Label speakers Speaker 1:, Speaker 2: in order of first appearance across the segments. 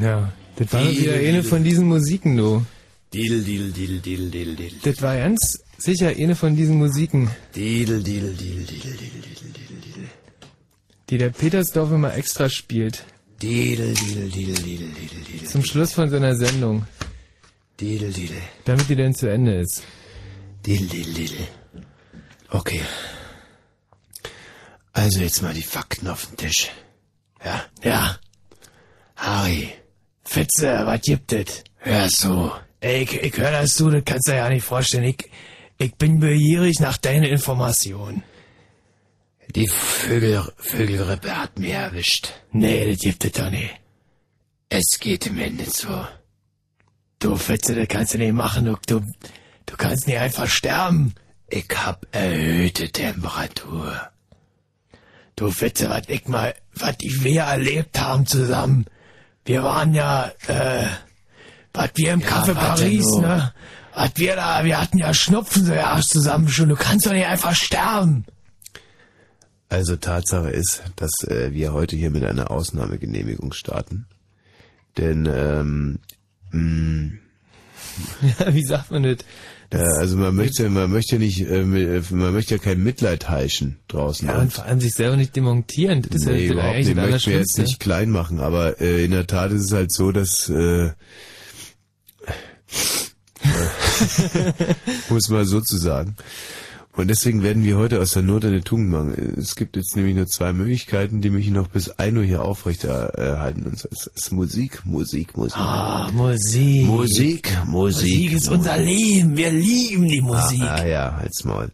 Speaker 1: Ja, das war doch wieder eine von diesen Musiken, du.
Speaker 2: Didel, didel, didel, didel, didel, didel.
Speaker 1: Das war ganz sicher eine von diesen Musiken,
Speaker 2: Didel, didel, didel, didel, didel, didel, didel, didel.
Speaker 1: die der Petersdorf immer extra spielt.
Speaker 2: Didel, didel, didel, didel, didel, didel.
Speaker 1: Zum Schluss von seiner Sendung.
Speaker 2: Didel, didel.
Speaker 1: Damit die denn zu Ende ist.
Speaker 2: Didel, didel, didel. Okay. Also jetzt mal die Fakten auf den Tisch. Ja? Ja. Harry. Fitze, was gibt es? Ja, so.
Speaker 3: Ey, ich, ich höre das du, das kannst du dir ja nicht vorstellen. Ich, ich bin begierig nach deinen Informationen.
Speaker 2: Die Vögel, Vögelrippe hat mich erwischt.
Speaker 3: Nee, das gibt es doch nicht.
Speaker 2: Es geht im Ende so.
Speaker 3: Du Fetze, das kannst du nicht machen. Du, du, du kannst nicht einfach sterben.
Speaker 2: Ich hab erhöhte Temperatur.
Speaker 3: Du Fetze, was ich mal, was wir erlebt haben zusammen. Wir waren ja, äh, was wir im Café
Speaker 2: warte
Speaker 3: Paris,
Speaker 2: nur.
Speaker 3: ne? Was wir da, wir hatten ja Schnupfen so ja zusammen schon. Du kannst doch nicht einfach sterben.
Speaker 4: Also Tatsache ist, dass äh, wir heute hier mit einer Ausnahmegenehmigung starten. Denn ähm, mh,
Speaker 1: Ja, wie sagt man das?
Speaker 4: äh, also man möchte, man möchte nicht, äh, mit- man möchte ja kein Mitleid heischen draußen.
Speaker 1: Ja, und vor allem sich selber nicht demontieren. Das ist
Speaker 4: nee,
Speaker 1: ja das
Speaker 4: überhaupt
Speaker 1: eigentlich
Speaker 4: nicht.
Speaker 1: das
Speaker 4: Möchten wir jetzt
Speaker 1: Allerschlimmste.
Speaker 4: nicht klein machen, aber äh, in der Tat ist es halt so, dass äh, äh, um es mal so zu sagen. Und deswegen werden wir heute aus der Not eine Tugend machen. Es gibt jetzt nämlich nur zwei Möglichkeiten, die mich noch bis 1 Uhr hier aufrechterhalten. Und das ist Musik, Musik, Musik.
Speaker 3: Ah, Musik.
Speaker 4: Musik, Musik.
Speaker 3: Musik ist unser Leben. Wir lieben die Musik.
Speaker 4: Ah, ah ja, halt's Maul.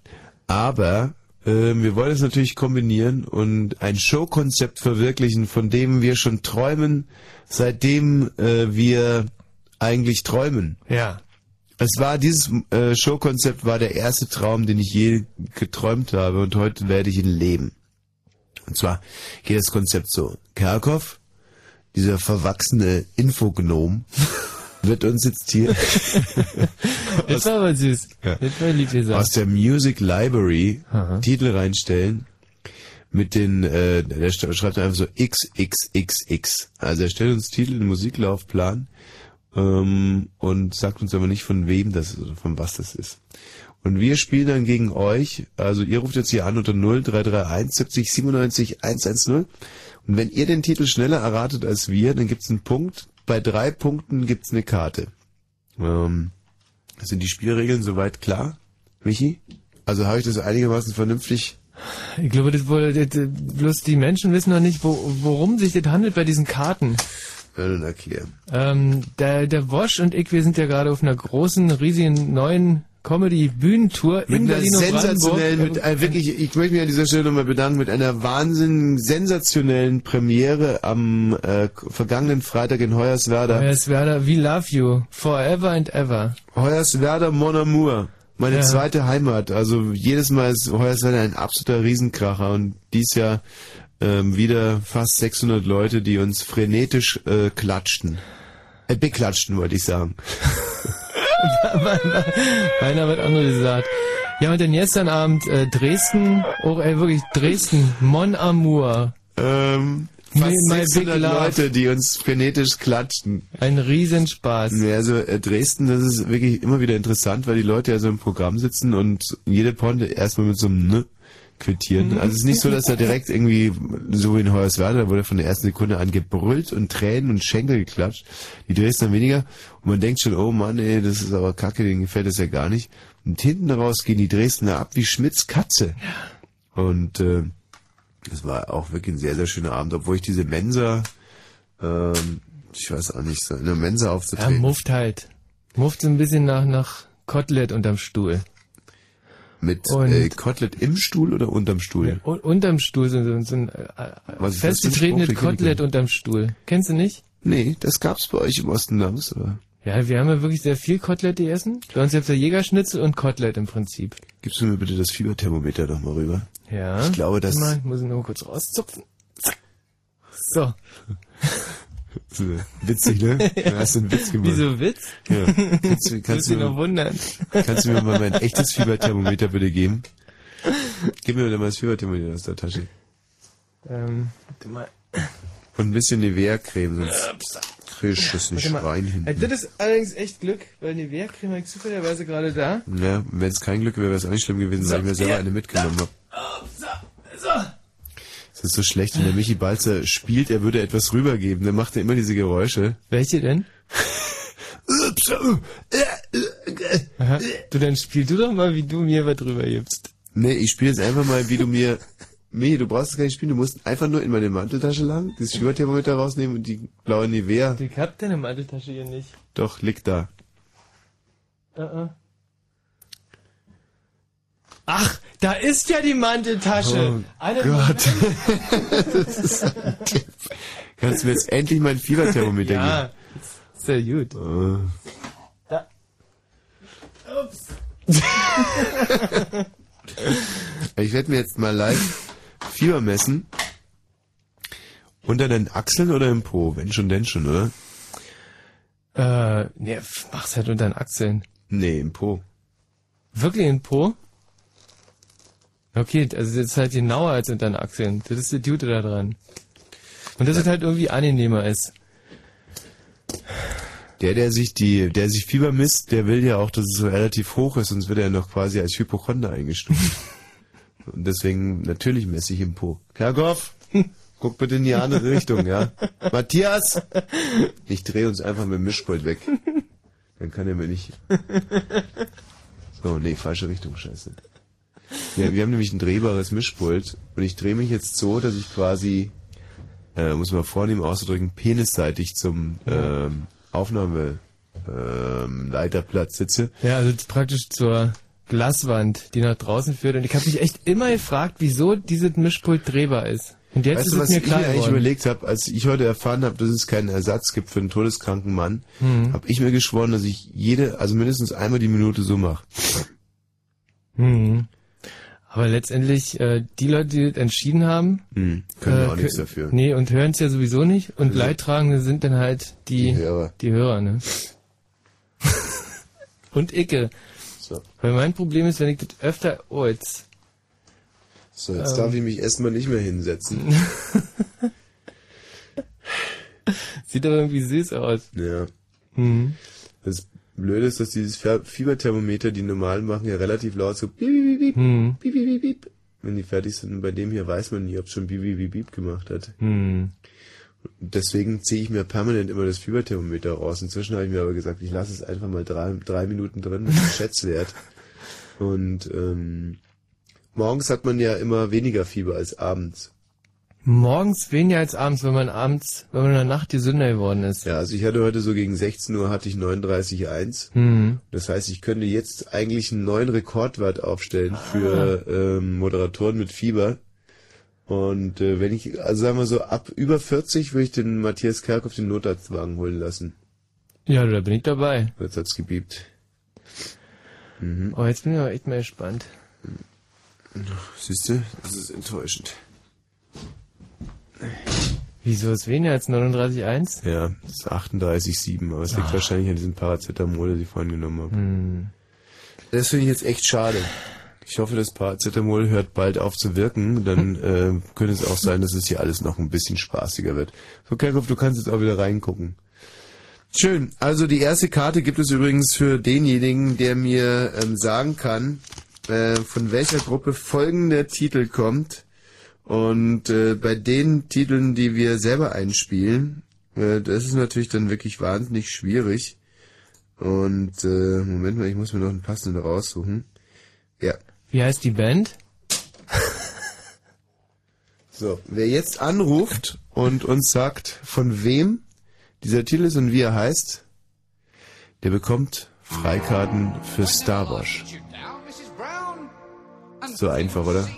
Speaker 4: Aber ähm, wir wollen es natürlich kombinieren und ein Showkonzept verwirklichen, von dem wir schon träumen, seitdem äh, wir eigentlich träumen.
Speaker 3: Ja.
Speaker 4: Es war dieses äh, Showkonzept war der erste Traum, den ich je geträumt habe und heute werde ich ihn leben. Und zwar geht das Konzept so: Kerkhoff, dieser verwachsene Infognom, wird uns jetzt hier
Speaker 1: Das war aber süß. Das war lieb
Speaker 4: aus
Speaker 1: gesagt.
Speaker 4: der Music Library
Speaker 1: Aha.
Speaker 4: Titel reinstellen mit den, äh, der sch- schreibt einfach so XXXX. Also er stellt uns Titel, den Musiklaufplan ähm, und sagt uns aber nicht von wem das ist oder von was das ist. Und wir spielen dann gegen euch, also ihr ruft jetzt hier an unter 0331 70 97 110 und wenn ihr den Titel schneller erratet als wir, dann gibt's einen Punkt, bei drei Punkten gibt's eine Karte. Ähm, sind die Spielregeln soweit klar, Michi? Also habe ich das einigermaßen vernünftig?
Speaker 1: Ich glaube, das wurde, das, äh, bloß die Menschen wissen noch nicht, wo, worum sich das handelt bei diesen Karten.
Speaker 4: Ja, dann erklär.
Speaker 1: Ähm, der, der Wosch und ich, wir sind ja gerade auf einer großen, riesigen neuen Comedy-Bühnentour
Speaker 4: Mit
Speaker 1: in
Speaker 4: einer
Speaker 1: Berlin und
Speaker 4: sensationellen,
Speaker 1: Brandenburg. ähm,
Speaker 4: mit, äh, wirklich, ich möchte mich an dieser Stelle nochmal bedanken, mit einer wahnsinnigen, sensationellen Premiere am äh, vergangenen Freitag in Hoyerswerda.
Speaker 1: Hoyerswerda, we love you, forever and ever.
Speaker 4: Hoyerswerda Mon Amour. Meine
Speaker 1: Ja.
Speaker 4: zweite Heimat. Also jedes Mal ist Hoyerswerda ein absoluter Riesenkracher und dies Jahr ähm, wieder fast 600 Leute, die uns frenetisch äh, klatschten. Äh, beklatschten, wollte ich sagen.
Speaker 1: Einer wird andere gesagt. Ja, und dann gestern Abend äh, Dresden, oh ey, wirklich Dresden, Mon Amour.
Speaker 4: Ähm,
Speaker 1: Me-
Speaker 4: fast
Speaker 1: my big
Speaker 4: 600
Speaker 1: love.
Speaker 4: Leute, die uns frenetisch klatschten.
Speaker 1: Ein Riesenspaß.
Speaker 4: Ja, also äh, Dresden, das ist wirklich immer wieder interessant, weil die Leute ja so im Programm sitzen und jede Ponte erstmal mit so einem Ne
Speaker 1: Mhm.
Speaker 4: quittieren. Also es ist nicht so, dass da direkt irgendwie, so wie in Hoyerswerda, da wurde von der ersten Sekunde an gebrüllt und Tränen und Schenkel geklatscht. Die Dresdner weniger. Und man denkt schon, oh Mann, ey, das ist aber kacke, denen gefällt das ja gar nicht. Und hinten raus gehen die Dresdner ab wie Schmitz Katze. Und äh, das war auch wirklich ein sehr, sehr schöner Abend, obwohl ich diese Mensa, ähm, ich weiß auch nicht, so in der Mensa
Speaker 1: Ja,
Speaker 4: aufzutreten.
Speaker 1: muft halt. Muft so ein bisschen nach, nach Kotelett unterm Stuhl.
Speaker 4: Mit
Speaker 1: Und-
Speaker 4: äh, Kotelett im Stuhl oder unterm Stuhl?
Speaker 1: U unterm Stuhl so, so, so ein äh,
Speaker 4: Was ist das für ein
Speaker 1: festgetretenes
Speaker 4: Spruch, den kenn ich
Speaker 1: Kotelett
Speaker 4: nicht.
Speaker 1: unterm Stuhl. Kennst du nicht?
Speaker 4: Nee, das gab's bei euch im Osten damals, oder?
Speaker 1: Ja, wir haben ja wirklich sehr viel Kotelett gegessen. Bei uns gibt's ja Jägerschnitzel und Kotelett im Prinzip.
Speaker 4: Gibst du mir bitte das Fieberthermometer noch mal rüber?
Speaker 1: Ja.
Speaker 4: Ich glaube, das-
Speaker 1: Mal, ich muss ihn nur kurz rauszupfen. Zack. So,
Speaker 4: Witzig, ne? Du hast einen Witz gemacht.
Speaker 1: wieso Witz?
Speaker 4: Ja. Kannst, du,
Speaker 1: Kannst
Speaker 4: kannst,
Speaker 1: du
Speaker 4: du
Speaker 1: dich noch
Speaker 4: mir,
Speaker 1: wundern?
Speaker 4: kannst du mir mal mein echtes Fieberthermometer bitte geben? Gib mir bitte mal das Fieberthermometer aus der Tasche.
Speaker 1: Ähm, warte mal.
Speaker 4: Und ein bisschen Nivea-Creme, sonst kriegst du das nicht
Speaker 1: Warte mal.
Speaker 4: rein hinten.
Speaker 1: Äh, Das ist allerdings echt Glück, weil eine Wehrcreme habe ich zufälligerweise gerade da.
Speaker 4: Ja, wenn es kein Glück wäre, wäre es auch nicht schlimm gewesen, weil ich mir selber eine mitgenommen habe. Es ist so schlecht, wenn der Michi Balzer spielt, er würde etwas rübergeben, dann macht er immer diese Geräusche.
Speaker 1: Welche denn? Aha. Du, dann spiel du doch mal, wie du mir was drüber gibst.
Speaker 4: Nee, ich spiele jetzt einfach mal, wie du mir... Nee, du brauchst es gar nicht spielen, du musst einfach nur in meine Manteltasche lang, das Schieberthermometer rausnehmen und die blaue Nivea.
Speaker 1: Ich hab deine Manteltasche hier nicht.
Speaker 4: Doch, liegt da.
Speaker 1: Äh, äh. Ach, da ist ja die Manteltasche.
Speaker 4: Oh
Speaker 1: Alle
Speaker 4: Gott. das ist ein Tipp. Kannst du mir jetzt endlich mein Fieberthermometer
Speaker 1: Ja, sehr gut.
Speaker 4: geben?
Speaker 1: Ups.
Speaker 4: Äh, Ich werde mir jetzt mal live Fieber messen. Unter den Achseln oder im Po? Wenn schon, denn schon, oder?
Speaker 1: Äh, nee, pf, mach's halt unter den Achseln.
Speaker 4: Nee, im Po.
Speaker 1: Wirklich in Po? Okay, also das ist halt genauer als unter den Achseln. Das ist die Dude da dran. Und dass es halt irgendwie angenehmer ist.
Speaker 4: Der, der sich die, der sich Fieber misst, der will ja auch, dass es relativ hoch ist, sonst wird er noch quasi als Hypochonder eingestuft. Und deswegen, natürlich messe ich im Po. Kerkhoff, guck bitte in die andere Richtung, ja? Matthias! Ich drehe uns einfach mit dem Mischpult weg. Dann kann er mir nicht... So, nee, falsche Richtung, scheiße. Ja, wir haben nämlich ein drehbares Mischpult und ich drehe mich jetzt so, dass ich quasi, äh, muss man vornehmen auszudrücken, penisseitig zum ähm, Aufnahme ähm, Leiterplatz sitze.
Speaker 1: Ja, also praktisch zur Glaswand, die nach draußen führt. Und ich habe mich echt immer gefragt, wieso dieses Mischpult drehbar ist. Und jetzt
Speaker 4: weißt
Speaker 1: ist
Speaker 4: du,
Speaker 1: es
Speaker 4: was
Speaker 1: mir
Speaker 4: ich mir
Speaker 1: klar
Speaker 4: eigentlich
Speaker 1: geworden.
Speaker 4: überlegt habe, als ich heute erfahren habe, dass es keinen Ersatz gibt für einen todeskranken Mann,
Speaker 1: Hm.
Speaker 4: habe ich mir geschworen, dass ich jede, also mindestens einmal die Minute so mache.
Speaker 1: Hm. Aber letztendlich, äh, die Leute, die das entschieden haben,
Speaker 4: Hm. Können wir
Speaker 1: äh,
Speaker 4: auch
Speaker 1: kö-
Speaker 4: nichts dafür.
Speaker 1: Nee, und hören es ja sowieso nicht. Und
Speaker 4: Also-
Speaker 1: Leidtragende sind dann halt die,
Speaker 4: Die Hörer.
Speaker 1: die Hörer, ne? und Icke.
Speaker 4: So.
Speaker 1: Weil mein Problem ist, wenn ich das öfter. Oh, jetzt.
Speaker 4: So, jetzt
Speaker 1: Ähm.
Speaker 4: darf ich mich erstmal nicht mehr hinsetzen.
Speaker 1: Sieht aber irgendwie süß aus.
Speaker 4: ja.
Speaker 1: Mhm.
Speaker 4: Das Blöde ist, dass dieses Fer- Fieberthermometer, die normalen machen, ja relativ laut so piep, piep, piep,
Speaker 1: Hm.
Speaker 4: piep, piep, piep, piep. Wenn die fertig sind, und bei dem hier weiß man nie, ob es schon piep, piep, piep, piep gemacht hat.
Speaker 1: Hm.
Speaker 4: Deswegen ziehe ich mir permanent immer das Fieberthermometer raus. Inzwischen habe ich mir aber gesagt, ich lasse es einfach mal drei, drei Minuten drin, das ist Schätzwert. Und ähm, morgens hat man ja immer weniger Fieber als abends.
Speaker 1: Morgens weniger als abends, wenn man abends, wenn man in der Nacht gesünder geworden ist.
Speaker 4: Ja, also ich hatte heute so gegen 16 Uhr hatte ich 39,1.
Speaker 1: Hm.
Speaker 4: Das heißt, ich könnte jetzt eigentlich einen neuen Rekordwert aufstellen für ähm, Moderatoren mit Fieber. Und äh, wenn ich, also sagen wir so, ab über 40 würde ich den Matthias Kerk auf den Notarztwagen holen lassen.
Speaker 1: Ja, da bin ich dabei.
Speaker 4: Jetzt hat's gebiebt. Mhm.
Speaker 1: Oh, jetzt bin ich aber echt mal gespannt.
Speaker 4: Siehst du, das ist enttäuschend.
Speaker 1: Wieso ist weniger als 39,1?
Speaker 4: Ja, das ist 38,7, aber es liegt wahrscheinlich an diesem Paracetamol, das ich vorhin genommen habe.
Speaker 1: Hm.
Speaker 4: Das finde ich jetzt echt schade. Ich hoffe, das Paracetamol hört bald auf zu wirken, dann äh, könnte es auch sein, dass es hier alles noch ein bisschen spaßiger wird. So, Kerkhoff, du kannst jetzt auch wieder reingucken. Schön. Also die erste Karte gibt es übrigens für denjenigen, der mir ähm, sagen kann, äh, von welcher Gruppe folgender Titel kommt. Und äh, bei den Titeln, die wir selber einspielen, äh, das ist natürlich dann wirklich wahnsinnig schwierig. Und äh, Moment mal, ich muss mir noch einen passenden raussuchen. Ja.
Speaker 1: Wie heißt die Band?
Speaker 4: So, wer jetzt anruft und uns sagt, von wem dieser Titel ist und wie er heißt, der bekommt Freikarten für Starwash. So einfach, oder?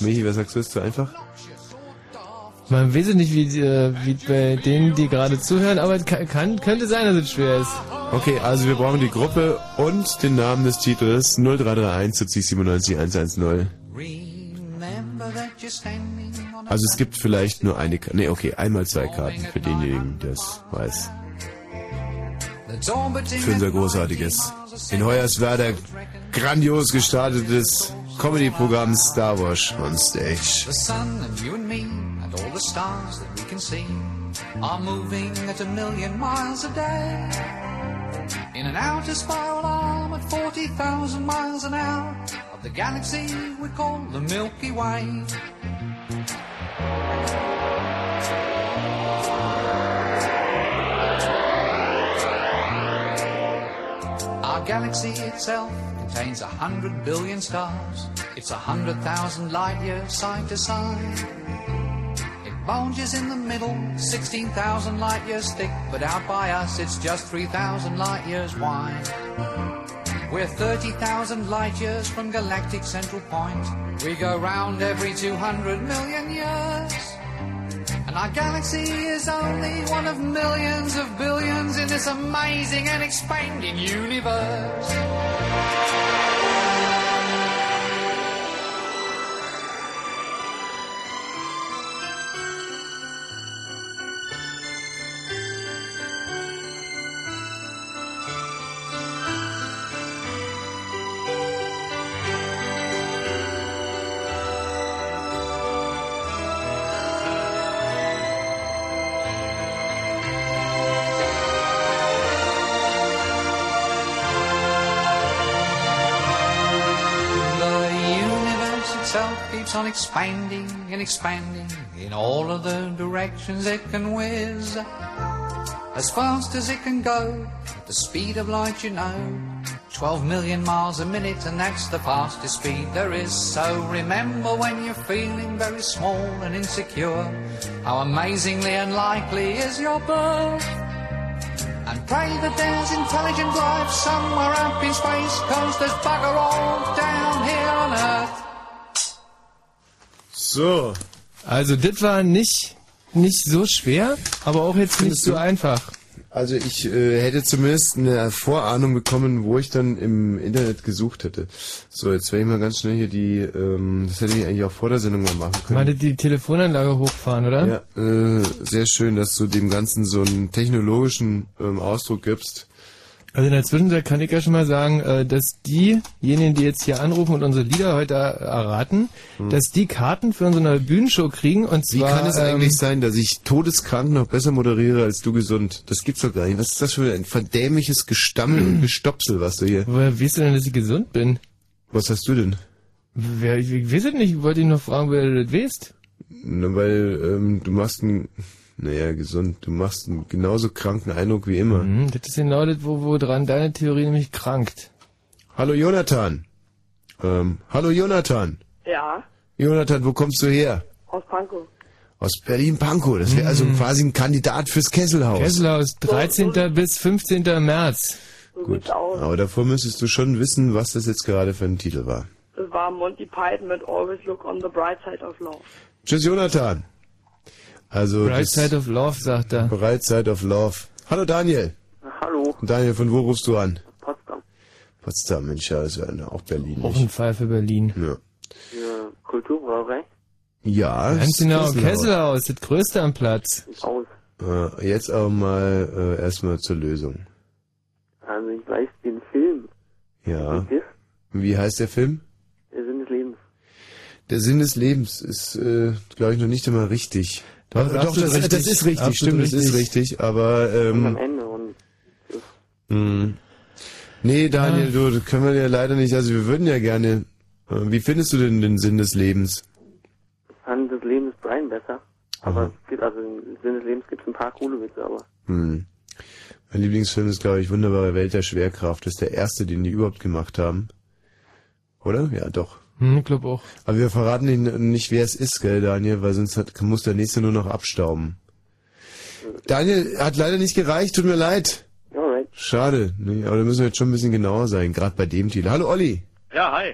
Speaker 4: Michi, was sagst du, ist zu einfach?
Speaker 1: Man weiß ja nicht, wie, äh, wie bei denen, die gerade zuhören, aber es kann, kann, könnte sein, dass es schwer ist.
Speaker 4: Okay, also wir brauchen die Gruppe und den Namen des Titels 0331 70 97 110. Also es gibt vielleicht nur eine, Ka- nee, okay, einmal zwei Karten für denjenigen, der es weiß. Für unser großartiges in Hoyerswerda grandios gestartetes Comedy-Programm Star Wars on Stage.
Speaker 5: The sun and you and me and all the stars that we can see are moving at a million miles a day. In an outer spiral arm at 40,000 miles an hour of the galaxy we call the Milky Way. Our galaxy itself contains a hundred billion stars. It's a hundred thousand light years side to side. It bulges in the middle, 16,000 light years thick, but out by us it's just 3,000 light years wide. We're 30,000 light years from galactic central point. We go round every 200 million years. And our galaxy is only one of millions of billions in this amazing and expanding universe. The universe itself keeps on expanding and expanding in all of the directions it can whiz. As fast as it can go, at the speed of light, you know. 12 million miles a minute, and that's the fastest speed there is. So remember when you're feeling very small and insecure, how amazingly unlikely is your birth. And pray that there's intelligent life somewhere up in space, cause there's bugger all down here on Earth.
Speaker 4: So.
Speaker 1: Also, das war nicht, nicht so schwer, aber auch jetzt nicht
Speaker 4: Findest
Speaker 1: so
Speaker 4: du?
Speaker 1: einfach.
Speaker 4: Also ich äh, hätte zumindest eine Vorahnung bekommen, wo ich dann im Internet gesucht hätte. So, jetzt werde ich mal ganz schnell hier die, ähm, das hätte ich eigentlich auch vor der Sendung mal machen können.
Speaker 1: Meinte die Telefonanlage hochfahren, oder?
Speaker 4: Ja, äh, sehr schön, dass du dem Ganzen so einen technologischen ähm, Ausdruck gibst.
Speaker 1: Also in der Zwischenzeit kann ich ja schon mal sagen, äh, dass diejenigen, die jetzt hier anrufen und unsere Lieder heute er- erraten, dass die Karten für unsere neue Bühnenshow kriegen und
Speaker 4: Hm. Wie
Speaker 1: zwar... ähm,
Speaker 4: kann es eigentlich sein, dass ich todeskrank noch besser moderiere als du gesund? Das gibt's doch gar nicht. Was ist das für ein verdämliches Gestammel und Gestopsel, was du hier...
Speaker 1: Woher weißt du denn, dass ich gesund bin?
Speaker 4: Was hast du denn?
Speaker 1: Wer, ich, ich weiß es nicht, ich wollte dich noch fragen, wer du das weißt.
Speaker 4: Na, weil ähm, du machst einen... Naja, gesund. Du machst einen genauso kranken Eindruck wie immer.
Speaker 1: Hm, das ist genau das, wo, wo dran deine Theorie nämlich krankt.
Speaker 4: Hallo Jonathan. Ähm, hallo Jonathan.
Speaker 6: Ja,
Speaker 4: Jonathan, wo kommst du her?
Speaker 6: aus Pankow.
Speaker 4: Aus Berlin-Pankow. Das wäre also quasi ein Kandidat fürs Kesselhaus.
Speaker 1: Mhm. Kesselhaus, 13. bis 15. März.
Speaker 4: Gut. Aber davor müsstest du schon wissen, was das jetzt gerade für ein Titel war.
Speaker 6: Das war Monty Python mit Always Look on the Bright Side of Love.
Speaker 4: Tschüss, Jonathan. Also
Speaker 1: Bright
Speaker 4: das-
Speaker 1: Side of Love, sagt er.
Speaker 4: Bright Side of Love. Hallo Daniel.
Speaker 7: Hallo,
Speaker 4: Daniel, von wo rufst du an?
Speaker 7: Potsdam.
Speaker 4: Potsdam, Mensch, ja, das wäre auch Berlin.
Speaker 1: Auch
Speaker 4: nicht?
Speaker 1: ein Fall für Berlin.
Speaker 4: Ja.
Speaker 7: Ja, Kulturbrauerei.
Speaker 4: Ja,
Speaker 1: Ganz
Speaker 4: das
Speaker 1: genau,
Speaker 4: Kesselhaus.
Speaker 1: Kesselhaus, das größte am Platz.
Speaker 7: Aus.
Speaker 4: Äh, jetzt aber mal äh, erstmal zur Lösung.
Speaker 7: Also ich weiß den Film.
Speaker 4: Ja.
Speaker 7: Ist
Speaker 4: Wie heißt der Film?
Speaker 7: der Sinn des Lebens.
Speaker 4: Der Sinn des Lebens ist, äh, glaube ich, noch nicht immer richtig.
Speaker 1: Doch,
Speaker 4: Äh,
Speaker 1: absolut
Speaker 4: das, das
Speaker 1: richtig.
Speaker 4: ist richtig,
Speaker 1: Absolut
Speaker 4: stimmt, das ist
Speaker 1: richtig.
Speaker 4: richtig, aber
Speaker 7: Und am
Speaker 4: ähm,
Speaker 7: Ende und
Speaker 4: mh. nee, Daniel,
Speaker 1: Ah.
Speaker 4: du, das können wir ja leider nicht. Also wir würden ja gerne. Äh, wie findest du denn den Sinn des Lebens?
Speaker 7: Sinn des Lebens ist Brian besser. Aber
Speaker 4: Aha.
Speaker 7: es gibt also im Sinn des Lebens gibt es ein paar coole Witze, aber
Speaker 4: Hm. Mein Lieblingsfilm ist, glaube ich, Wunderbare Welt der Schwerkraft. Das ist der erste, den die überhaupt gemacht haben. Oder? Ja, doch.
Speaker 1: Hm, ich glaub auch.
Speaker 4: Aber wir verraten ihn nicht, wer es ist, gell, Daniel, weil sonst hat, muss der nächste nur noch abstauben. Daniel hat leider nicht gereicht, tut mir leid.
Speaker 7: alright.
Speaker 4: Schade, ne? aber da müssen wir jetzt schon ein bisschen genauer sein, gerade bei dem Titel. Hallo Olli,
Speaker 8: Ja, hi.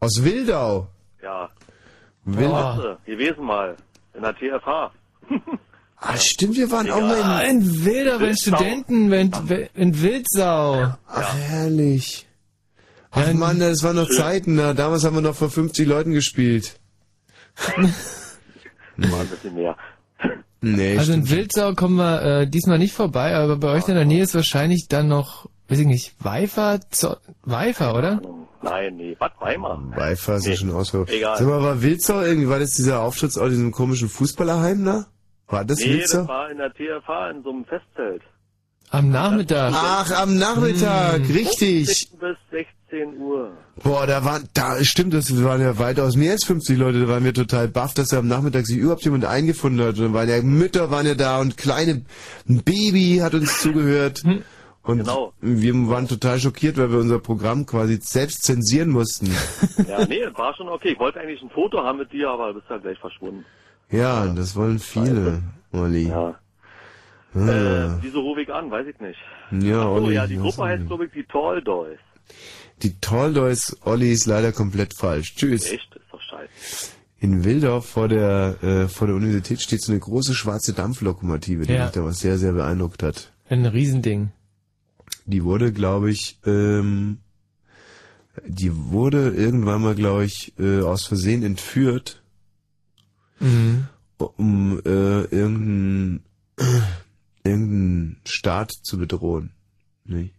Speaker 4: aus Wildau.
Speaker 8: Ja,
Speaker 4: Wild
Speaker 8: Matze, gewesen mal in der TFH.
Speaker 4: Ah, stimmt, wir waren auch
Speaker 8: Egal.
Speaker 4: mal in...
Speaker 1: Ein Wilder bei
Speaker 8: Wildsau.
Speaker 1: Studenten, wenn- wenn- in Wildsau.
Speaker 4: Ach, herrlich. Ach Mann, das waren noch Zeiten, na, damals haben wir noch vor 50 Leuten gespielt.
Speaker 8: War ein bisschen mehr.
Speaker 4: Nee,
Speaker 1: Also in
Speaker 4: stimmt.
Speaker 1: Wildsau kommen wir äh, diesmal nicht vorbei, aber bei euch in der Nähe ist wahrscheinlich dann noch weiß ich nicht, Weifer, Zo Weifer, oder?
Speaker 8: Nein, nee, was Weimar?
Speaker 4: Weifer ist ja schon ausgehoben.
Speaker 8: egal.
Speaker 4: Sag mal, war Wilzau irgendwie, war das dieser Auftrittsort in diesem komischen Fußballerheim da? War das
Speaker 8: nee,
Speaker 4: Wilzau?
Speaker 8: das war in der TFH in so einem Festzelt.
Speaker 1: Am Nachmittag. Mhm.
Speaker 4: Ach, am Nachmittag, richtig.
Speaker 8: 15 bis 16 Uhr.
Speaker 4: Boah, da waren, da stimmt, das waren ja weitaus mehr als 50 Leute, da waren wir total baff, dass da am Nachmittag sich überhaupt jemand eingefunden hat. Und dann waren ja Mütter waren ja da und kleine, ein Baby hat uns zugehört.
Speaker 1: Hm.
Speaker 4: Und
Speaker 8: Genau.
Speaker 4: wir waren total schockiert, weil wir unser Programm quasi selbst zensieren mussten.
Speaker 8: Ja, nee, das war schon okay. Ich wollte eigentlich ein Foto haben mit dir, aber du bist ja gleich verschwunden.
Speaker 4: Ja, das wollen viele, Olli.
Speaker 8: Ja.
Speaker 4: Hm.
Speaker 8: Äh, wieso rufe ich an? Weiß ich nicht.
Speaker 4: ja,
Speaker 8: Oh
Speaker 4: Olli.
Speaker 8: ja, die
Speaker 4: was
Speaker 8: Gruppe heißt,
Speaker 4: denn?
Speaker 8: glaube ich, die Tall Boys.
Speaker 4: Die Talldoys Olli ist leider komplett falsch. Tschüss.
Speaker 8: Echt? Ist doch scheiße.
Speaker 4: In Wildorf vor der, äh, vor der Universität steht so eine große schwarze Dampflokomotive, die
Speaker 1: Ja.
Speaker 4: mich da was sehr, sehr beeindruckt hat.
Speaker 1: Ein Riesending.
Speaker 4: Die wurde, glaube ich, ähm, die wurde irgendwann mal, glaube ich, äh, aus Versehen entführt,
Speaker 1: Mhm.
Speaker 4: um äh, irgendeinen irgendeinen Staat zu bedrohen. Nee.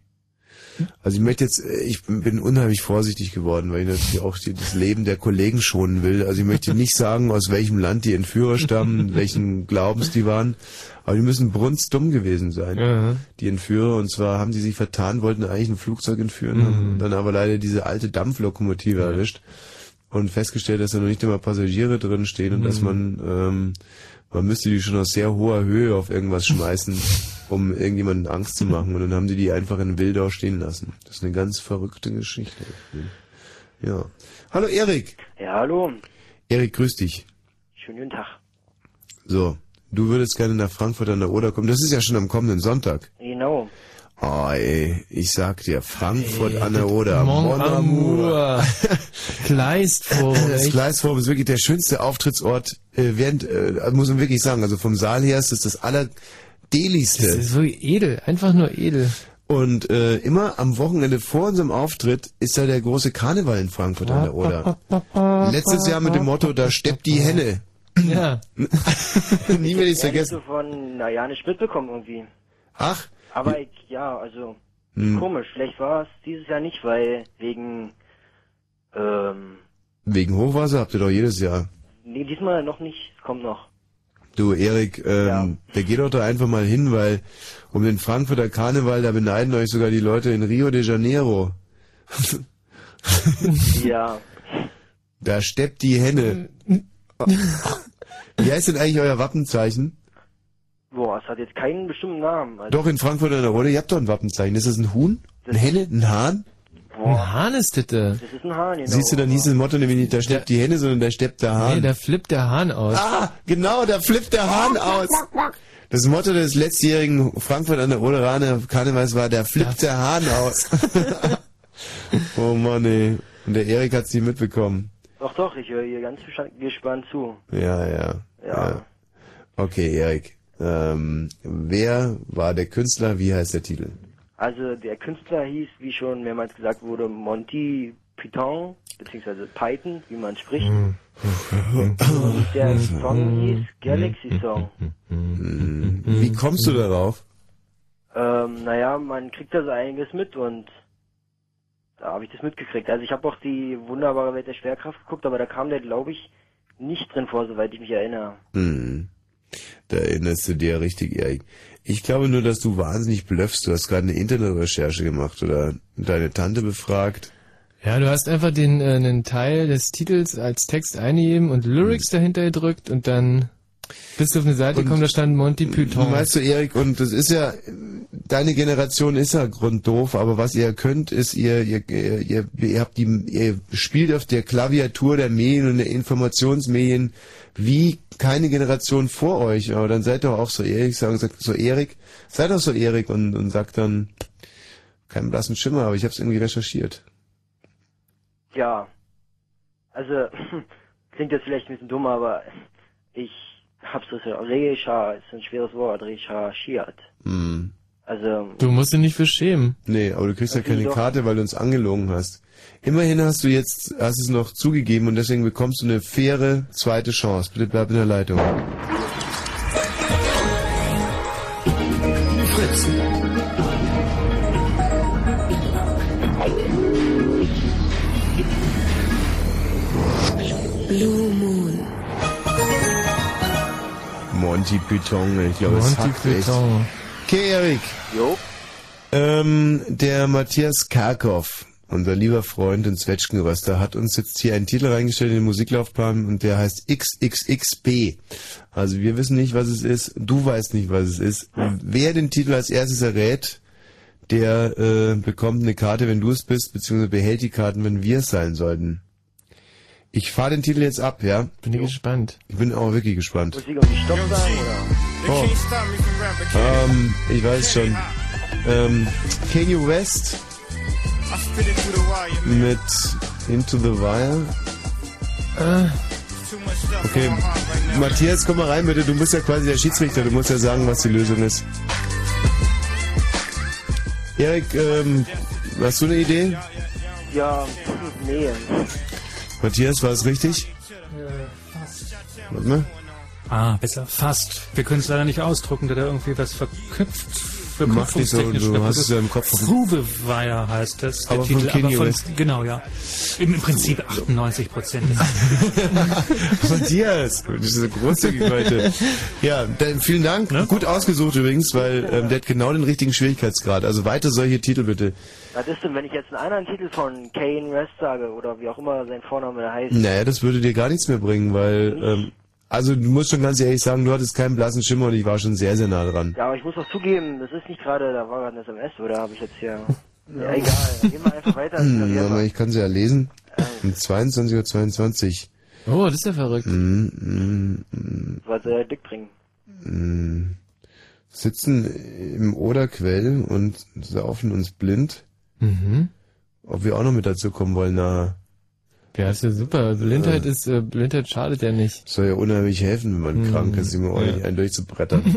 Speaker 4: Also ich möchte jetzt, äh, ich bin unheimlich vorsichtig geworden, weil ich natürlich auch die, das Leben der Kollegen schonen will. Also ich möchte nicht sagen, aus welchem Land die Entführer stammen, welchen Glaubens die waren, aber die müssen brunstdumm gewesen sein
Speaker 1: Ja.
Speaker 4: die Entführer. Und zwar haben die sich vertan, wollten eigentlich ein Flugzeug entführen,
Speaker 1: Mhm.
Speaker 4: haben dann aber leider diese alte Dampflokomotive erwischt und festgestellt, dass da noch nicht einmal Passagiere drin stehen und dass
Speaker 1: Mhm.
Speaker 4: man, ähm, man müsste die schon aus sehr hoher Höhe auf irgendwas schmeißen, um irgendjemanden Angst zu machen. Und dann haben die die einfach in Wildau stehen lassen. Das ist eine ganz verrückte Geschichte. Ja. Hallo Erik.
Speaker 9: Ja, hallo.
Speaker 4: Erik, grüß dich.
Speaker 9: Schönen guten Tag.
Speaker 4: So. Du würdest gerne nach Frankfurt an der Oder kommen. Das ist ja schon am kommenden Sonntag.
Speaker 9: Genau.
Speaker 4: Oh, ey, ich sag dir, Frankfurt an der Oder,
Speaker 1: Mon
Speaker 4: Mon Amour.
Speaker 1: Amour. Kleistwurm.
Speaker 4: Das
Speaker 1: echt.
Speaker 4: Gleisforum ist wirklich der schönste Auftrittsort, äh, während, äh, muss man wirklich sagen, also vom Saal her ist es das
Speaker 1: Das
Speaker 4: allerdeligste.
Speaker 1: ist so edel, einfach nur edel.
Speaker 4: Und äh, immer am Wochenende vor unserem Auftritt ist da der große Karneval in Frankfurt an der Oder. Letztes Jahr mit dem Motto, da steppt die Henne. Hm?
Speaker 1: Ja.
Speaker 4: Nie werde ich's
Speaker 9: Ich
Speaker 4: vergessen.
Speaker 9: so von, naja, nicht mitbekommen irgendwie.
Speaker 4: Ach,
Speaker 9: Aber ich, ja, also,
Speaker 4: Hm.
Speaker 9: komisch. Schlecht war es dieses Jahr nicht, weil wegen, ähm,
Speaker 4: wegen Hochwasser habt ihr doch jedes Jahr.
Speaker 9: nee, diesmal noch nicht. Es kommt noch.
Speaker 4: Du, Erik, ähm,
Speaker 9: Ja.
Speaker 4: der geht doch da einfach mal hin, weil um den Frankfurter Karneval, da beneiden euch sogar die Leute in Rio de Janeiro.
Speaker 9: Ja,
Speaker 4: Da steppt die Henne.
Speaker 9: Hm.
Speaker 4: Wie heißt denn eigentlich euer Wappenzeichen?
Speaker 9: boah, es hat jetzt keinen bestimmten Namen. Also,
Speaker 4: Doch, in Frankfurt an der Oder, ihr habt doch ein Wappenzeichen. Ist das ein Huhn? Ein Henne? Ein Hahn?
Speaker 1: Ein Hahn ist das. äh. da.
Speaker 9: das ist ein Hahn, genau.
Speaker 4: Siehst du, dann hieß das Motto nämlich nicht, da steppt die Henne, sondern da steppt der Hahn.
Speaker 1: Nee, da flippt der Hahn aus.
Speaker 4: Ah, genau, da flippt der Hahn aus. Das Motto des letztjährigen Frankfurt an der Oderaner Karnevals war, da flippt der Hahn aus. oh Mann, ey. Und der Erik hat's nie mitbekommen.
Speaker 9: Doch, doch, ich höre hier ganz gespannt- gespannt zu.
Speaker 4: Ja, ja.
Speaker 9: Ja.
Speaker 4: Okay, Erik. Ähm, wer war der Künstler? Wie heißt der Titel?
Speaker 9: Also, der Künstler hieß, wie schon mehrmals gesagt wurde, Monty Python, beziehungsweise Python, wie man spricht.
Speaker 4: Hm.
Speaker 9: Und
Speaker 4: Mhm.
Speaker 9: der Song hieß Galaxy Song.
Speaker 4: Mhm. Wie kommst du darauf?
Speaker 9: Ähm, naja, man kriegt da so einiges mit und da habe ich das mitgekriegt. Also ich habe auch die wunderbare Welt der Schwerkraft geguckt, aber da kam der, glaube ich, nicht drin vor, soweit ich mich erinnere.
Speaker 4: Hm. Da erinnerst du dir ja richtig, Erik. Ich glaube nur, dass du wahnsinnig blöffst. Du hast gerade eine Internetrecherche gemacht oder deine Tante befragt.
Speaker 1: Ja, du hast einfach den äh, einen Teil des Titels als Text eingegeben und Lyrics
Speaker 4: Mhm.
Speaker 1: dahinter gedrückt und dann bist du auf eine Seite gekommen, da stand
Speaker 4: äh,
Speaker 1: Monty Python.
Speaker 4: Weißt du, Erik, und das ist ja, deine Generation ist ja grunddoof, aber was ihr könnt, ist, ihr, ihr, ihr, ihr habt die, ihr spielt auf der Klaviatur der Medien und der Informationsmedien wie keine Generation vor euch, aber dann seid doch auch so Erik, sagen, sagt so Erik, seid doch so Erik und, und sagt dann, keinen blassen Schimmer, aber ich hab's irgendwie recherchiert.
Speaker 9: Ja, also klingt jetzt vielleicht ein bisschen dumm, aber ich hab's so recherchiert, ist ein schweres Wort, recherchiert.
Speaker 4: Hm.
Speaker 9: Also,
Speaker 1: du musst dich nicht für schämen.
Speaker 4: Nee, aber du kriegst ja
Speaker 9: Das ist
Speaker 4: keine
Speaker 9: doch-
Speaker 4: Karte, weil du uns angelogen hast. Immerhin hast du jetzt, hast es noch zugegeben und deswegen bekommst du eine faire zweite Chance. Bitte bleib in der Leitung.
Speaker 2: Fritz.
Speaker 10: Blue Moon.
Speaker 4: Monty Python, ich glaube, es
Speaker 1: Monty
Speaker 4: hackt echt.
Speaker 1: Python.
Speaker 4: Okay, Erik.
Speaker 8: Jo.
Speaker 4: Ähm, der Matthias Karkow, unser lieber Freund in Zwetschgenröster, hat uns jetzt hier einen Titel reingestellt in den Musiklaufplan und der heißt XXXB. Also wir wissen nicht, was es ist. Du weißt nicht, was es ist. Wer den Titel als erstes errät, der äh, bekommt eine Karte, wenn du es bist, beziehungsweise behält die Karten, wenn wir es sein sollten. Ich fahre den Titel jetzt ab, ja?
Speaker 1: Bin ich gespannt.
Speaker 4: Ich bin auch wirklich gespannt.
Speaker 9: Muss ich irgendwie Stopp sagen,
Speaker 4: Oh.
Speaker 9: oder?
Speaker 4: Ähm, ich weiß schon. Ähm, Kanye West mit Into the Wire. Okay, Matthias, komm mal rein bitte. Du bist ja quasi der Schiedsrichter. Du musst ja sagen, was die Lösung ist. Erik, ähm, hast du eine Idee?
Speaker 9: Ja, pf, nee.
Speaker 4: Matthias, war es richtig? Warte mal.
Speaker 11: Ah, besser. Fast. Wir können es leider nicht ausdrucken, da da irgendwie was verknüpft.
Speaker 4: Mach nicht so,
Speaker 11: verknüpfungstechnisch
Speaker 4: du
Speaker 11: verknüpft
Speaker 4: hast es
Speaker 11: ist.
Speaker 4: ja im Kopf.
Speaker 11: Thruvewire heißt das. Der
Speaker 4: Aber von
Speaker 11: Titel,
Speaker 4: Kanye
Speaker 11: aber
Speaker 4: West.
Speaker 11: von, genau, ja. Im, im Prinzip 98 Prozent.
Speaker 4: Matthias, das ist so großzügig heute. Ja, dann vielen Dank.
Speaker 1: Ne?
Speaker 4: Gut ausgesucht übrigens, weil ähm, der hat genau den richtigen Schwierigkeitsgrad. Also weiter solche Titel bitte.
Speaker 9: Was ist denn, wenn ich jetzt einen anderen Titel von Kane West sage oder wie auch immer sein Vorname da heißt?
Speaker 4: Naja, das würde dir gar nichts mehr bringen, weil, ähm, also du musst schon ganz ehrlich sagen, du hattest keinen blassen Schimmer und ich war schon sehr, sehr nah dran.
Speaker 9: Ja, aber ich muss auch zugeben, das ist nicht gerade, da war gerade ein SMS oder habe ich jetzt hier. Ja, egal. Gehen wir einfach weiter.
Speaker 4: Hm, warte mal, ich kann sie ja lesen. Um 22.22 Uhr. 22.
Speaker 1: Oh, das ist ja verrückt.
Speaker 4: Mm, mm, mm,
Speaker 9: Was soll der Dick bringen?
Speaker 4: mm. Sitzen im Oderquell und saufen uns blind.
Speaker 1: Mhm.
Speaker 4: Ob wir auch noch mit dazu kommen wollen, na.
Speaker 1: Ja, ist ja super. Blindheit
Speaker 4: Äh.
Speaker 1: ist, äh, Blindheit schadet ja nicht.
Speaker 4: Soll ja unheimlich helfen, wenn man
Speaker 1: Mhm.
Speaker 4: krank ist, immer ordentlich
Speaker 1: Ja.
Speaker 4: einen durchzubrettern.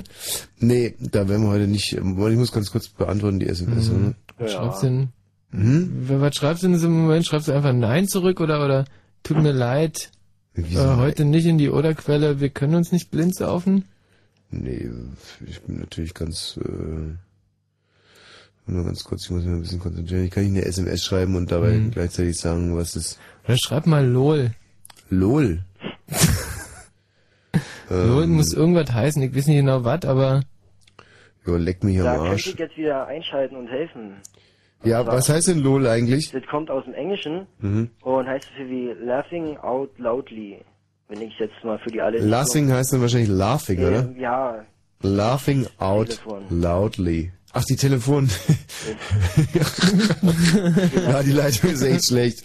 Speaker 4: nee, da werden wir heute nicht. ähm, Ich muss ganz kurz beantworten, die SMS,
Speaker 1: Mhm.
Speaker 4: oder?
Speaker 1: Was schreibst du denn?
Speaker 4: Mhm.
Speaker 1: W- Was schreibst du denn in diesem Moment? Schreibst du einfach Nein zurück oder, oder tut mir leid, äh, heute nicht in die Oderquelle, wir können uns nicht blind saufen?
Speaker 4: Nee, ich bin natürlich ganz, äh, nur ganz kurz, ich muss mich ein bisschen konzentrieren. Ich kann nicht eine SMS schreiben und dabei
Speaker 1: Mhm.
Speaker 4: gleichzeitig sagen, was ist.
Speaker 1: Oder schreib mal LOL.
Speaker 4: LOL.
Speaker 1: LOL
Speaker 4: Ähm,
Speaker 1: muss irgendwas heißen, ich weiß nicht genau was, aber...
Speaker 4: Ja, leck mich am
Speaker 9: Da könnte
Speaker 4: Arsch.
Speaker 9: ich jetzt wieder einschalten und helfen.
Speaker 4: Ja, was heißt denn LOL eigentlich?
Speaker 9: Das kommt aus dem Englischen
Speaker 4: Mhm.
Speaker 9: und heißt so viel wie Laughing Out Loudly. Wenn ich jetzt mal für die alle...
Speaker 4: Laughing heißt dann wahrscheinlich laughing, oder?
Speaker 9: Ähm, Ja,
Speaker 4: Laughing out
Speaker 9: Telefon.
Speaker 4: loudly. Ach, die Telefon. ja, die Leitung ist echt schlecht.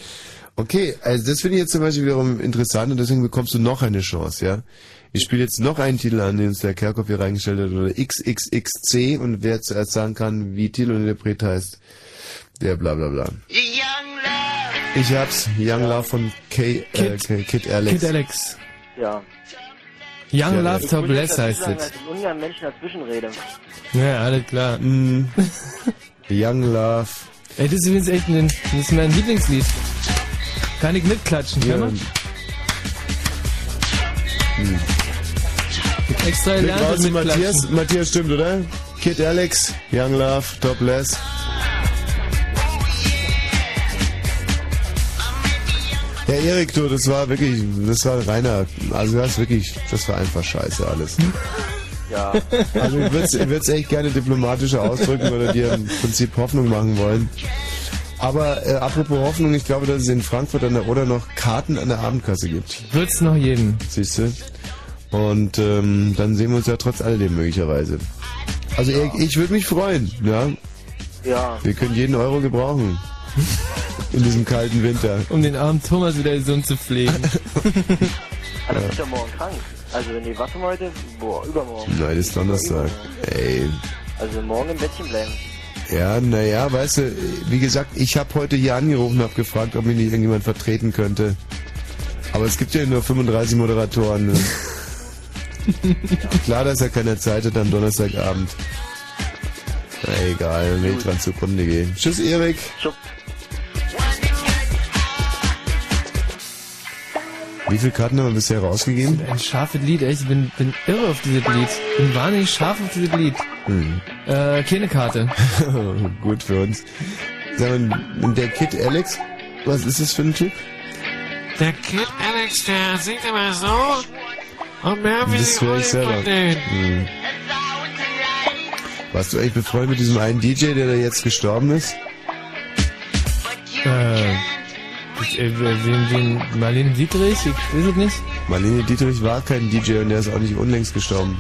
Speaker 4: Okay, also das finde ich jetzt zum Beispiel wiederum interessant und deswegen bekommst du noch eine Chance, ja? Ich spiele jetzt noch einen Titel an, den uns der Kerkhoff hier reingestellt hat, oder XXXC und wer zuerst sagen kann, wie Titel und Interpret heißt, der bla bla bla. Ich hab's, Young Love von K, äh,
Speaker 1: Kid.
Speaker 4: K, Kid Alex.
Speaker 1: Kid Alex.
Speaker 9: ja.
Speaker 1: Young
Speaker 4: Ja,
Speaker 1: Love
Speaker 9: Ich
Speaker 1: to
Speaker 9: muss
Speaker 1: Bless
Speaker 9: dazu
Speaker 1: heißt
Speaker 9: sagen,
Speaker 1: es.
Speaker 9: dass ich ungern Menschen dazwischen rede.
Speaker 1: Ja, alles klar. Mm.
Speaker 4: Young Love.
Speaker 1: Ey, das ist übrigens echt ein, das ist mein Lieblingslied. Kann ich mitklatschen, kann man? Ich extra
Speaker 4: Mit
Speaker 1: gelernt und mitklatschen.
Speaker 4: draußen Matthias, Matthias stimmt, oder? Kid Alex, Young Love, Topless. Ja, Erik, du, das war wirklich, das war reiner, also das wirklich, das war einfach scheiße alles.
Speaker 9: Ja.
Speaker 4: Also ich würde es echt gerne diplomatischer ausdrücken oder dir im Prinzip Hoffnung machen wollen. Aber äh, apropos Hoffnung, ich glaube, dass es in Frankfurt an der Oder noch Karten an der Abendkasse gibt.
Speaker 1: Wird's noch jeden.
Speaker 4: Siehst du? Und ähm, dann sehen wir uns ja trotz alledem möglicherweise. Also Erik, ich würde mich freuen, ja.
Speaker 9: Ja.
Speaker 4: Wir können jeden Euro gebrauchen. In diesem kalten Winter.
Speaker 1: Um den armen Thomas wieder gesund zu pflegen.
Speaker 9: Aber du bist ja morgen krank. Also, nee, warte mal heute. Boah, übermorgen.
Speaker 4: Nein, das ist Donnerstag. Ey.
Speaker 9: Also morgen im Bettchen bleiben.
Speaker 4: Ja, naja, weißt du, wie gesagt, ich habe heute hier angerufen, habe gefragt, ob mich nicht irgendjemand vertreten könnte. Aber es gibt ja nur 35 Moderatoren. Ne? Klar, dass er keine Zeit hat am Donnerstagabend. Na egal, dann will ich dran zugrunde gehen. Tschüss, Erik. Wie viele Karten haben wir bisher rausgegeben?
Speaker 1: Ein scharfes Lied, echt. Ich bin, bin irre auf dieses Lied. Bin wahnsinnig scharf auf dieses Lied.
Speaker 4: Hm.
Speaker 1: Äh, keine Karte.
Speaker 4: Gut für uns. Sag mal, der Kid Alex, was ist das für ein Typ?
Speaker 12: Der Kid Alex, der singt immer so und mehr wie
Speaker 4: Das
Speaker 12: sie
Speaker 4: höre
Speaker 12: Uli
Speaker 4: ich selber.
Speaker 12: von denen.
Speaker 4: Mhm. Warst du eigentlich befreundet mit diesem einen DJ, der da jetzt gestorben ist?
Speaker 1: Äh, ich, äh, wen, wen, Marlene Dietrich? Ich weiß es nicht.
Speaker 4: Marlene Dietrich war kein DJ und der ist auch nicht unlängst gestorben.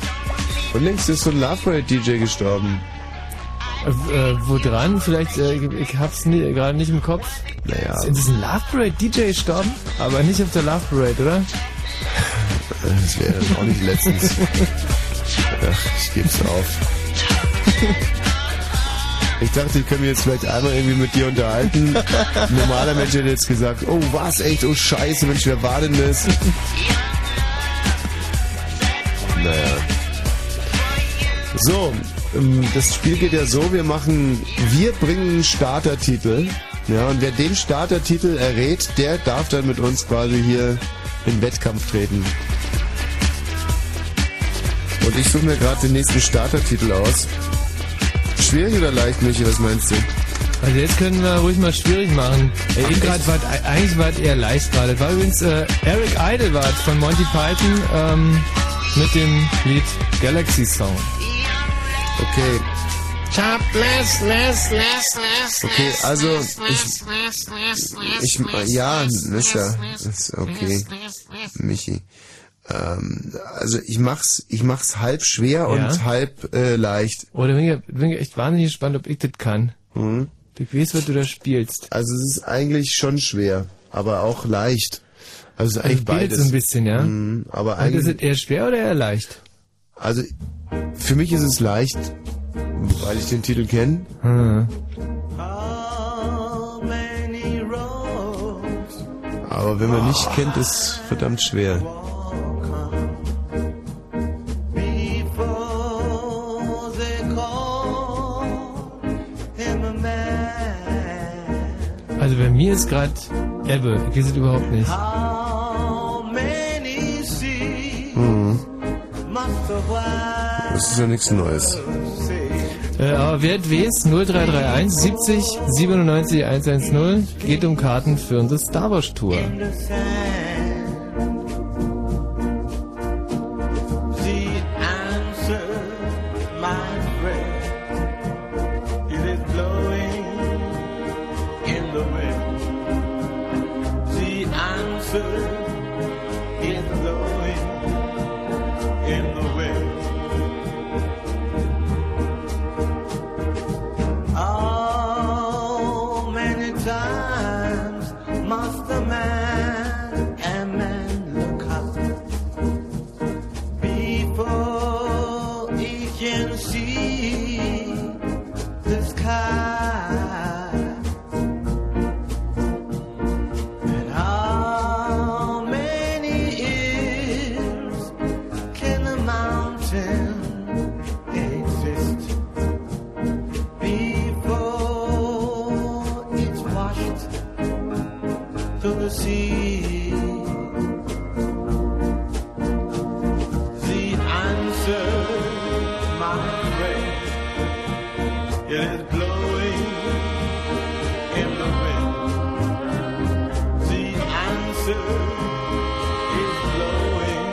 Speaker 4: Unlängst ist so ein Love Parade DJ gestorben.
Speaker 1: Äh, äh, wo dran? Vielleicht, äh, ich- ich hab's nie, gerade nicht im Kopf.
Speaker 4: Naja.
Speaker 1: Ist, ist ein Love Parade DJ gestorben? Aber nicht auf der Love Parade, oder?
Speaker 4: Das wäre dann auch nicht letztens. Ach, ich geb's auf. Ich dachte, ich kann mich jetzt vielleicht einmal irgendwie mit dir unterhalten. Ein normaler Mensch hätte jetzt gesagt, oh was, echt, oh scheiße, Mensch, wer war denn das? Naja. So, ähm, das Spiel geht ja so, wir machen, wir bringen einen Startertitel. Ja, und wer den Startertitel errät, der darf dann mit uns quasi hier in Wettkampf treten. Und ich suche mir gerade den nächsten Startertitel aus. Schwierig oder leicht, Michi, was meinst du?
Speaker 1: Also jetzt können wir ruhig mal schwierig machen. Äh, eben grad war, eigentlich war es eher leicht gerade. War übrigens äh, Eric Idle war es von Monty Python ähm, mit dem Lied Galaxy Song.
Speaker 4: Okay.
Speaker 12: Chop, les, les, les, les,
Speaker 4: Okay,
Speaker 12: les,
Speaker 4: also,
Speaker 12: les, les,
Speaker 4: ich-
Speaker 12: les, les, les,
Speaker 4: Ich,
Speaker 12: les,
Speaker 4: ja,
Speaker 12: les,
Speaker 4: ist ja,
Speaker 12: les,
Speaker 4: ist
Speaker 12: les,
Speaker 4: okay.
Speaker 12: les, les.
Speaker 4: Michi. Ähm, also ich mach's, ich mach's halb schwer
Speaker 1: Ja?
Speaker 4: und halb äh, leicht.
Speaker 1: Oh, da bin ich, bin ich echt wahnsinnig gespannt, ob ich das kann.
Speaker 4: Mhm.
Speaker 1: Du weißt, was du da spielst.
Speaker 4: Also es ist eigentlich schon schwer, aber auch leicht. Also es ist
Speaker 1: Also
Speaker 4: eigentlich
Speaker 1: beides
Speaker 4: beides.
Speaker 1: so ein bisschen, ja?
Speaker 4: Mhm, aber
Speaker 1: Und
Speaker 4: eigentlich
Speaker 1: ist es eher schwer oder eher leicht?
Speaker 4: Also für mich ist es leicht, weil ich den Titel kenne.
Speaker 1: Hm.
Speaker 4: Aber wenn man nicht kennt, ist verdammt schwer.
Speaker 1: Also bei mir ist gerade Ebbe. Ich weiß es überhaupt nicht.
Speaker 4: Mhm. Das ist ja nichts Neues.
Speaker 1: Äh, aber wer es weiß, 0331 70 97 110 geht um Karten für unsere Star Wars Tour.
Speaker 13: Oh, many times must the man and man look up before he can see the sky. And how many years can a mountain exist? before it's washed to the sea. The answer, my friend, it is blowing in the wind. The answer is blowing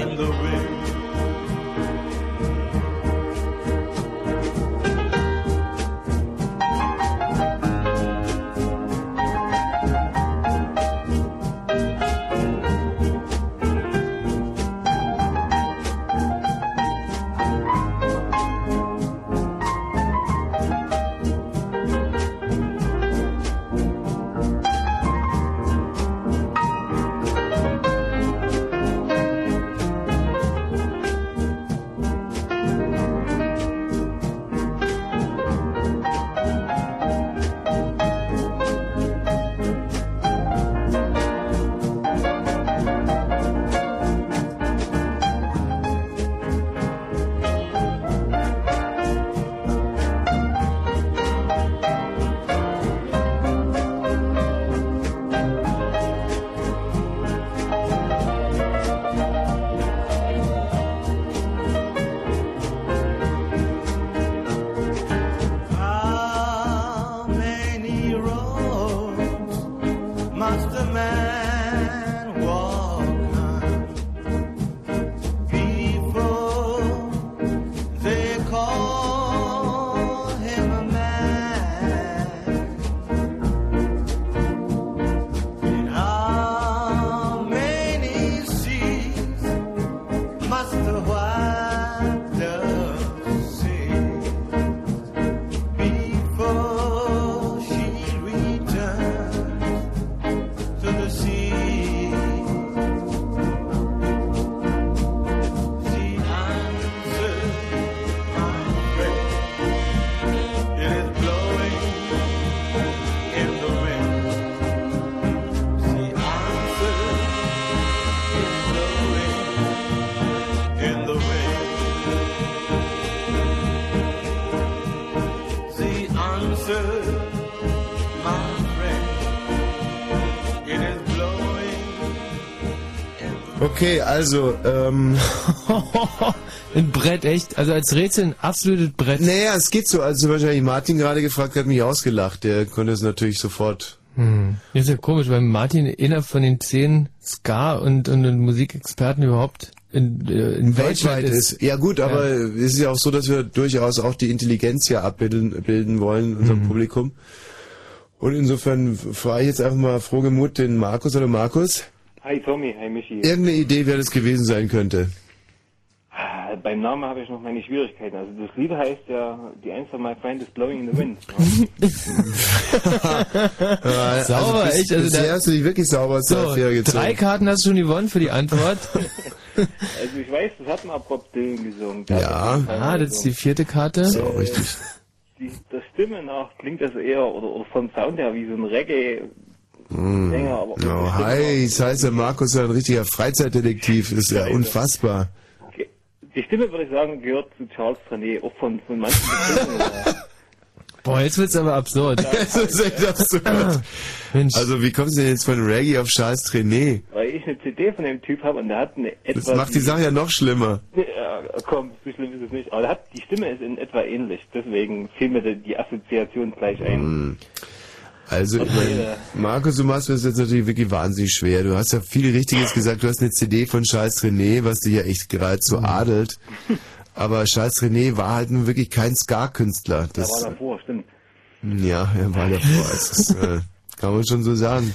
Speaker 13: in the wind. must a man walk on before they call him a man? And how many seas must a white dove see? before she returns to the sea. She answers my prayer. It is blowing in the wind. She
Speaker 4: Okay,
Speaker 13: answers, it's blowing in the wind. The answer, my friend, it is blowing.
Speaker 4: also, ähm.
Speaker 1: ein Brett, echt? Also als Rätsel ein absolutes Brett.
Speaker 4: Naja, es geht so. Also zum Beispiel hat mich Martin gerade gefragt, hat mich ausgelacht. Der konnte es natürlich sofort.
Speaker 1: Hm. Das ist ja komisch, weil Martin innerhalb von den zehn Ska- und, und, und Musikexperten überhaupt in, äh, in
Speaker 4: Weltweit ist. Ja gut, aber es ist ja auch so, dass wir durchaus auch die Intelligenz ja abbilden bilden wollen, in
Speaker 1: Mhm.
Speaker 4: unserem Publikum. Und insofern frage ich jetzt einfach mal frohgemut den Markus. Hallo Markus.
Speaker 7: Hi Tommy, hi Michi.
Speaker 4: Irgendeine Idee, wer das gewesen sein könnte.
Speaker 7: Ah, Beim Namen habe ich noch meine Schwierigkeiten. Also das Lied heißt ja, The Answer My Friend is Blowing in the Wind.
Speaker 4: Äh,
Speaker 1: Sauber,
Speaker 4: also bis,
Speaker 1: echt? Also
Speaker 4: bisher
Speaker 1: da-
Speaker 4: hast du dich wirklich sauber aus der
Speaker 1: So,
Speaker 4: Affäre gezogen.
Speaker 1: drei Karten hast du schon gewonnen für die Antwort.
Speaker 7: also ich weiß, das hat mal Bob Dylan gesungen. Da hat
Speaker 1: ja.
Speaker 7: er
Speaker 1: Ah, das ist die vierte Karte.
Speaker 7: So, richtig. Die, der Stimme nach klingt das eher, oder, oder vom Sound her, wie so ein Reggae.
Speaker 4: Mm.
Speaker 7: Länger, aber-
Speaker 4: Oh, hi, das heißt, der Markus ist ein richtiger Freizeitdetektiv. Ist ja unfassbar.
Speaker 7: Die Stimme, würde ich sagen, gehört zu Charles Trenet, auch von, von manchen Stimmen.
Speaker 1: Boah, jetzt wird's aber absurd.
Speaker 4: das ist echt absurd. Also, wie kommst du denn jetzt von Reggae auf Charles Trenet?
Speaker 7: Weil ich eine CD von dem Typ habe und der hat eine etwas...
Speaker 4: Das macht die Sache ja noch schlimmer.
Speaker 7: Ja,
Speaker 8: äh,
Speaker 7: komm, so schlimm ist es nicht. Aber der hat, die Stimme ist in etwa ähnlich, deswegen fiel mir die- die Assoziation gleich ein.
Speaker 4: Mm. Also, ich
Speaker 7: Okay,
Speaker 4: meine, Markus, du machst mir das jetzt natürlich wirklich wahnsinnig schwer. Du hast ja viel Richtiges gesagt. Du hast eine CD von Charles René, was dich ja echt geradezu
Speaker 7: Hm.
Speaker 4: adelt. Aber Charles René war halt nun wirklich kein Ska-Künstler.
Speaker 7: Da
Speaker 4: Das,
Speaker 7: war davor, stimmt.
Speaker 4: Ja, er war davor. Es ist, äh, kann man schon so sagen.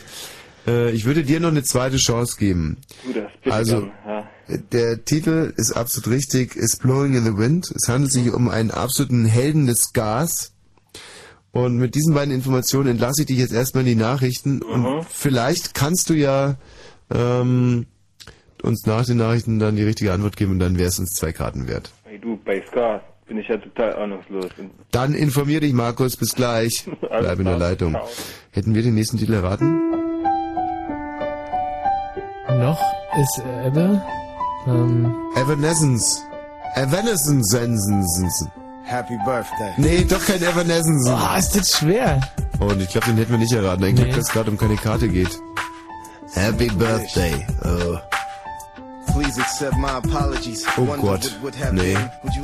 Speaker 4: Äh, ich würde dir noch eine zweite Chance geben.
Speaker 7: Du, das bitte
Speaker 4: Also,
Speaker 7: dann, ja.
Speaker 4: äh, der Titel ist absolut richtig, It's Blowing in the Wind. Es handelt sich um einen absoluten Helden des Skars. Und mit diesen beiden Informationen entlasse ich dich jetzt erstmal in die Nachrichten.
Speaker 7: Mhm.
Speaker 4: Und vielleicht kannst du ja ähm, uns nach den Nachrichten dann die richtige Antwort geben und dann wäre es uns zwei Karten wert.
Speaker 7: Ey, du, bei Ska bin ich ja total ahnungslos. Und
Speaker 4: Dann informier dich, Markus. Bis gleich. Bleib in der Leitung. Hätten wir den nächsten Titel erraten?
Speaker 1: Noch ist äh, Ebbe. Ähm,
Speaker 4: Evanescence. Evanescence.
Speaker 14: Happy Birthday.
Speaker 4: Nee, doch kein Evanescence. Oh,
Speaker 1: ist das schwer.
Speaker 4: Und ich glaube, den hätten wir nicht erraten. Ein Glück, dass es gerade um keine Karte geht. Happy Birthday. Oh.
Speaker 14: Please accept my apologies.
Speaker 4: Oh
Speaker 14: Wonder
Speaker 4: Gott.
Speaker 14: what would have
Speaker 4: Nee.
Speaker 14: been. Would you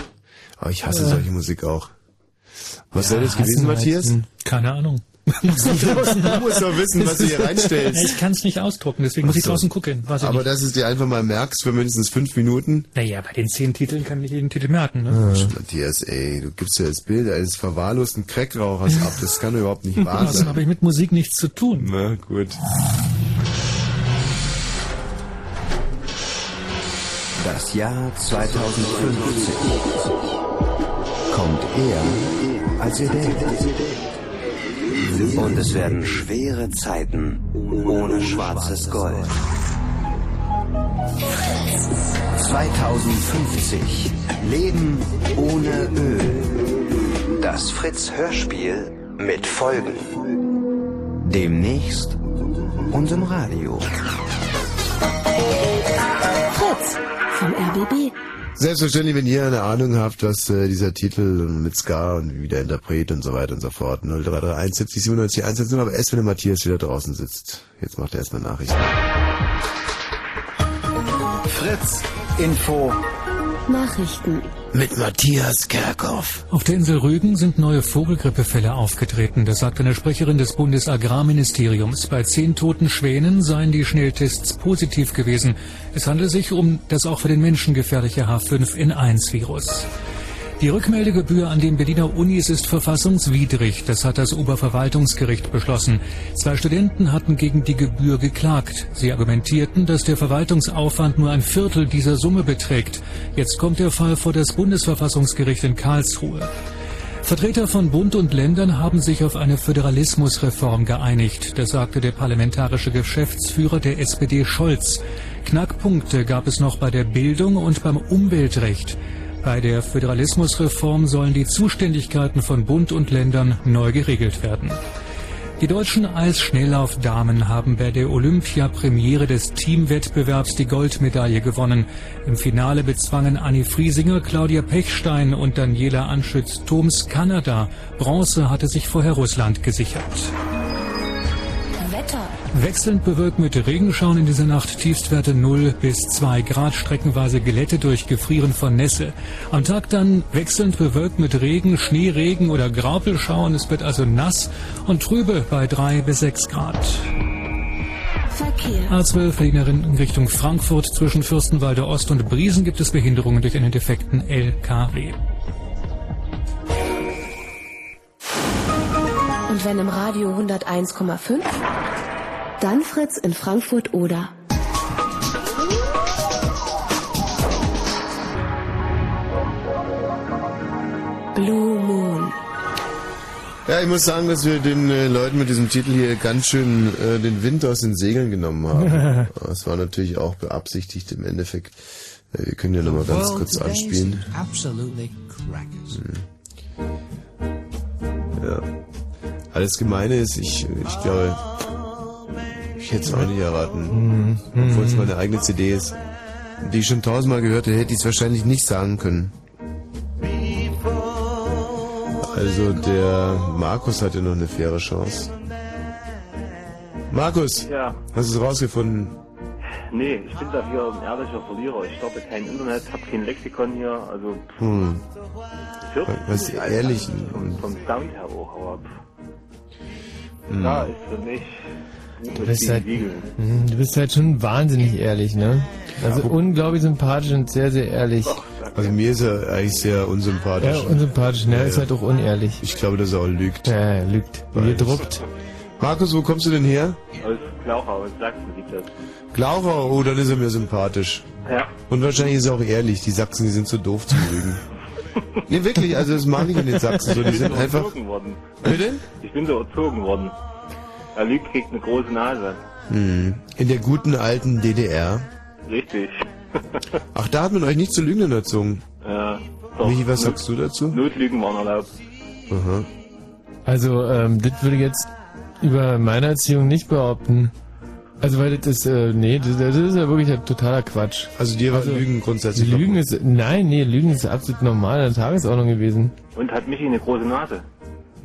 Speaker 4: Aber Oh, ich hasse
Speaker 14: Äh.
Speaker 4: solche Musik auch. Was
Speaker 11: Ja,
Speaker 4: wäre das
Speaker 11: hassen
Speaker 4: gewesen,
Speaker 11: halt.
Speaker 4: Matthias?
Speaker 11: Keine Ahnung.
Speaker 4: Du musst doch wissen, was du hier reinstellst.
Speaker 11: Ich kann es nicht ausdrucken, deswegen muss ich
Speaker 4: Ach so.
Speaker 11: draußen gucken. Weiß ich
Speaker 4: Aber
Speaker 11: nicht.
Speaker 4: dass du es dir einfach mal merkst für mindestens fünf Minuten.
Speaker 11: Naja, bei den zehn Titeln kann ich jeden Titel merken. Ne?
Speaker 4: Mensch, Matthias, ey, du gibst ja das Bild eines verwahrlosten Crackrauchers ab. Das kann doch überhaupt nicht wahr
Speaker 11: Außerdem
Speaker 4: sein.
Speaker 11: habe ich mit Musik nichts zu tun.
Speaker 4: Na gut.
Speaker 14: Das Jahr 2015 kommt eher, als ihr denkt. Und es werden schwere Zeiten ohne schwarzes Gold. 2050 Leben ohne Öl. Das Fritz Hörspiel mit Folgen. Demnächst unserem Radio.
Speaker 12: Fritz vom RBB.
Speaker 4: Selbstverständlich, wenn ihr eine Ahnung habt, was äh, dieser Titel mit Ska und wie der Interpret und so weiter und so fort. 0331 70 97 110, aber erst wenn der Matthias wieder draußen sitzt. Jetzt macht er erstmal Nachrichten.
Speaker 14: Fritz Info
Speaker 12: Nachrichten
Speaker 2: mit Matthias Kerkhoff.
Speaker 11: Auf der Insel Rügen sind neue Vogelgrippefälle aufgetreten. Das sagt eine Sprecherin des Bundesagrarministeriums. Bei zehn toten Schwänen seien die Schnelltests positiv gewesen. Es handelt sich um das auch für den Menschen gefährliche H5N1-Virus. Die Rückmeldegebühr an den Berliner Unis ist verfassungswidrig. Das hat das Oberverwaltungsgericht beschlossen. Zwei Studenten hatten gegen die Gebühr geklagt. Sie argumentierten, dass der Verwaltungsaufwand nur ein Viertel dieser Summe beträgt. Jetzt kommt der Fall vor das Bundesverfassungsgericht in Karlsruhe. Vertreter von Bund und Ländern haben sich auf eine Föderalismusreform geeinigt. Das sagte der parlamentarische Geschäftsführer der SPD Scholz. Knackpunkte gab es noch bei der Bildung und beim Umweltrecht. Bei der Föderalismusreform sollen die Zuständigkeiten von Bund und Ländern neu geregelt werden. Die deutschen Eisschnelllaufdamen haben bei der Olympia-Premiere des Teamwettbewerbs die Goldmedaille gewonnen. Im Finale bezwangen Anni Friesinger, Claudia Pechstein und Daniela Anschütz-Thoms Kanada. Bronze hatte sich vorher Russland gesichert.
Speaker 15: Wetter.
Speaker 11: Wechselnd bewölkt mit Regenschauen in dieser Nacht Tiefstwerte 0 bis 2 Grad, streckenweise Glätte durch Gefrieren von Nässe. Am Tag dann wechselnd bewölkt mit Regen, Schneeregen oder Graupelschauen. Es wird also nass und trübe bei 3 bis 6 Grad.
Speaker 15: Verkehr.
Speaker 11: A12 Berlinerin in Richtung Frankfurt zwischen Fürstenwalde Ost und Briesen gibt es Behinderungen durch einen defekten LKW.
Speaker 15: Und wenn im Radio 101,5, dann Fritz in Frankfurt oder. Blue Moon.
Speaker 4: Ja, ich muss sagen, dass wir den äh, Leuten mit diesem Titel hier ganz schön äh, den Wind aus den Segeln genommen haben. das war natürlich auch beabsichtigt im Endeffekt. Äh, wir können ja nochmal ganz kurz anspielen.
Speaker 5: Absolutely crackers.
Speaker 4: Ja. Alles Gemeine ist, ich, ich glaube, ich hätte es auch nicht erraten. Obwohl es meine eigene CD ist, die ich schon tausendmal gehört hätte, hätte ich es wahrscheinlich nicht sagen können. Also der Markus hatte noch eine faire Chance. Markus,
Speaker 8: Ja.
Speaker 4: hast du es rausgefunden?
Speaker 8: Nee, ich bin dafür ein ehrlicher Verlierer. Ich starte kein Internet, habe kein Lexikon hier. Also,
Speaker 4: Hm.
Speaker 8: das hört sich
Speaker 4: Was
Speaker 8: nicht an.
Speaker 4: ehrlich.
Speaker 8: Vom, vom Sound her auch, aber
Speaker 4: Hm.
Speaker 8: ja, ist für mich.
Speaker 1: Du bist, halt, Mhm, du bist halt schon wahnsinnig ehrlich, ne? Also unglaublich sympathisch und sehr, sehr ehrlich.
Speaker 4: Also mir ist er eigentlich sehr unsympathisch.
Speaker 1: Ja, unsympathisch, ne? Ist halt auch unehrlich.
Speaker 4: Ich glaube, dass er auch lügt.
Speaker 1: Ja, er lügt.
Speaker 4: Weil-
Speaker 1: Gedruckt.
Speaker 4: Markus, wo kommst du denn her?
Speaker 8: Aus Glauchau, aus Sachsen liegt das.
Speaker 4: Glauchau, oh, dann ist er mir sympathisch.
Speaker 8: Ja.
Speaker 4: Und wahrscheinlich ist er auch ehrlich, die Sachsen, die sind so doof zu lügen. nee, wirklich, also das mag ich in den Sachsen so, die
Speaker 8: ich bin
Speaker 4: sind
Speaker 8: so
Speaker 4: einfach...
Speaker 8: erzogen worden.
Speaker 4: Bitte?
Speaker 8: Ich bin so erzogen worden. Er lügt, kriegt eine große Nase.
Speaker 4: Hm. In der guten alten DDR.
Speaker 8: Richtig.
Speaker 4: Ach, da hat man euch nicht zu Lügen erzogen.
Speaker 8: Äh,
Speaker 4: Michi, was sagst du dazu?
Speaker 8: Notlügen waren erlaubt.
Speaker 4: Aha.
Speaker 1: Also, ähm, das würde ich jetzt über meine Erziehung nicht behaupten. Also, weil das ist, äh, nee, das, das ist ja wirklich ein totaler Quatsch.
Speaker 4: Also, dir war Lügen grundsätzlich
Speaker 1: Lügen ist, nein, nee, Lügen ist absolut normal in der Tagesordnung gewesen. Ähm,
Speaker 8: Und hat Michi eine große Nase?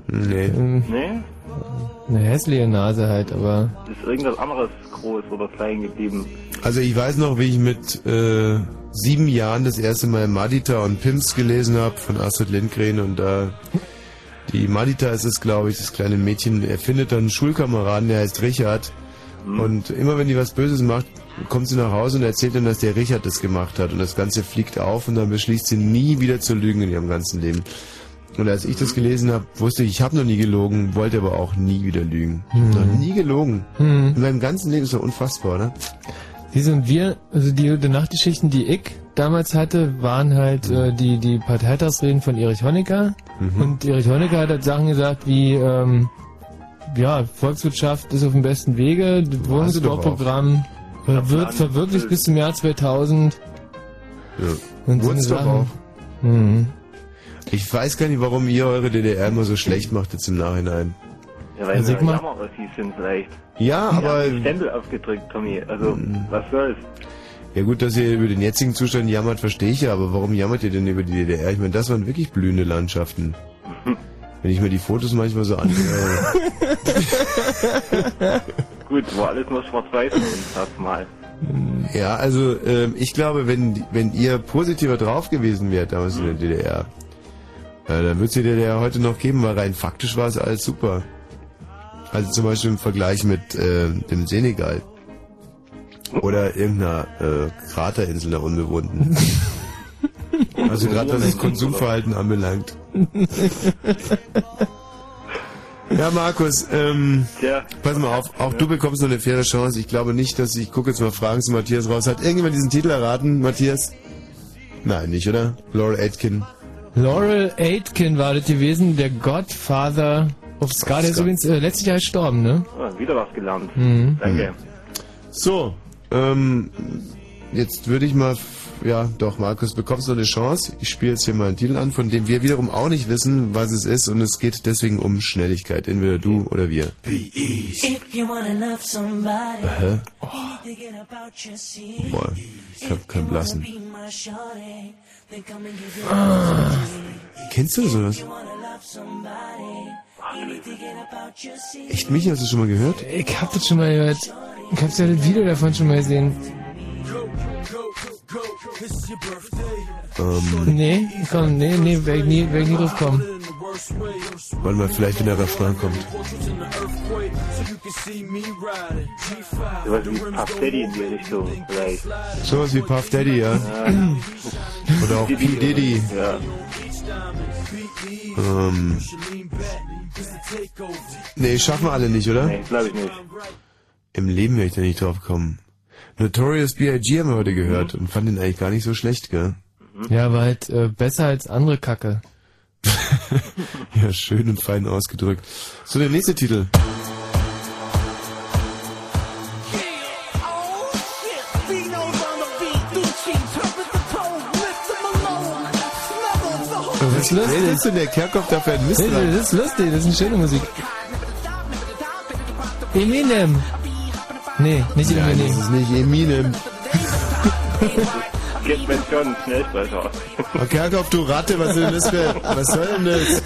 Speaker 4: Nee.
Speaker 8: Nee?
Speaker 1: Eine hässliche Nase halt, aber.
Speaker 8: Ist irgendwas anderes groß oder klein geblieben?
Speaker 4: Also ich weiß noch, wie ich mit äh, sieben Jahren das erste Mal Madita und Pimps gelesen habe von Astrid Lindgren und da die Madita ist es, glaube ich, das kleine Mädchen, er findet dann einen Schulkameraden, der heißt Richard und immer wenn die was Böses macht, kommt sie nach Hause und erzählt dann, dass der Richard das gemacht hat und das Ganze fliegt auf und dann beschließt sie nie wieder zu lügen in ihrem ganzen Leben. Und als ich das gelesen habe, wusste ich, ich habe noch nie gelogen, wollte aber auch nie wieder lügen.
Speaker 1: Mhm.
Speaker 4: Noch nie gelogen.
Speaker 1: Hm.
Speaker 4: In meinem ganzen Leben ist doch unfassbar, oder?
Speaker 1: Siehst du, und wir, also die gute Nachtgeschichten, die ich damals hatte, waren halt äh, die, die Parteitagsreden von Erich Honecker.
Speaker 4: Mhm.
Speaker 1: Und Erich Honecker hat halt Sachen gesagt wie, ähm, ja, Volkswirtschaft ist auf dem besten Wege,
Speaker 4: sie doch
Speaker 1: Wohnungsbauprogramm äh, wird verwirklicht bis zum Jahr 2000. Und so
Speaker 4: Wurz
Speaker 1: eine
Speaker 4: doch
Speaker 1: Sachen.
Speaker 4: auch.
Speaker 1: Mhm.
Speaker 4: Ich weiß gar nicht, warum ihr eure DDR immer so schlecht macht jetzt im Nachhinein.
Speaker 8: Ja, weil
Speaker 4: Ja,
Speaker 8: wir
Speaker 4: sag mal.
Speaker 8: Jammerossis sind vielleicht.
Speaker 4: Ja,
Speaker 8: Die
Speaker 4: aber- Mhm.
Speaker 8: haben die Stempel aufgedrückt, Tommy. Also, was soll's?
Speaker 4: Ja gut, dass ihr über den jetzigen Zustand jammert, verstehe ich ja, aber warum jammert ihr denn über die DDR? Ich meine, das waren wirklich blühende Landschaften. Wenn ich mir die Fotos manchmal so anhöre.
Speaker 8: Gut, war alles nur schwarz-weiß und das mal.
Speaker 4: Ja, also ähm, ich glaube, wenn, die- wenn ihr positiver drauf gewesen wärt damals in der DDR, äh, dann wird es die DDR heute noch geben, weil rein faktisch war es alles super. Also zum Beispiel im Vergleich mit äh, dem Senegal. Oder irgendeiner äh, Kraterinsel einer unbewohnten. also gerade was das Konsumverhalten anbelangt. Ja, Markus, ähm, pass mal auf, auch du bekommst noch eine faire Chance. Ich glaube nicht, dass ich gucke jetzt mal Fragen zu Matthias raus. Hat irgendjemand diesen Titel erraten, Matthias? Nein, nicht, oder? Laura Aitken.
Speaker 1: Laurel Aitken war das gewesen, der Godfather of Ska. Der ist übrigens äh, letztes Jahr gestorben, ne?
Speaker 16: Ah, wieder was gelernt.
Speaker 1: Mhm.
Speaker 16: Danke.
Speaker 4: So, ähm, jetzt würde ich mal, f- ja, doch, Markus, bekommst noch eine Chance. Ich spiele jetzt hier mal einen Titel an, von dem wir wiederum auch nicht wissen, was es ist. Und es geht deswegen um Schnelligkeit. Entweder du oder wir.
Speaker 12: If you wanna love somebody, you
Speaker 4: Hä?
Speaker 12: need to get about your seat.
Speaker 4: Boah, ich hab keinen Blassen.
Speaker 12: Be my shorty, then come and give your
Speaker 4: Ah. Kennst du sowas? Echt, Michi, hast du schon mal gehört?
Speaker 1: Ich hab das schon mal gehört. Ich hab's ja das Video davon schon mal gesehen.
Speaker 4: Ähm,
Speaker 1: Nee, komm, nee, nee, werd ich nie, werd ich nie drauf kommen.
Speaker 4: warte mal, vielleicht wenn der Refrain kommt.
Speaker 16: Sowas wie Puff Daddy in die Richtung vielleicht.
Speaker 4: Sowas wie Puff Daddy, ja. Oder auch P. Diddy.
Speaker 16: Ja.
Speaker 4: Ähm, nee, schaffen wir alle nicht, oder?
Speaker 16: Nee, glaube ich nicht.
Speaker 4: Im Leben werde ich da nicht drauf kommen. Notorious B.I.G. haben wir heute gehört und fand ihn eigentlich gar nicht so schlecht, gell?
Speaker 1: Ja, war halt äh, besser als andere Kacke.
Speaker 4: Ja, schön und fein ausgedrückt. So, der nächste Titel. Was will denn der Kerkhoff da für ein Mist?
Speaker 1: Nee, das ist lustig, das ist eine schöne Musik. Eminem. Nee, nicht
Speaker 4: Nein,
Speaker 1: Eminem.
Speaker 4: das ist nicht Eminem.
Speaker 16: Geht mir schon Schnellsprecher.
Speaker 4: Oh, Kerkhoff, du Ratte, was soll denn das für... Was soll denn das?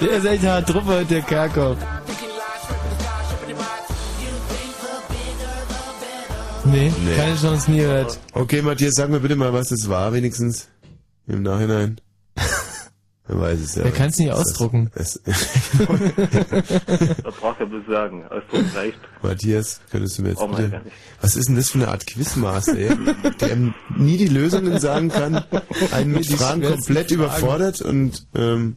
Speaker 1: Der ist echt hart drauf, heute, der Kerkhoff. Nee, keine Chance, nie gehört.
Speaker 4: Okay, Matthias, sag mir bitte mal, was das war, wenigstens. Im Nachhinein. Er weiß es ja.
Speaker 1: Der kann's nicht
Speaker 4: Es ist-
Speaker 1: ausdrucken.
Speaker 4: es-
Speaker 16: Das brauchst du ja bloß sagen. Ausdruck reicht.
Speaker 4: Matthias, könntest du mir jetzt
Speaker 16: Oh mein
Speaker 4: bitte...
Speaker 16: Gott.
Speaker 4: Was ist denn das für eine Art Quizmaster, ey? Der nie die Lösungen sagen kann, einen mit
Speaker 1: Die
Speaker 4: Fragen
Speaker 1: schwersten
Speaker 4: komplett
Speaker 1: Fragen.
Speaker 4: überfordert und... Ähm,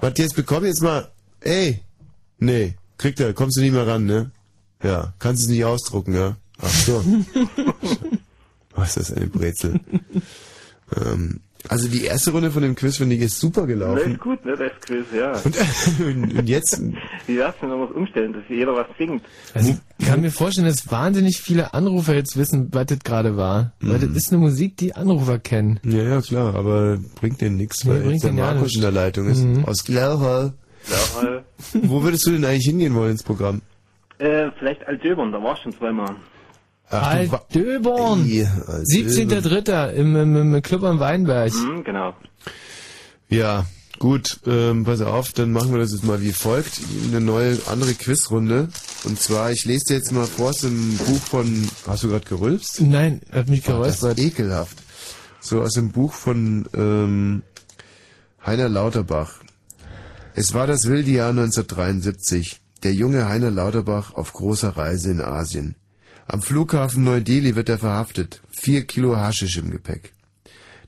Speaker 4: Matthias, bekomm jetzt mal... Ey! Nee, kriegt er, kommst du nicht mehr ran, ne? Ja, kannst es nicht ausdrucken, ja? Ach so. Was ist das, eine Brezel? ähm, also die erste Runde von dem Quiz, finde ich, ist super
Speaker 16: Das ist
Speaker 4: gelaufen.
Speaker 16: gut, ne? Das Quiz, ja.
Speaker 4: Und, und jetzt...
Speaker 16: Wie darfst du noch was umstellen, dass jeder was singt?
Speaker 1: Also ich kann mir vorstellen, dass wahnsinnig viele Anrufer jetzt wissen, was das gerade war. Weil das ist eine Musik, die Anrufer kennen.
Speaker 4: Mhm. Ja, ja, klar, aber bringt denen nichts,
Speaker 1: Nee,
Speaker 4: weil
Speaker 1: bringt
Speaker 4: jetzt der
Speaker 1: denen ja
Speaker 4: Markus
Speaker 1: nichts.
Speaker 4: in der Leitung ist.
Speaker 1: Mhm.
Speaker 4: Aus Glauchal. Wo würdest du denn eigentlich hingehen wollen ins Programm?
Speaker 16: Äh, vielleicht Altdöbern, da war ich schon zweimal.
Speaker 4: du wa-
Speaker 1: Altdöborn.
Speaker 4: Ey,
Speaker 1: 17.03. Im, im, im Club am Weinberg.
Speaker 16: Mhm, genau.
Speaker 4: Ja, gut, ähm, pass auf, dann machen wir das jetzt mal wie folgt. Eine neue, andere Quizrunde. Und zwar, ich lese dir jetzt mal vor aus dem Buch von... Hast du gerade gerülpst?
Speaker 1: Nein, hat mich
Speaker 4: geräuspert. Das ist ekelhaft. So aus dem Buch von ähm, Heiner Lauterbach. Es war das wilde Jahr 1973. Der junge Heiner Lauterbach auf großer Reise in Asien. Am Flughafen Neu-Delhi wird er verhaftet. Vier Kilo Haschisch im Gepäck.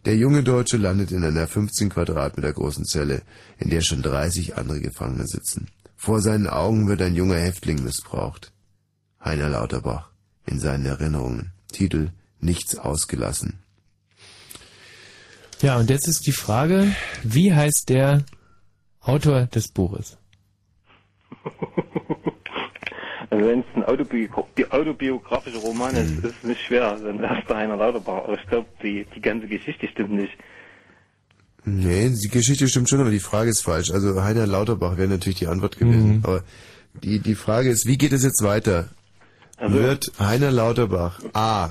Speaker 4: Der junge Deutsche landet in einer 15 Quadratmeter großen Zelle, in der schon 30 andere Gefangene sitzen. Vor seinen Augen wird ein junger Häftling missbraucht. Heiner Lauterbach in seinen Erinnerungen. Titel Nichts ausgelassen.
Speaker 1: Ja, und jetzt ist die Frage, wie heißt der Autor des Buches?
Speaker 16: Also wenn es ein Autobi die autobiografischer Roman ist,
Speaker 4: Mhm.
Speaker 16: ist es nicht schwer. Dann erst der Heiner Lauterbach. Aber ich glaube, die, die ganze Geschichte stimmt nicht.
Speaker 4: Nee, die Geschichte stimmt schon, aber die Frage ist falsch. Also Heiner Lauterbach wäre natürlich die Antwort gewesen. Aber die, die Frage ist, wie geht es jetzt weiter? Wird Heiner Lauterbach A.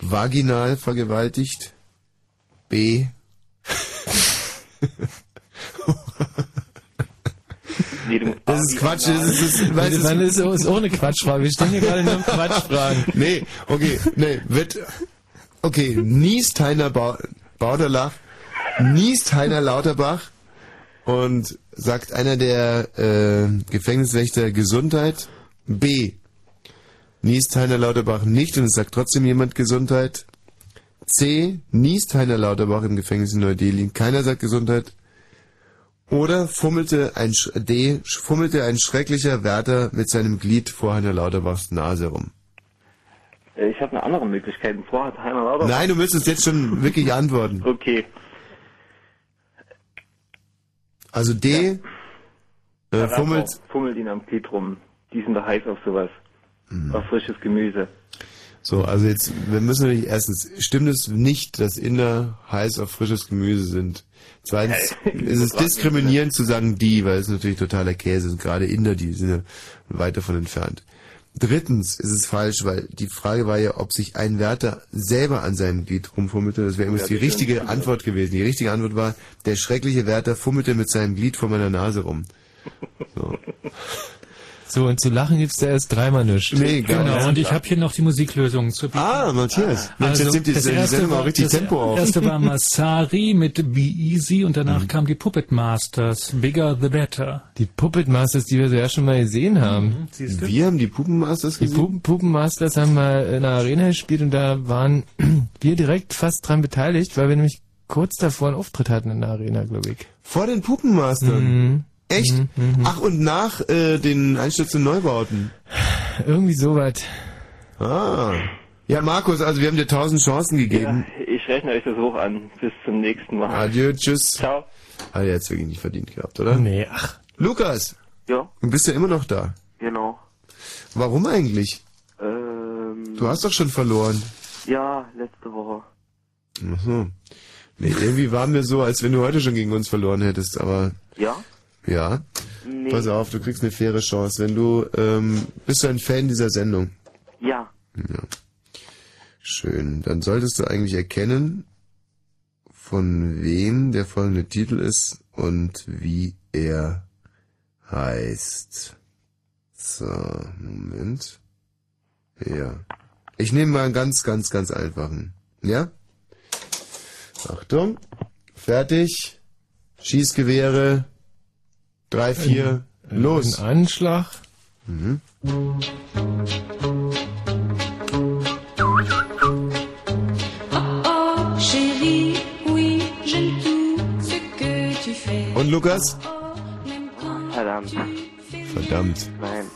Speaker 4: Vaginal vergewaltigt? B.
Speaker 16: jedem
Speaker 4: Das ist Quatsch, das ist, das ist, weißt du,
Speaker 1: Dann ist es ohne Quatschfrage. Wir stehen hier gerade nur im Quatschfragen.
Speaker 4: Nee, okay, nee, wird, okay, niest Heiner Bau- Bauderlach, niest Heiner Lauterbach und sagt einer der äh, Gefängniswächter Gesundheit B. Niest Heiner Lauterbach nicht und es sagt trotzdem jemand Gesundheit. C. Niest Heiner Lauterbach im Gefängnis in Neu-Delhi. Keiner sagt Gesundheit. Oder fummelte ein Sch D, sch- fummelte ein schrecklicher Wärter mit seinem Glied vor Heiner Lauterbachs Nase rum.
Speaker 16: Äh, Ich habe eine andere Möglichkeit. Vorher hat Heiner Lauterbach.
Speaker 4: Nein, du müsstest jetzt schon wirklich antworten.
Speaker 16: Okay.
Speaker 4: Also D äh,
Speaker 16: Herr
Speaker 4: fummelt.
Speaker 16: Lauterbach Fummelt ihn am Glied rum. Die sind da heiß auf sowas.
Speaker 4: Mhm.
Speaker 16: Auf frisches Gemüse.
Speaker 4: So, also jetzt, wir müssen natürlich erstens, stimmt es nicht, dass Inder heiß auf frisches Gemüse sind? Zweitens ist es diskriminierend zu sagen die, weil es natürlich totaler Käse ist. Gerade Inder, die sind ja weit davon entfernt. Drittens ist es falsch, weil die Frage war ja, ob sich ein Wärter selber an seinem Glied rumfummelte. Das wäre übrigens
Speaker 2: Ja,
Speaker 4: die
Speaker 2: das stimmt.
Speaker 4: richtige Antwort gewesen. Die richtige Antwort war, der schreckliche Wärter fummelte mit seinem Glied vor meiner Nase rum. So.
Speaker 1: So, und zu lachen gibt's da erst dreimal nichts.
Speaker 4: Nee, gar
Speaker 11: Genau,
Speaker 4: nicht.
Speaker 11: und ich habe hier noch die Musiklösung zu bieten.
Speaker 4: Ah, Matthias. Mensch, jetzt nimmt die- die Sendung auch richtig
Speaker 11: Also, das
Speaker 4: Tempo auf. Mhm.
Speaker 11: erste war Masari mit Be Easy und danach kam die Puppet Masters, Bigger the Better.
Speaker 1: Die Puppet Masters, die wir ja schon mal gesehen haben.
Speaker 11: Mhm, siehst
Speaker 4: du? Wir haben die Puppen Masters
Speaker 1: gesehen? Die Puppen, Puppen Masters haben mal in der Arena gespielt und da waren wir direkt fast dran beteiligt, weil wir nämlich kurz davor einen Auftritt hatten in der Arena, glaube ich.
Speaker 4: Vor den Puppenmastern?
Speaker 1: Mhm.
Speaker 4: Echt? Ach, und nach äh, den Einstürzen Neubauten.
Speaker 1: Irgendwie sowas.
Speaker 4: Ah. Ja, Markus, also wir haben dir tausend Chancen gegeben.
Speaker 16: Ich rechne euch das hoch an. Bis zum nächsten Mal.
Speaker 4: Adieu, tschüss.
Speaker 16: Ciao.
Speaker 4: Hat er jetzt wirklich nicht verdient gehabt, oder?
Speaker 1: Nee, ach.
Speaker 4: Lukas!
Speaker 7: Ja?
Speaker 4: Du bist ja immer noch da.
Speaker 7: Genau.
Speaker 4: Warum eigentlich?
Speaker 7: Ähm,
Speaker 4: Du hast doch schon verloren.
Speaker 7: ja, letzte Woche.
Speaker 4: Ach so. Nee, irgendwie war mir so, als wenn du heute schon gegen uns verloren hättest, aber
Speaker 7: Ja?
Speaker 4: ja.
Speaker 7: Nee.
Speaker 4: Pass auf, du kriegst eine faire Chance. Wenn du, ähm, bist du ein Fan dieser Sendung?
Speaker 7: Ja.
Speaker 4: Ja. Schön. Dann solltest du eigentlich erkennen, von wem der folgende Titel ist und wie er heißt. So, Moment. Ja. Ich nehme mal einen ganz, ganz, ganz einfachen. Ja? Achtung. Fertig. Schießgewehre. Drei, vier.
Speaker 1: Ein-
Speaker 4: Los.
Speaker 1: Ein Anschlag.
Speaker 4: Mhm.
Speaker 17: Oh chérie, oui, j'aime tout ce que tu fais.
Speaker 4: Und Lukas?
Speaker 7: Verdammt.
Speaker 4: Verdammt.
Speaker 7: Nein.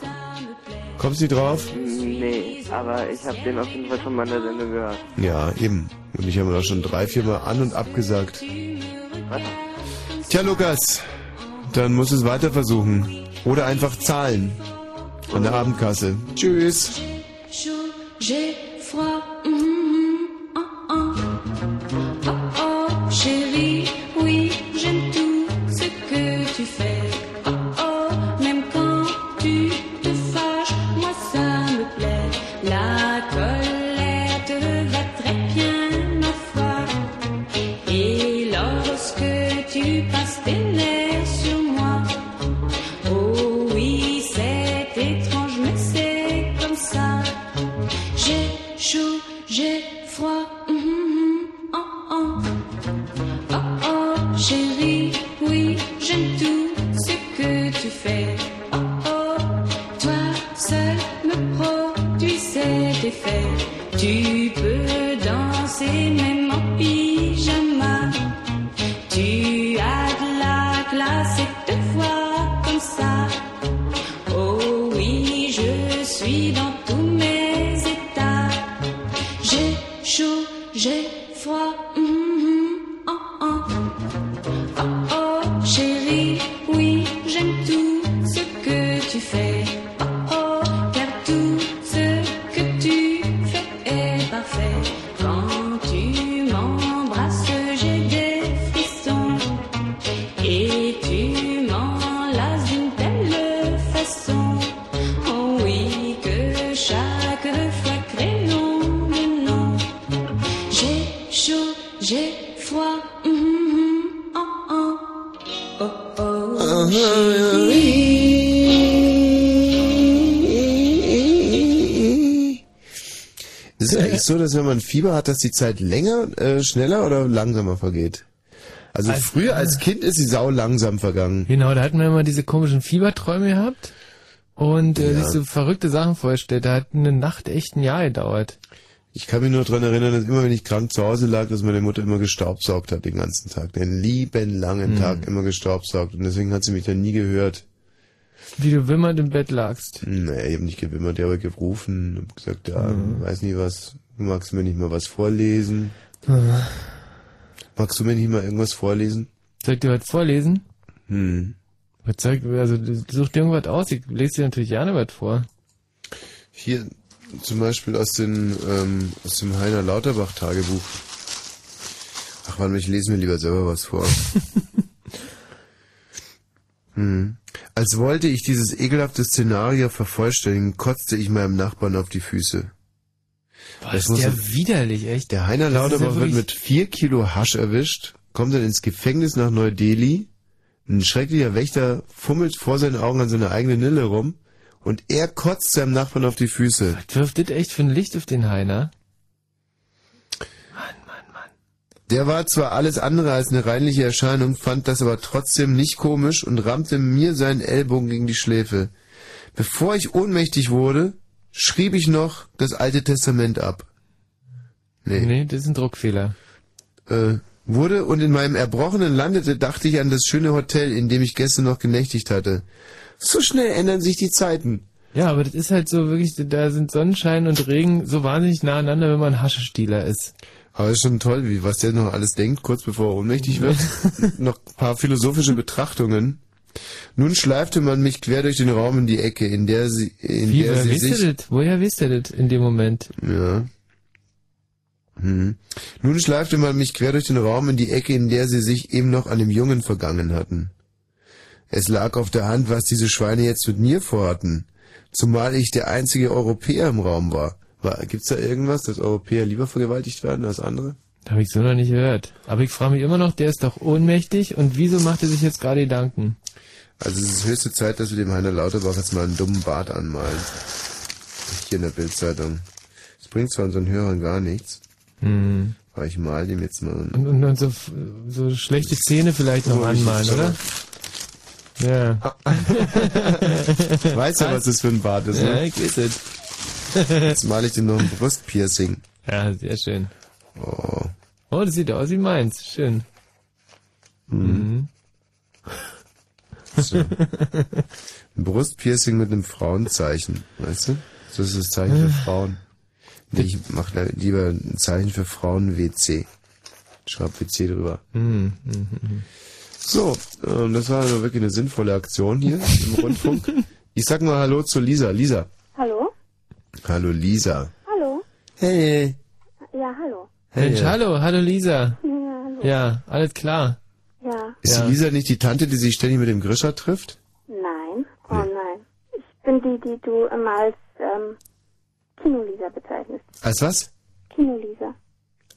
Speaker 4: Kommst du nicht drauf?
Speaker 7: Nee, aber ich habe den auf jeden Fall schon mal in der Sendung gehört.
Speaker 4: Ja, eben. Und ich habe ihn auch schon drei, vier Mal an und abgesagt.
Speaker 7: Was?
Speaker 4: Tja, Lukas, dann musst du es weiter versuchen. Oder einfach zahlen. An der Abendkasse. Tschüss.
Speaker 17: Chaud, j'ai froid. hum, hum, hum, oh, oh. Oh, oh, chérie, oui, j'aime tout ce que tu fais. Oh, oh, même quand tu te fâches, moi ça me plaît. La colère te va très bien, ma foi. Et lorsque tu passes tes nerfs sur moi, Oh oui, c'est étrange, mais c'est comme ça. J'ai chaud, j'ai froid. hum, hum, hum, oh, oh. Oh, oh, chérie, oui, j'aime tout ce que tu fais. Oh, oh, toi seul me produis cet effet. Tu peux danser même en pyjama. Tu as de la glace et te vois comme ça. Oh oui, je suis dans tous mes états. J'ai chaud, j'ai froid. hum, hum, hum, oh, oh. Oh, oh, chérie, oui, j'aime tout ce que tu fais. Oh, oh, car tout ce que tu fais est parfait. Quand tu Oh oh,
Speaker 4: Ist es eigentlich so, dass wenn man Fieber hat, dass die Zeit länger, äh, schneller oder langsamer vergeht? Also
Speaker 1: Als-
Speaker 4: früher als Kind ist die Sau langsam vergangen.
Speaker 1: Genau, da hatten wir immer diese komischen Fieberträume gehabt und äh,
Speaker 4: Ja.
Speaker 1: sich so verrückte Sachen vorgestellt. Da hat eine Nacht echt ein Jahr gedauert.
Speaker 4: Ich kann mich nur dran erinnern, dass immer wenn ich krank zu Hause lag, dass meine Mutter immer gestaubsaugt hat den ganzen Tag. Den lieben langen
Speaker 1: Hm.
Speaker 4: Tag immer gestaubsaugt. Und deswegen hat sie mich dann nie gehört.
Speaker 1: Wie du wimmernd im Bett lagst.
Speaker 4: Naja, ich habe nicht gewimmert, ich habe gerufen und gesagt, ja,
Speaker 1: Hm.
Speaker 4: weiß nicht was, magst du mir nicht mal was vorlesen?
Speaker 1: Ah.
Speaker 4: Magst du mir nicht mal irgendwas vorlesen?
Speaker 1: Soll ich dir was vorlesen?
Speaker 4: Hm.
Speaker 1: Was soll ich, also du- such dir irgendwas aus, ich lese dir natürlich gerne was vor.
Speaker 4: Hier zum Beispiel aus, den, ähm, aus dem Heiner Lauterbach Tagebuch. Ach warte mal, ich lese mir lieber selber was vor. hm. Als wollte ich dieses ekelhafte Szenario vervollständigen, kotzte ich meinem Nachbarn auf die Füße.
Speaker 1: Boah, ist der widerlich, echt.
Speaker 4: Der Heiner
Speaker 1: Das ist
Speaker 4: Lauterbach
Speaker 1: ja
Speaker 4: wird
Speaker 1: wirklich-
Speaker 4: mit vier Kilo Hasch erwischt, kommt dann ins Gefängnis nach Neu-Delhi. Ein schrecklicher Wächter fummelt vor seinen Augen an seiner eigenen Nille rum und er kotzt seinem Nachbarn auf die Füße.
Speaker 1: Wirft das echt für ein Licht auf den Heiner?
Speaker 4: Der war zwar alles andere als eine reinliche Erscheinung, fand das aber trotzdem nicht komisch und rammte mir seinen Ellbogen gegen die Schläfe. Bevor ich ohnmächtig wurde, schrieb ich noch das Alte Testament ab. Nee.
Speaker 1: Nee, das ist ein Druckfehler.
Speaker 4: Äh, wurde und in meinem Erbrochenen landete, dachte ich an das schöne Hotel, in dem ich gestern noch genächtigt hatte. So schnell ändern sich die Zeiten.
Speaker 1: Ja, aber das ist halt so wirklich, da sind Sonnenschein und Regen so wahnsinnig nah aneinander, wenn man Haschestieler ist.
Speaker 4: Aber ist schon toll, wie, was der noch alles denkt, kurz bevor er ohnmächtig wird. noch ein paar philosophische Betrachtungen. Nun schleifte man mich quer durch den Raum in die Ecke, in der sie, in
Speaker 1: Wie,
Speaker 4: der
Speaker 1: woher
Speaker 4: sie
Speaker 1: wisst
Speaker 4: sich,
Speaker 1: ihr das? Woher wisst ihr das in dem Moment?
Speaker 4: Ja. Hm. Nun schleifte man mich quer durch den Raum in die Ecke, in der sie sich eben noch an dem Jungen vergangen hatten. Es lag auf der Hand, was diese Schweine jetzt mit mir vorhatten. Zumal ich der einzige Europäer im Raum war. war gibt's da irgendwas, dass Europäer lieber vergewaltigt werden als andere?
Speaker 1: Habe ich so noch nicht gehört. Aber ich frage mich immer noch, der ist doch ohnmächtig und wieso macht er sich jetzt gerade Gedanken?
Speaker 4: Also es ist höchste Zeit, dass wir dem Heiner Lauterbach jetzt mal einen dummen Bart anmalen. Hier in der Bildzeitung. Das bringt zwar unseren Hörern gar nichts.
Speaker 1: Hm.
Speaker 4: Aber ich mal dem jetzt mal einen
Speaker 1: Und, und, und so, so schlechte Zähne vielleicht noch
Speaker 4: Oh, ich-
Speaker 1: anmalen, oder? Ja.
Speaker 4: Weiß ja, was das für ein Bart ist, ne?
Speaker 1: Ja, ich weiß es.
Speaker 4: Jetzt male ich dir noch ein Brustpiercing.
Speaker 1: Ja, sehr schön.
Speaker 4: Oh.
Speaker 1: Oh, das sieht aus wie meins. Schön. Mhm.
Speaker 4: So. Ein Brustpiercing mit einem Frauenzeichen, weißt du? Das ist das Zeichen für Frauen. Nee, ich mach da lieber ein Zeichen für Frauen WC. Schreib WC drüber.
Speaker 1: Mhm. Mhm. mhm.
Speaker 4: So, ähm, das war also wirklich eine sinnvolle Aktion hier im Rundfunk. Ich sag mal Hallo zu Lisa. Lisa.
Speaker 18: Hallo?
Speaker 4: Hallo Lisa.
Speaker 18: Hallo?
Speaker 4: Hey.
Speaker 18: Ja, hallo.
Speaker 1: Mensch, hallo, hallo Lisa.
Speaker 18: Ja, hallo.
Speaker 1: Ja, alles klar.
Speaker 18: Ja.
Speaker 4: Ist
Speaker 1: Ja.
Speaker 4: die Lisa nicht die Tante, die sich ständig mit dem Grischer trifft?
Speaker 18: Nein. Oh nein. Ich bin die, die du immer als ähm, Kinolisa bezeichnest.
Speaker 4: Als was?
Speaker 18: Kinolisa.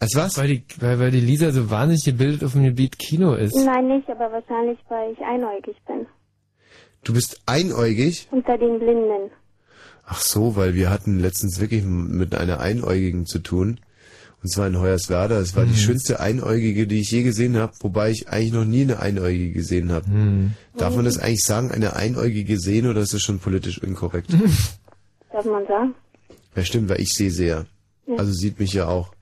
Speaker 4: Als was?
Speaker 1: Weil die, weil, weil die Lisa so wahnsinnig gebildet auf dem Gebiet Kino ist.
Speaker 18: Nein, nicht, aber wahrscheinlich, weil ich einäugig bin.
Speaker 4: Du bist einäugig?
Speaker 18: Unter den Blinden.
Speaker 4: Ach so, weil wir hatten letztens wirklich m- mit einer Einäugigen zu tun. Und zwar in Hoyerswerda. Es war die schönste Einäugige, die ich je gesehen habe, wobei ich eigentlich noch nie eine Einäugige gesehen habe. Darf man das eigentlich sagen, eine Einäugige sehen oder ist das schon politisch inkorrekt?
Speaker 18: Darf man sagen?
Speaker 4: Ja, stimmt, weil ich sehe sehr.
Speaker 18: Ja.
Speaker 4: Also sieht mich ja auch.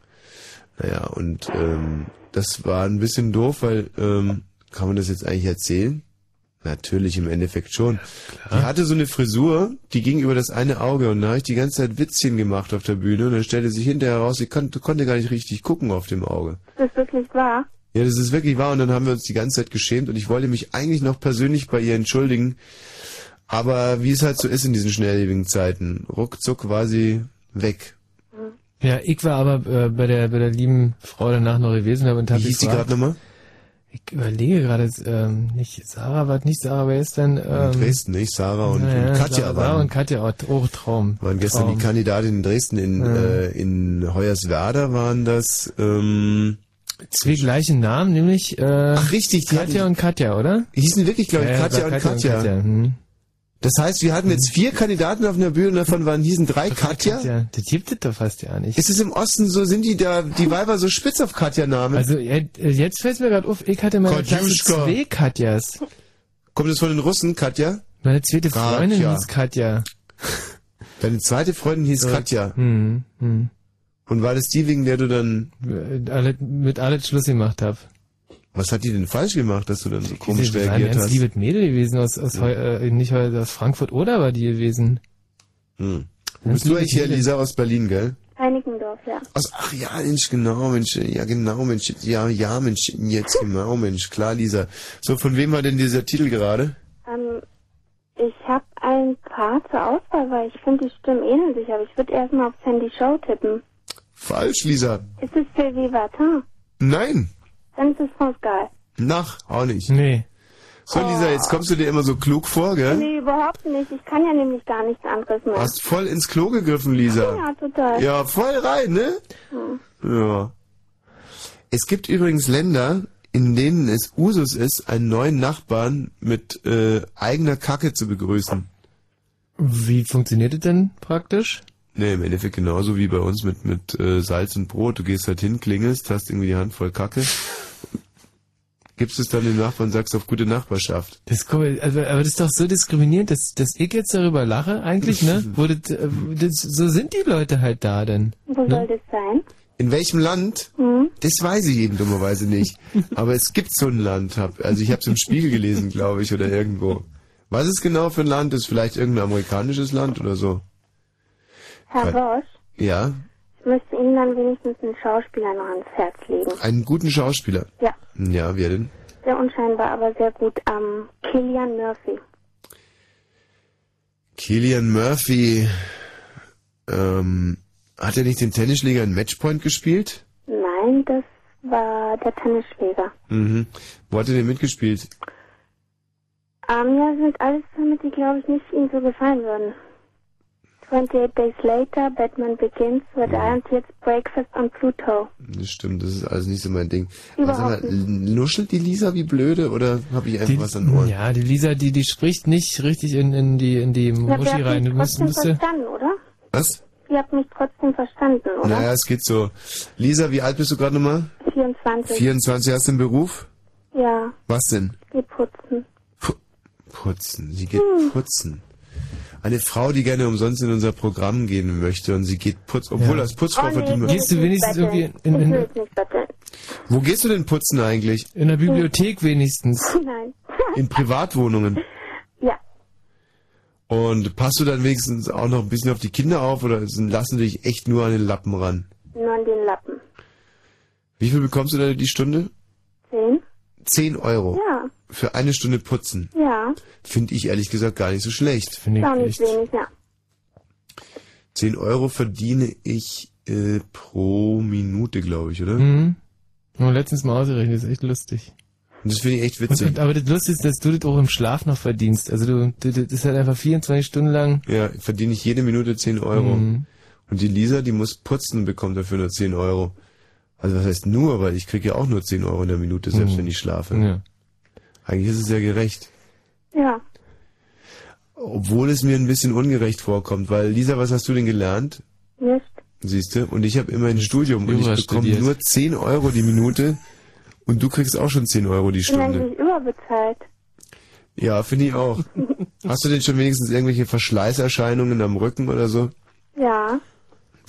Speaker 4: Naja, und ähm, das war ein bisschen doof, weil ähm, kann man das jetzt eigentlich erzählen? Natürlich, im Endeffekt schon. die hatte so eine Frisur, die ging über das eine Auge und da habe ich die ganze Zeit Witzchen gemacht auf der Bühne und dann stellte sich hinterher raus, sie kon konnte gar nicht richtig gucken auf dem Auge.
Speaker 18: Ist das wirklich wahr?
Speaker 4: Ja, das ist wirklich wahr. Und dann haben wir uns die ganze Zeit geschämt und ich wollte mich eigentlich noch persönlich bei ihr entschuldigen. Aber wie es halt so ist in diesen schnelllebigen Zeiten, ruckzuck war sie weg.
Speaker 1: Ja, ich war aber äh, bei der bei der lieben Frau danach noch gewesen und habe
Speaker 4: Wie hieß die gerade nochmal?
Speaker 1: Ich überlege gerade, ähm, nicht Sarah war es nicht Sarah, wer ist denn? Ähm,
Speaker 4: in Dresden, nicht? Sarah und,
Speaker 1: naja,
Speaker 4: und Katja
Speaker 1: Sarah, Sarah
Speaker 4: waren,
Speaker 1: und Katja, oh, oh Traum.
Speaker 4: waren gestern
Speaker 1: Traum.
Speaker 4: die Kandidatin in Dresden. In,
Speaker 1: Ja.
Speaker 4: äh, in Hoyerswerda waren das... Ähm,
Speaker 1: Zwei gleiche Namen, nämlich äh,
Speaker 4: richtig,
Speaker 1: Katja und Katja, oder?
Speaker 4: Hießen wirklich, glaube ich,
Speaker 1: Ja, ja,
Speaker 4: Katja
Speaker 1: war
Speaker 4: und Katja.
Speaker 1: hm.
Speaker 4: Das heißt, wir hatten jetzt vier Kandidaten auf einer Bühne und davon waren hießen drei Katja.
Speaker 1: Katja, das gibt es doch fast ja nicht.
Speaker 4: Ist es im Osten so, sind die da, die Weiber so spitz auf Katja-Namen?
Speaker 1: Also äh, jetzt fällt mir gerade auf, ich hatte mal
Speaker 4: Katjuschka.
Speaker 1: zwei Katjas.
Speaker 4: Kommt das von den Russen, Katja?
Speaker 1: Meine zweite Freundin
Speaker 4: Katja.
Speaker 1: hieß Katja.
Speaker 4: Deine zweite Freundin hieß
Speaker 1: Äh,
Speaker 4: Katja.
Speaker 1: Hm, hm.
Speaker 4: Und war das die, wegen der du dann...
Speaker 1: Alle, Äh, mit alles Schluss gemacht hab.
Speaker 4: Was hat die denn falsch gemacht, dass du dann so komisch
Speaker 1: Die waren
Speaker 4: reagiert
Speaker 1: ganz
Speaker 4: hast?
Speaker 1: liebes Mädel gewesen aus, aus Heu, äh, nicht Heu, aus Frankfurt oder war die gewesen?
Speaker 4: Hm. Wo
Speaker 1: Ganz
Speaker 4: bist du
Speaker 1: liebe
Speaker 4: eigentlich her,
Speaker 1: Mädel.
Speaker 4: Lisa, aus Berlin, gell?
Speaker 18: Heinickendorf, ja.
Speaker 4: Aus, ach ja, Mensch, genau, Mensch, ja, genau, Mensch, ja, ja, Mensch, jetzt genau, Mensch, klar, Lisa. So, von wem war denn dieser Titel gerade?
Speaker 18: Ähm, ich habe ein paar zur Auswahl, weil ich finde, die Stimmen ähneln sich, aber ich würde erstmal auf Sandy Show tippen.
Speaker 4: Falsch, Lisa.
Speaker 18: Ist es Sylvie Vartan?
Speaker 4: Nein,
Speaker 18: Dann ist es France Gall.
Speaker 4: nach, auch nicht. Nee. So, Lisa, jetzt kommst du dir immer so klug vor, gell?
Speaker 18: Nee, überhaupt nicht. Ich kann ja nämlich gar nichts anderes mehr.
Speaker 4: Hast voll ins Klo gegriffen, Lisa.
Speaker 18: Ja, total.
Speaker 4: Ja, voll rein, ne?
Speaker 18: Hm.
Speaker 4: Ja. Es gibt übrigens Länder, in denen es Usus ist, einen neuen Nachbarn mit äh, eigener Kacke zu begrüßen.
Speaker 1: Wie funktioniert das denn praktisch?
Speaker 4: Ne, im Endeffekt genauso wie bei uns mit, mit äh, Salz und Brot. Du gehst halt hin, klingelst, hast irgendwie die Hand voll Kacke. Gibst es dann dem Nachbarn, sagst auf gute Nachbarschaft.
Speaker 1: Das ist cool. Also, aber das ist doch so diskriminierend, dass, dass ich jetzt darüber lache eigentlich, ne? Wo das, äh, das, so sind die Leute halt da denn.
Speaker 18: Wo soll
Speaker 1: Ne?
Speaker 18: das sein?
Speaker 4: In welchem Land?
Speaker 18: Hm?
Speaker 4: Das weiß ich eben dummerweise nicht. Aber es gibt so ein Land. Hab, also ich habe es im Spiegel gelesen, glaube ich, oder irgendwo. Was es genau für ein Land ist? Vielleicht irgendein amerikanisches Land oder so.
Speaker 18: Herr
Speaker 4: Weil-
Speaker 18: Bosch,
Speaker 4: Ja,
Speaker 18: ich müsste Ihnen dann wenigstens einen Schauspieler noch ans Herz legen.
Speaker 4: einen guten Schauspieler.
Speaker 18: Ja,
Speaker 4: Ja, wer denn?
Speaker 18: sehr unscheinbar, aber sehr gut. Ähm, Killian Murphy.
Speaker 4: Killian Murphy. Ähm, hat er nicht den Tennisschläger in Matchpoint gespielt?
Speaker 18: Nein, das war der Tennisschläger.
Speaker 4: Mhm. Wo hat er denn mitgespielt?
Speaker 18: Ähm, ja, das sind alles Filme, die, glaube ich, nicht Ihnen so gefallen würden. 28 Days Later, Batman Begins, What
Speaker 4: Mhm.
Speaker 18: Iron Tears, Breakfast on Pluto.
Speaker 4: Das stimmt, das ist alles nicht so mein Ding. Aber
Speaker 18: Überhaupt
Speaker 4: sag mal, nuschelt die Lisa wie blöde oder habe ich einfach
Speaker 1: Die,
Speaker 4: was an Ohren?
Speaker 1: ja, die Lisa, die, die spricht nicht richtig in, in die, in die
Speaker 18: Na,
Speaker 1: Muschi
Speaker 18: ihr habt
Speaker 1: rein.
Speaker 18: mich
Speaker 1: Du musst,
Speaker 18: trotzdem
Speaker 1: musst, äh, du-
Speaker 18: verstanden, oder?
Speaker 4: Was?
Speaker 18: Ihr habt mich trotzdem verstanden, oder?
Speaker 4: Naja, es geht so. Lisa, wie alt bist du gerade nochmal?
Speaker 18: 24.
Speaker 4: 24 hast du einen Beruf?
Speaker 18: Ja,
Speaker 4: Was denn?
Speaker 18: die putzen.
Speaker 4: Putzen. Sie geht
Speaker 18: Hm.
Speaker 4: putzen. Eine Frau, die gerne umsonst in unser Programm gehen möchte und sie geht putzen, obwohl
Speaker 1: Ja.
Speaker 4: als
Speaker 18: Oh,
Speaker 4: Putzfrau verdient man-
Speaker 1: in- in-
Speaker 18: ich will es nicht betteln.
Speaker 4: Wo gehst du denn putzen eigentlich?
Speaker 1: in der Bibliothek wenigstens.
Speaker 18: Nein.
Speaker 4: In Privatwohnungen.
Speaker 18: Ja.
Speaker 4: Und passt du dann wenigstens auch noch ein bisschen auf die Kinder auf oder sind- lassen dich echt nur an den Lappen ran?
Speaker 18: Nur an den Lappen.
Speaker 4: Wie viel bekommst du da die Stunde?
Speaker 18: Zehn?
Speaker 4: Zehn Euro.
Speaker 18: Ja,
Speaker 4: Für eine Stunde putzen.
Speaker 18: ja.
Speaker 4: Finde ich ehrlich gesagt gar nicht so schlecht.
Speaker 1: Finde
Speaker 18: Ist auch nicht wenig, ja.
Speaker 4: 10 Euro verdiene ich äh, pro Minute, glaube ich, oder?
Speaker 1: Mhm. Nur letztens mal ausgerechnet, das ist echt lustig.
Speaker 4: Und das finde ich echt
Speaker 1: Und,
Speaker 4: witzig.
Speaker 1: und, aber das Lustige ist, dass du das auch im Schlaf noch verdienst. Also du, du, du das ist halt einfach 24 Stunden lang.
Speaker 4: ja, verdiene ich jede Minute 10 Euro.
Speaker 1: Mhm.
Speaker 4: Und die Lisa, die muss putzen und bekommt dafür nur 10 Euro. Also was heißt nur, weil ich kriege ja auch nur 10 Euro in der Minute, selbst
Speaker 1: Mhm.
Speaker 4: wenn ich schlafe.
Speaker 1: Ja.
Speaker 4: Eigentlich ist es ja gerecht.
Speaker 18: Ja.
Speaker 4: Obwohl es mir ein bisschen ungerecht vorkommt, weil Lisa, was hast du denn gelernt?
Speaker 18: Nicht.
Speaker 4: Siehst du? Und ich habe immer ein Studium und ich
Speaker 1: Jura
Speaker 4: bekomme
Speaker 1: studiert.
Speaker 4: nur 10 Euro die Minute und du kriegst auch schon 10 Euro die
Speaker 18: Ich bin
Speaker 4: Stunde.
Speaker 18: eigentlich überbezahlt.
Speaker 4: Ja, finde ich auch. Hast du denn schon wenigstens irgendwelche Verschleißerscheinungen am Rücken oder so?
Speaker 18: Ja,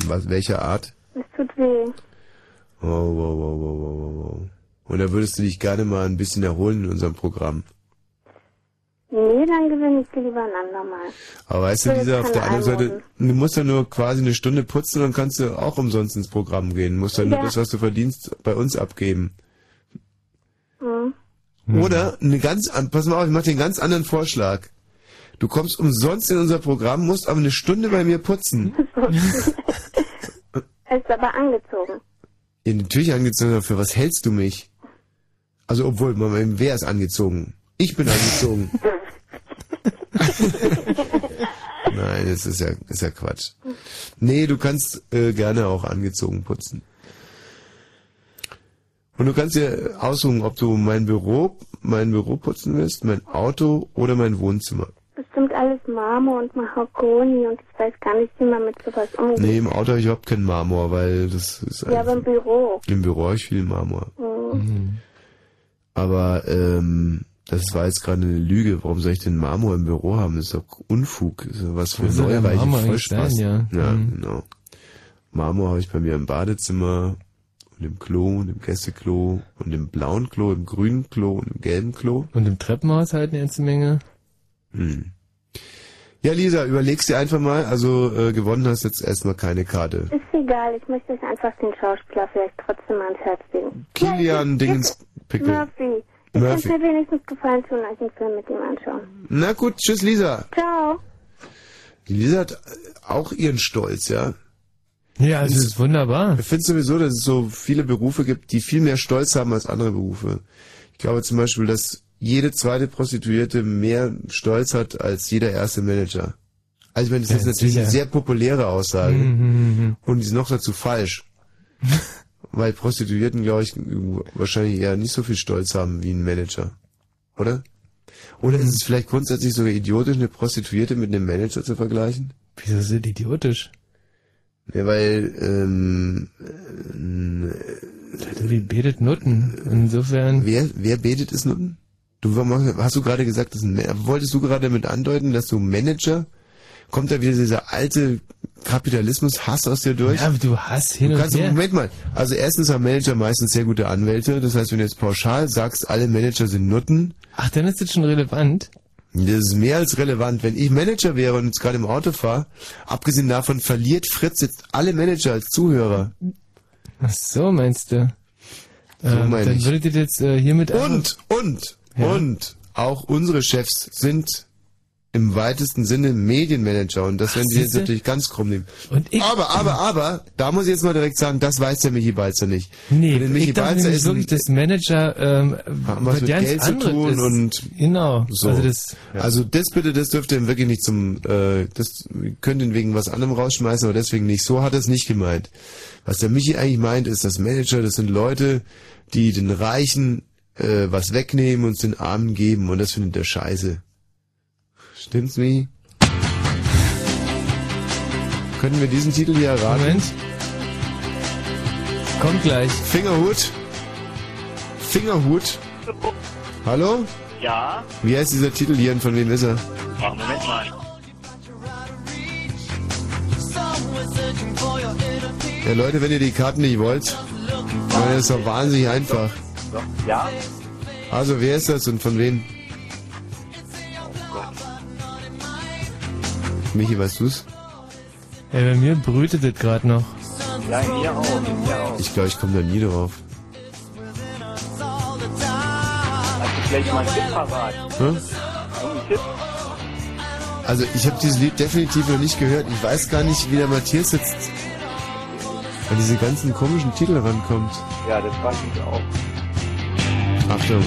Speaker 4: Was, welcher Art?
Speaker 18: es tut weh.
Speaker 4: Oh, wow, wow, wow, wow, wow, wow. Und da würdest du dich gerne mal ein bisschen erholen in unserem Programm.
Speaker 18: Nee, dann gewinne ich sie lieber ein andermal.
Speaker 4: Aber weißt
Speaker 18: Ich
Speaker 4: du,
Speaker 18: will
Speaker 4: Lisa,
Speaker 18: jetzt
Speaker 4: auf der
Speaker 18: keine
Speaker 4: anderen Seite, du musst ja nur quasi eine Stunde putzen und kannst du auch umsonst ins Programm gehen. Du musst ja nur
Speaker 18: Ja.
Speaker 4: das, was du verdienst, bei uns abgeben.
Speaker 18: Hm.
Speaker 4: Oder eine ganz, an- pass mal auf, ich mach dir einen ganz anderen Vorschlag. Du kommst umsonst in unser Programm, musst aber eine Stunde bei mir putzen.
Speaker 18: Er ist aber angezogen.
Speaker 4: Ja, natürlich angezogen, aber für was hältst du mich? Also, obwohl, Moment, wer ist angezogen? Ich bin angezogen. Nein, das ist ja, ist ja Quatsch. Nee, du kannst äh, gerne auch angezogen putzen. Und du kannst dir aussuchen, ob du mein Büro, mein Büro putzen willst, mein Auto oder mein Wohnzimmer.
Speaker 18: bestimmt alles Marmor und Mahagoni und ich weiß gar nicht, wie man mit sowas umgeht.
Speaker 4: Nee, im Auto habe ich überhaupt keinen Marmor, weil das ist
Speaker 18: ja, aber im Büro.
Speaker 4: Im Büro habe ich viel Marmor.
Speaker 18: Mhm.
Speaker 4: Aber ähm, das war jetzt gerade eine Lüge. Warum soll ich denn Marmor im Büro haben? Das ist doch Unfug. Das ist doch was für
Speaker 1: Wo soll der
Speaker 4: neuweiche
Speaker 1: Marmor eigentlich
Speaker 4: Vollspaß.
Speaker 1: sein, ja.
Speaker 4: ja
Speaker 1: Mhm.
Speaker 4: genau. Marmor habe ich bei mir im Badezimmer und im Klo und im Gästeklo und im blauen Klo, im grünen Klo und im gelben Klo.
Speaker 1: Und im Treppenhaus halt eine ganze Menge.
Speaker 4: Hm. Ja, Lisa, überleg's dir einfach mal. Also äh, gewonnen hast jetzt erstmal keine Karte.
Speaker 18: Ist egal, ich möchte euch einfach den Schauspieler vielleicht trotzdem ans Herz legen.
Speaker 4: Kilian Dingens Pickel.
Speaker 18: Murphy. Ich kann
Speaker 4: Murphy.
Speaker 18: mir wenigstens gefallen tun, euch einen Film mit ihm anschauen.
Speaker 4: Na gut, tschüss Lisa.
Speaker 18: Ciao.
Speaker 4: Die Lisa hat äh, auch ihren Stolz, ja?
Speaker 1: Ja, also ist wunderbar.
Speaker 4: Ich finde sowieso, dass es so viele Berufe gibt, die viel mehr Stolz haben als andere Berufe. Ich glaube zum Beispiel, dass jede zweite Prostituierte mehr Stolz hat als jeder erste Manager. Also ich meine, das
Speaker 1: Ja,
Speaker 4: ist natürlich
Speaker 1: sicher.
Speaker 4: eine sehr populäre Aussage
Speaker 1: Mhm.
Speaker 4: und die ist noch dazu falsch. Weil Prostituierten, glaube ich, wahrscheinlich eher nicht so viel Stolz haben wie ein Manager. Oder? Oder
Speaker 1: Mhm.
Speaker 4: ist es vielleicht grundsätzlich sogar idiotisch, eine Prostituierte mit einem Manager zu vergleichen?
Speaker 1: Wieso sind idiotisch?
Speaker 4: Ja, weil, ähm, äh,
Speaker 1: Wie betet Nutten? Insofern.
Speaker 4: Wer, wer betet ist Nutten? Du warum- hast du gerade gesagt, das ist ein, Ma- wolltest du gerade damit andeuten, dass du Manager, kommt da wieder dieser alte Kapitalismus-Hass aus dir durch?
Speaker 1: Ja, aber du hast hin
Speaker 4: du
Speaker 1: und
Speaker 4: kannst,
Speaker 1: her.
Speaker 4: Moment mal. Also erstens haben Manager meistens sehr gute Anwälte. Das heißt, wenn du jetzt pauschal sagst, alle Manager sind Nutten.
Speaker 1: Ach, dann ist das schon relevant.
Speaker 4: Das ist mehr als relevant. Wenn ich Manager wäre und jetzt gerade im Auto fahre, abgesehen davon verliert Fritz jetzt alle Manager als Zuhörer.
Speaker 1: Ach so, meinst du?
Speaker 4: So
Speaker 1: Ähm,
Speaker 4: meine
Speaker 1: dann
Speaker 4: ich.
Speaker 1: würdet ihr jetzt äh, hiermit...
Speaker 4: Und, und, und auch unsere Chefs sind im weitesten Sinne Medienmanager und das werden sie jetzt
Speaker 1: siehste?
Speaker 4: natürlich ganz krumm nehmen. aber, aber, aber, da muss ich jetzt mal direkt sagen, das weiß der Michi Balzer nicht.
Speaker 1: Nee,
Speaker 4: Denn der Michi
Speaker 1: ich dachte
Speaker 4: Balzer
Speaker 1: nämlich
Speaker 4: ist
Speaker 1: wirklich,
Speaker 4: ein,
Speaker 1: dass Manager ähm,
Speaker 4: was
Speaker 1: was
Speaker 4: mit
Speaker 1: ganz
Speaker 4: Geld zu
Speaker 1: anderes
Speaker 4: tun
Speaker 1: ist.
Speaker 4: und
Speaker 1: genau.
Speaker 4: so.
Speaker 1: Also das,
Speaker 4: Also das bitte, das dürft ihr wirklich nicht zum, äh, das könnt ihr wegen was anderem rausschmeißen, aber deswegen nicht. So hat er es nicht gemeint. Was der Michi eigentlich meint, ist, dass Manager, das sind Leute, die den Reichen äh, was wegnehmen und es den Armen geben und das findet er scheiße. Stimmt's, Michi? Können wir diesen Titel hier erraten? Moment.
Speaker 1: Kommt gleich.
Speaker 4: Fingerhut. Fingerhut. Hallo?
Speaker 19: Ja?
Speaker 4: Wie heißt dieser Titel hier und von wem ist er?
Speaker 19: Oh, Moment mal.
Speaker 4: Ja, Leute, wenn ihr die Karten nicht wollt, dann ist doch wahnsinnig einfach.
Speaker 19: Ja?
Speaker 4: Also, wer ist das und von wem? Michi, weißt du's?
Speaker 1: Ey, bei mir brütet das gerade noch.
Speaker 19: Ja, hier auch. Hier auch.
Speaker 4: Ich glaube, ich komme da nie drauf.
Speaker 19: Hast du vielleicht mal einen Tipp parat?
Speaker 4: Hm?
Speaker 19: Irgendeinen Tipp?
Speaker 4: Also, ich habe dieses Lied definitiv noch nicht gehört. Ich weiß gar nicht, wie der Matthias jetzt an diese ganzen komischen Titel rankommt.
Speaker 19: Ja, das weiß ich auch.
Speaker 4: Achtung.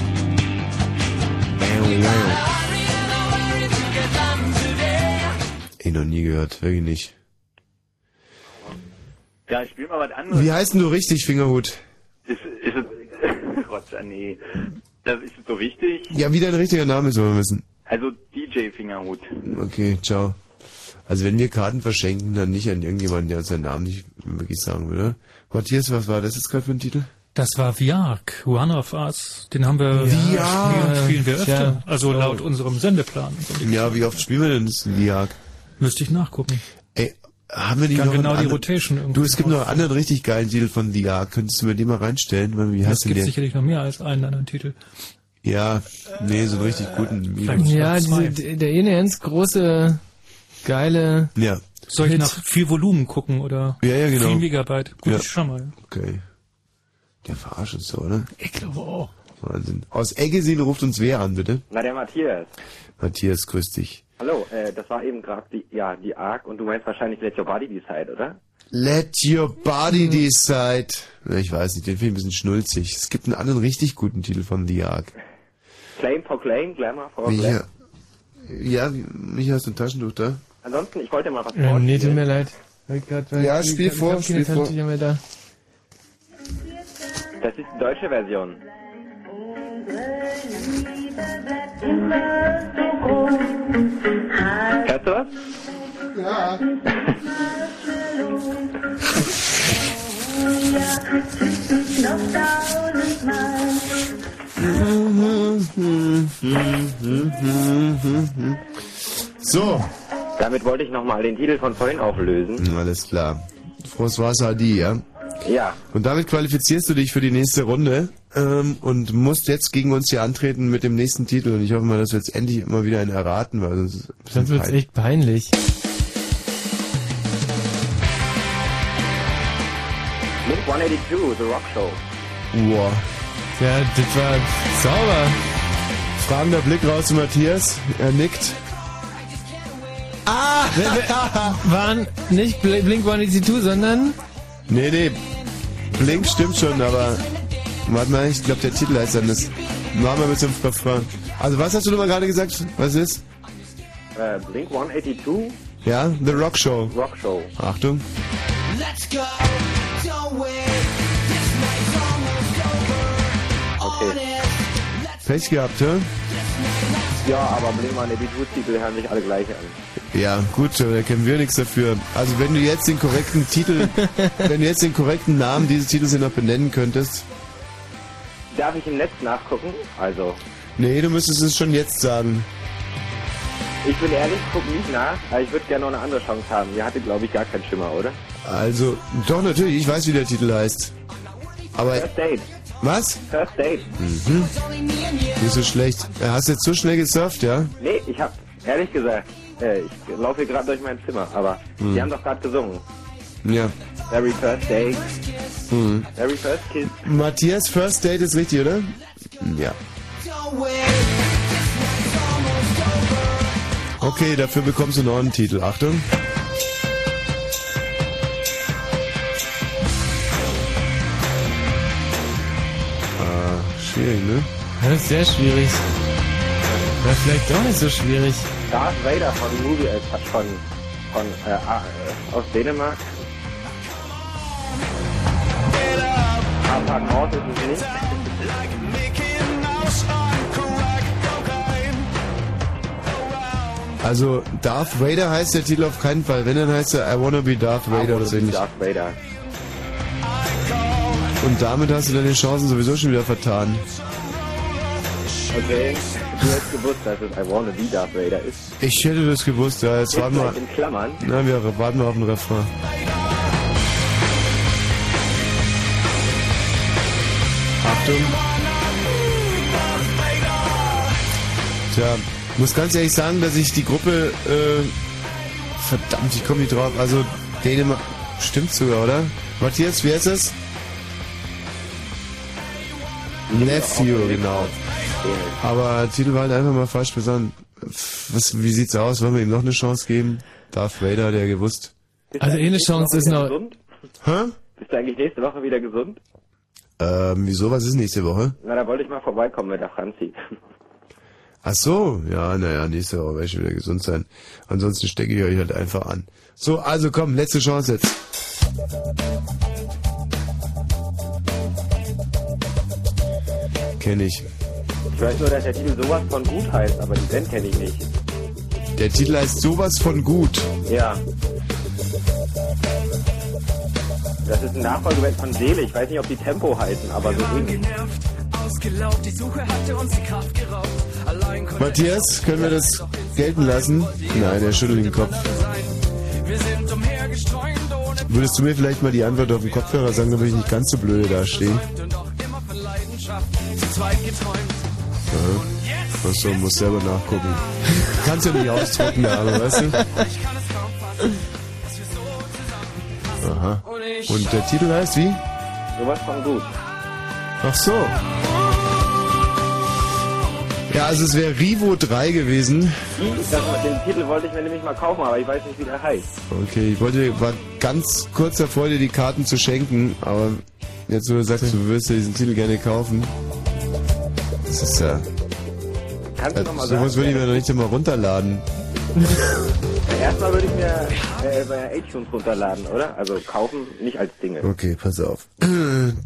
Speaker 4: Bam, bam. Eh, noch nie gehört. Wirklich nicht.
Speaker 16: Ja, ich spiel mal was anderes.
Speaker 4: Wie heißt denn du richtig, Fingerhut?
Speaker 16: Ist, ist es. Gott, nee. Das ist so wichtig.
Speaker 4: Ja, wie dein richtiger Name ist, wollen wir wissen.
Speaker 16: Also DJ Fingerhut.
Speaker 4: Okay, ciao. Also wenn wir Karten verschenken, dann nicht an irgendjemanden, der uns seinen Namen nicht wirklich sagen würde. Matthias, was war das jetzt gerade für ein Titel?
Speaker 11: Das war Viark, One of Us. Den haben wir
Speaker 4: Viarg.
Speaker 11: spielen, spielen wir öfter.
Speaker 4: Tja.
Speaker 11: Also
Speaker 4: Oh.
Speaker 11: laut unserem Sendeplan.
Speaker 4: Ja, wie oft spielen wir denn das Liag?
Speaker 11: Müsste ich nachgucken.
Speaker 4: Ey, haben wir nicht
Speaker 11: Ich kann
Speaker 4: noch einen
Speaker 11: genau die
Speaker 4: anderen-
Speaker 11: Rotation irgendwie
Speaker 4: Du, es gibt noch einen anderen richtig geilen Titel von The Ark. Könntest du mir den mal reinstellen? Weil, Wie
Speaker 11: Es
Speaker 4: heißt denn
Speaker 11: gibt
Speaker 4: der?
Speaker 11: sicherlich noch mehr als einen anderen Titel.
Speaker 4: Ja, nee, so einen richtig
Speaker 11: Äh,
Speaker 4: guten.
Speaker 1: Ja, diese, d- der eine ganz große, geile...
Speaker 4: Ja.
Speaker 11: Soll ich
Speaker 1: Hit.
Speaker 11: nach viel Volumen gucken oder
Speaker 4: Ja, ja, genau.
Speaker 11: 4 Megabyte? Gut,
Speaker 4: Ja.
Speaker 11: ich schau mal.
Speaker 4: Okay. Der verarscht uns so, oder?
Speaker 11: Ich glaube auch.
Speaker 4: Wahnsinn. Aus Eggesin ruft uns wer an, bitte?
Speaker 19: Na, der Matthias.
Speaker 4: Matthias, grüß dich.
Speaker 19: Hallo, äh, das war eben gerade die, ja, die Ark und du meinst wahrscheinlich Let Your Body Decide, oder?
Speaker 4: Let your body decide. Na, Ich weiß nicht, den finde ich ein bisschen schnulzig. Es gibt einen anderen richtig guten Titel von The Ark.
Speaker 19: Claim for Claim, Glamour for Glamour.
Speaker 4: Micha, ja, wie- Micha, hast du ein Taschentuch da?
Speaker 19: Ansonsten, ich wollte mal
Speaker 11: Äh,
Speaker 19: was
Speaker 1: Ähm, nee, tut mir
Speaker 19: vorstellen.
Speaker 1: leid. Hab grad-
Speaker 19: Ja,
Speaker 1: ich-
Speaker 19: spiel
Speaker 1: ich hab
Speaker 19: vor,
Speaker 1: keine
Speaker 19: spiel vor.
Speaker 1: Taschentücher Mehr da.
Speaker 19: Das ist die deutsche Version.
Speaker 17: Ist das so groß?
Speaker 20: Hörst du was?
Speaker 12: Ja.
Speaker 4: Mm-hmm. So.
Speaker 7: Damit wollte ich nochmal den Titel von vorhin auflösen.
Speaker 4: Hm, Alles klar. Frohes Wasser, die, ja?
Speaker 7: Ja.
Speaker 4: Und damit qualifizierst du dich für die nächste Runde ähm, und musst jetzt gegen uns hier antreten mit dem nächsten Titel. Und ich hoffe mal, dass wir jetzt endlich immer wieder einen erraten, weil sonst ist es ein bisschen
Speaker 1: Sonst wird's
Speaker 4: pein-
Speaker 1: echt peinlich.
Speaker 7: Blink 182, The Rock Show.
Speaker 4: Wow.
Speaker 1: Ja, das war sauber.
Speaker 4: Fragender Blick raus zu Matthias. Er nickt.
Speaker 1: Ah! Wir, wir waren nicht Bl- Blink-182, sondern...
Speaker 4: Nee, nee. Blink stimmt schon, aber. Warte mal, ich glaube, der Titel heißt dann das. Machen wir mit dem Refrain. Also, was hast du nochmal gerade gesagt? Was ist?
Speaker 7: Äh, Blink 182,
Speaker 4: Ja, The Rock Show.
Speaker 7: Rock Show.
Speaker 4: Achtung.
Speaker 12: Let's go. Don't wait.
Speaker 7: Okay.
Speaker 4: Pech gehabt, hä?
Speaker 7: Ja, aber Blink 182-Titel hören sich alle gleich an.
Speaker 4: Ja, gut, da können wir nichts dafür. Also, wenn du jetzt den korrekten Titel, wenn du jetzt den korrekten Namen dieses Titels hier noch benennen könntest.
Speaker 7: Darf ich im Netz nachgucken? Also,
Speaker 4: Nee, du müsstest es schon jetzt sagen.
Speaker 7: ich bin ehrlich, guck nicht nach, aber ich würde gerne noch eine andere Chance haben. Ihr hattet, glaube ich, gar keinen Schimmer, oder?
Speaker 4: Also, doch, natürlich, ich weiß, wie der Titel heißt. Aber.
Speaker 7: First Date.
Speaker 4: Was?
Speaker 7: First Date.
Speaker 4: Mhm. Nicht so schlecht. Ja, Hast du jetzt so schnell gesurft, ja?
Speaker 7: Nee, ich hab, ehrlich gesagt, äh, ich laufe hier gerade durch mein Zimmer, aber
Speaker 4: Hm.
Speaker 7: die haben doch gerade gesungen.
Speaker 4: Ja.
Speaker 7: Very First Date,
Speaker 4: Mhm.
Speaker 7: Very First Kiss.
Speaker 4: Matthias, First Date ist richtig, oder? Ja. Okay, dafür bekommst du noch einen Titel. Achtung. Ah, schwierig, ne?
Speaker 1: Ja, Das ist sehr schwierig. War vielleicht doch nicht so schwierig.
Speaker 7: Darth Vader von Movie, äh, Quatsch, von, von, äh, ah, äh, aus Dänemark. Aber Nord ist es nicht.
Speaker 4: Also, Darth Vader heißt der Titel auf keinen Fall. Wenn, dann heißt er I Wanna Be Darth Vader oder so ähnlich.
Speaker 7: Darth Vader.
Speaker 4: Und damit hast du deine Chancen sowieso schon wieder vertan.
Speaker 7: Okay, du hättest gewusst, dass es I Wanna Be Darth Vader ist.
Speaker 4: Ich hätte das gewusst, ja, jetzt
Speaker 7: Jetzt
Speaker 4: warten wir.
Speaker 7: gleich in Klammern.
Speaker 4: Na, wir warten mal auf den Refrain. Achtung. Tja, muss ganz ehrlich sagen, dass ich die Gruppe, äh, verdammt, ich komme nicht drauf. Also, Dänemark, stimmt sogar, oder? Matthias, wer ist es? Nephew, genau. Aber Titel war halt einfach mal falsch besandt. Pff, Was, wie sieht's aus? Wollen wir ihm noch eine Chance geben? Darth Vader, der gewusst.
Speaker 1: Also eh eine Chance ist noch...
Speaker 4: Hä?
Speaker 7: Bist du eigentlich nächste Woche wieder gesund?
Speaker 4: Ähm, wieso? Was ist nächste Woche?
Speaker 7: Na, da wollte ich mal vorbeikommen mit der Franzi.
Speaker 4: Ach so, ja, naja, nächste Woche werde ich wieder gesund sein. Ansonsten stecke ich euch halt einfach an. So, also komm, letzte Chance jetzt. Kenne ich.
Speaker 7: Ich weiß nur, dass der Titel sowas von gut heißt, aber die Band kenne ich nicht.
Speaker 4: Der Titel heißt sowas von gut.
Speaker 7: Ja. Das ist ein Nachfolgeband von Seele. Ich weiß nicht, ob die Tempo heißen, aber so ähnlich.
Speaker 12: Ausgelaugt, die Suche hatte uns die Kraft geraubt. Allein konnte
Speaker 4: Matthias, können wir das gelten lassen? Nein, er schüttelt den Kopf. Würdest du mir vielleicht mal die Antwort auf den Kopfhörer sagen, damit ich nicht ganz so blöde dastehe?
Speaker 12: zu zweit geträumt.
Speaker 4: Ja. Achso, muss selber nachgucken. Kannst ja nicht ausdrucken, aber weißt du? Aha. Und der Titel heißt wie?
Speaker 7: Sowas von gut.
Speaker 4: Ach so. Ja, also es wäre Rivo 3 gewesen.
Speaker 7: Das, den Titel wollte ich mir nämlich mal kaufen, aber ich weiß nicht, wie der heißt.
Speaker 4: Okay, ich wollte, war ganz kurz davor, dir die Karten zu schenken, aber jetzt, wo du sagst, du würdest dir diesen Titel gerne kaufen. Das ist ja.
Speaker 7: Kannst du noch mal
Speaker 4: sowas
Speaker 7: sagen,
Speaker 4: würde ich mir noch nicht einmal runterladen.
Speaker 7: erstmal würde ich mir äh, bei iTunes runterladen, oder? Also kaufen, nicht als Dinge.
Speaker 4: Okay, pass auf.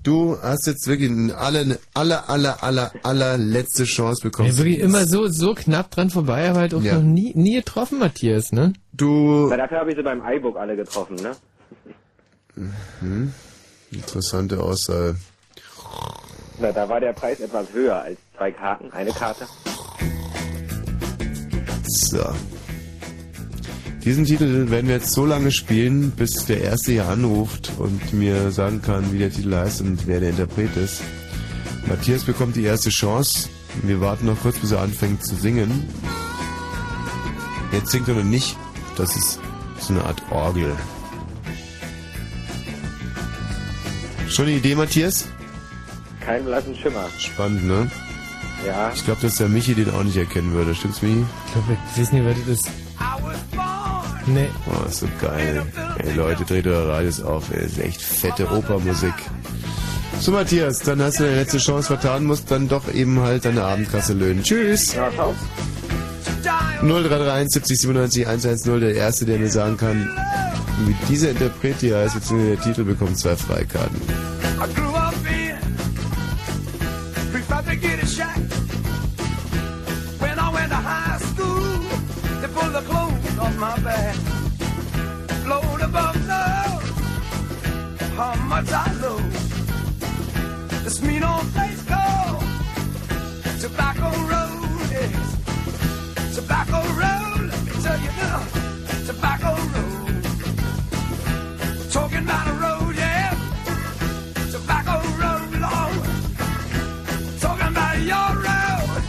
Speaker 4: Du hast jetzt wirklich eine alle, alle, alle, alle, alle letzte Chance bekommen.
Speaker 1: Ja, wirklich immer so, so knapp dran vorbei, aber halt auch
Speaker 4: Ja.
Speaker 1: noch nie, nie getroffen, Matthias, ne?
Speaker 4: Du.
Speaker 7: Weil dafür habe ich sie beim iBook alle getroffen, ne?
Speaker 4: Mhm. Interessante Aussage.
Speaker 7: Na, da war der Preis etwas höher als zwei Karten, eine Karte.
Speaker 4: So. Diesen Titel werden wir jetzt so lange spielen, bis der Erste hier anruft und mir sagen kann, wie der Titel heißt und wer der Interpret ist. Matthias bekommt die erste Chance. Wir warten noch kurz, bis er anfängt zu singen. Jetzt singt er noch nicht. Das ist so eine Art Orgel. Schon eine Idee, Matthias?
Speaker 7: Kein blassen Schimmer.
Speaker 4: Spannend, ne?
Speaker 7: Ja.
Speaker 4: Ich glaube, dass der Michi den auch nicht erkennen würde. Stimmt's, Michi?
Speaker 1: Ich glaube, wir wissen nicht, was das ist. Nee.
Speaker 4: Oh, ist so geil. Ey, Leute, dreht euer Radios auf. Ey, ist echt fette Opermusik. So, Matthias, dann hast du deine letzte Chance vertan, musst dann doch eben halt deine Abendkasse löhnen. Tschüss!
Speaker 7: Ja, ciao.
Speaker 4: 0331 70 97 110, der Erste, der mir sagen kann, wie dieser Interpret hier heißt, beziehungsweise der Titel bekommt zwei Freikarten.
Speaker 21: I grew up in prefabricated shack. When I went to high school, they pulled the clothes off my back. Float above knows how much I lose. This mean old place called Tobacco Road is Tobacco Road. Let me tell you now, Tobacco Road. Talking about a road, yeah. Tobacco Road, Lord. Talking about your road.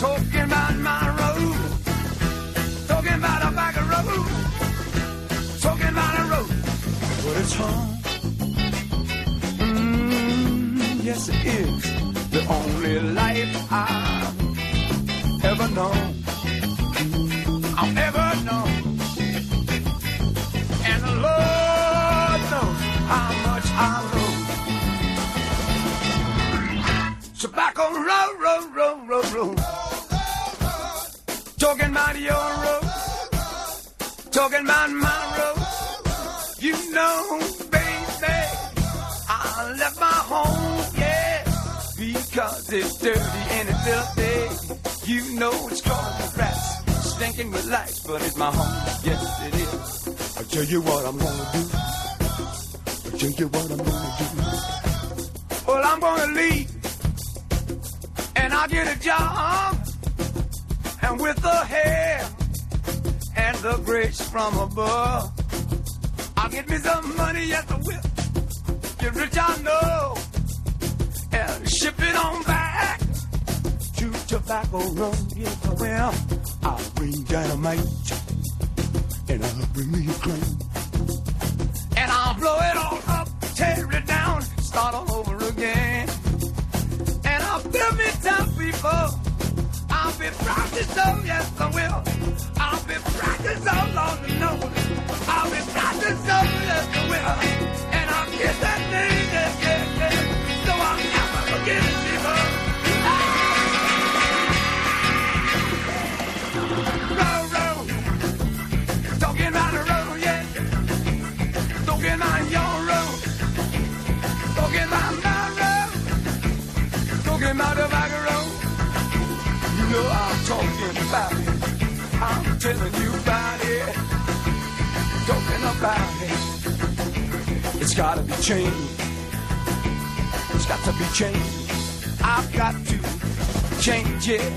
Speaker 21: Talking about my road. Talking about a back road. Talking about a road. But it's home. Mm, yes, it is. The only life I've ever known. I've ever known. And the Lord knows how much I love. Tobacco road, road, road, road, road. Talking about your road. Talking about my road. You know, baby, I left my home, yeah. Because it's dirty and it's filthy. You know it's crawling with rats, stinking with lice, but it's my home. Yes, it is. I'll tell you what I'm gonna do. I'll tell you what I'm gonna do. Well, I'm gonna leave and I'll get a job. And with the help and the grace from above, I'll get me some money at the whip. Get rich, I know, and ship it on back to Tobacco Road. If I will, I'll bring dynamite and I'll bring me a crane and I'll blow it all up, tear it down, start all over again. And I'll build me tough people. I'll be practiced on, yes I will. I'll be practiced on long to know. I'll be practiced on, yes I will. And I'll get that thing, yes, yes, yes. So I'll never forget it, people. Ah! Row, row. Talking about the road, yeah. Talking about your road. Talking about my road talking about a macaron. You know I'm talking about it. I'm telling you about it. Talking about it. It's gotta be changed. It's got to be changed. I've got to change it.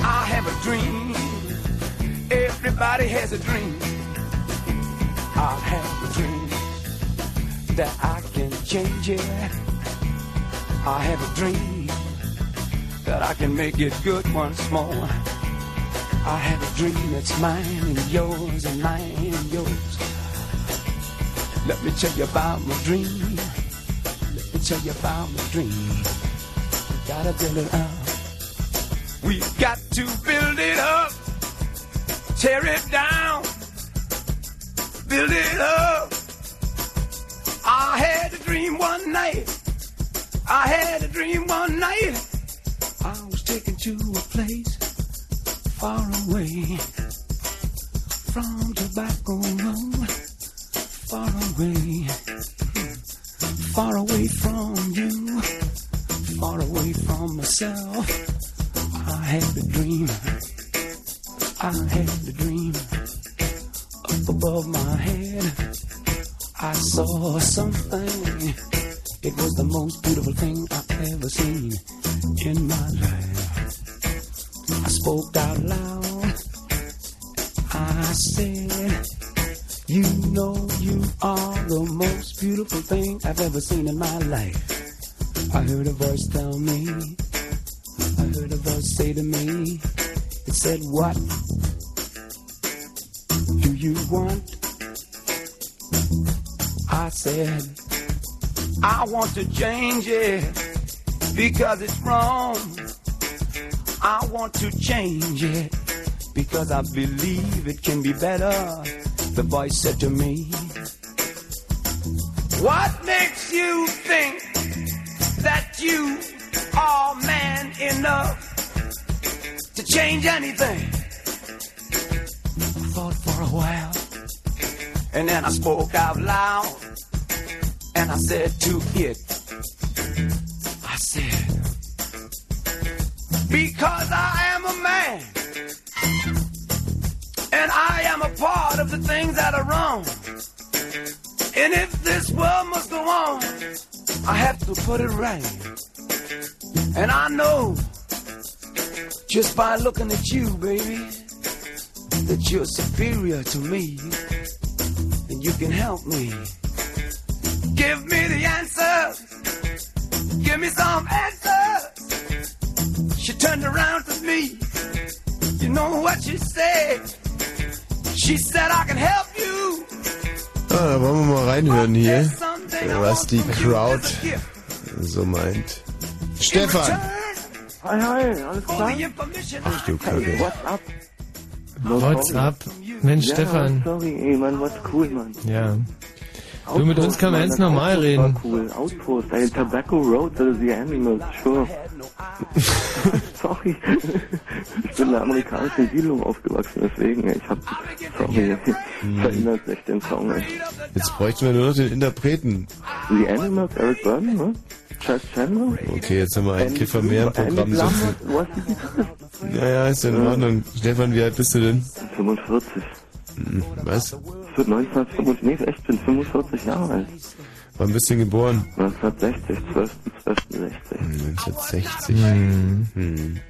Speaker 21: I have a dream. Everybody has a dream. I have a dream that I can change it. I have a dream that I can make it good once more. I have a dream that's mine and yours and mine and yours. Let me tell you about my dream. Let me tell you about my dream. We gotta build it up. We've got to build it up. Tear it down. Build it up. I had a dream one night. I had a dream one night. I was taken to a place far away. from Tobacco Road, far away, far away from you, far away from myself. I had a dream, I had a dream. Up above my head, I saw something. It was the most beautiful thing I've ever seen in my life. I spoke out loud. I said, You know, you are the most beautiful thing I've ever seen in my life. I heard a voice tell me, I heard a voice say to me, It said, What do you want? I said, I want to change it because it's wrong. I want to change it because I believe it can be better. The voice said to me,
Speaker 12: What makes you think that you are man enough to change anything?
Speaker 21: I thought for a while,
Speaker 12: And then I spoke out loud
Speaker 21: and I said to it, I said,
Speaker 12: because I am a man. And I am a part of the things that are wrong. And if this world must go on,
Speaker 21: I have to put it right.
Speaker 12: and I know
Speaker 21: Just by looking at you, baby, that you're superior to me, and you can help me.
Speaker 12: Give me the answer. Give me some answer. She turned around to me. You know what she said? She said, I can help you.
Speaker 4: Ah, da wollen wir mal reinhören hier, was die Crowd so meint. Stefan!
Speaker 7: Hi, hi, alles klar?
Speaker 4: Ach du Kacke.
Speaker 7: What's up?
Speaker 1: What's
Speaker 7: sorry.
Speaker 1: up? Mensch,
Speaker 7: ja,
Speaker 1: Stefan.
Speaker 7: sorry, ey, Mann, was cool, Mann.
Speaker 1: Ja. Du, mit uns kann man
Speaker 7: Mann,
Speaker 1: ganz
Speaker 7: das
Speaker 1: normal
Speaker 7: Outpost
Speaker 1: reden.
Speaker 7: War cool, Outpost, ey, Tobacco Road, that is the animals, sure. sorry. Ich bin in einer amerikanischen Siedlung aufgewachsen, deswegen, ey, ich hab, sorry,
Speaker 1: Hm.
Speaker 7: verändert sich den Song, ey.
Speaker 4: Jetzt bräuchten wir nur noch den Interpreten.
Speaker 7: The Animals, Eric Burden, ne? Chas Chandler?
Speaker 4: Okay, jetzt haben wir einen
Speaker 7: And
Speaker 4: Kiffer mehr im Programm.
Speaker 7: Andy
Speaker 4: So
Speaker 7: Blum,
Speaker 4: viel.
Speaker 7: was ist
Speaker 4: Ja, ja, ist ja in Ordnung. Stefan, wie alt bist du denn? Hm,
Speaker 7: 45.
Speaker 4: Was?
Speaker 7: Ich bin 1945, nee, echt, bin 45 Jahre alt.
Speaker 4: Wann bist du denn geboren?
Speaker 7: 1960, 12. 12. 60.
Speaker 4: 1960. Hm.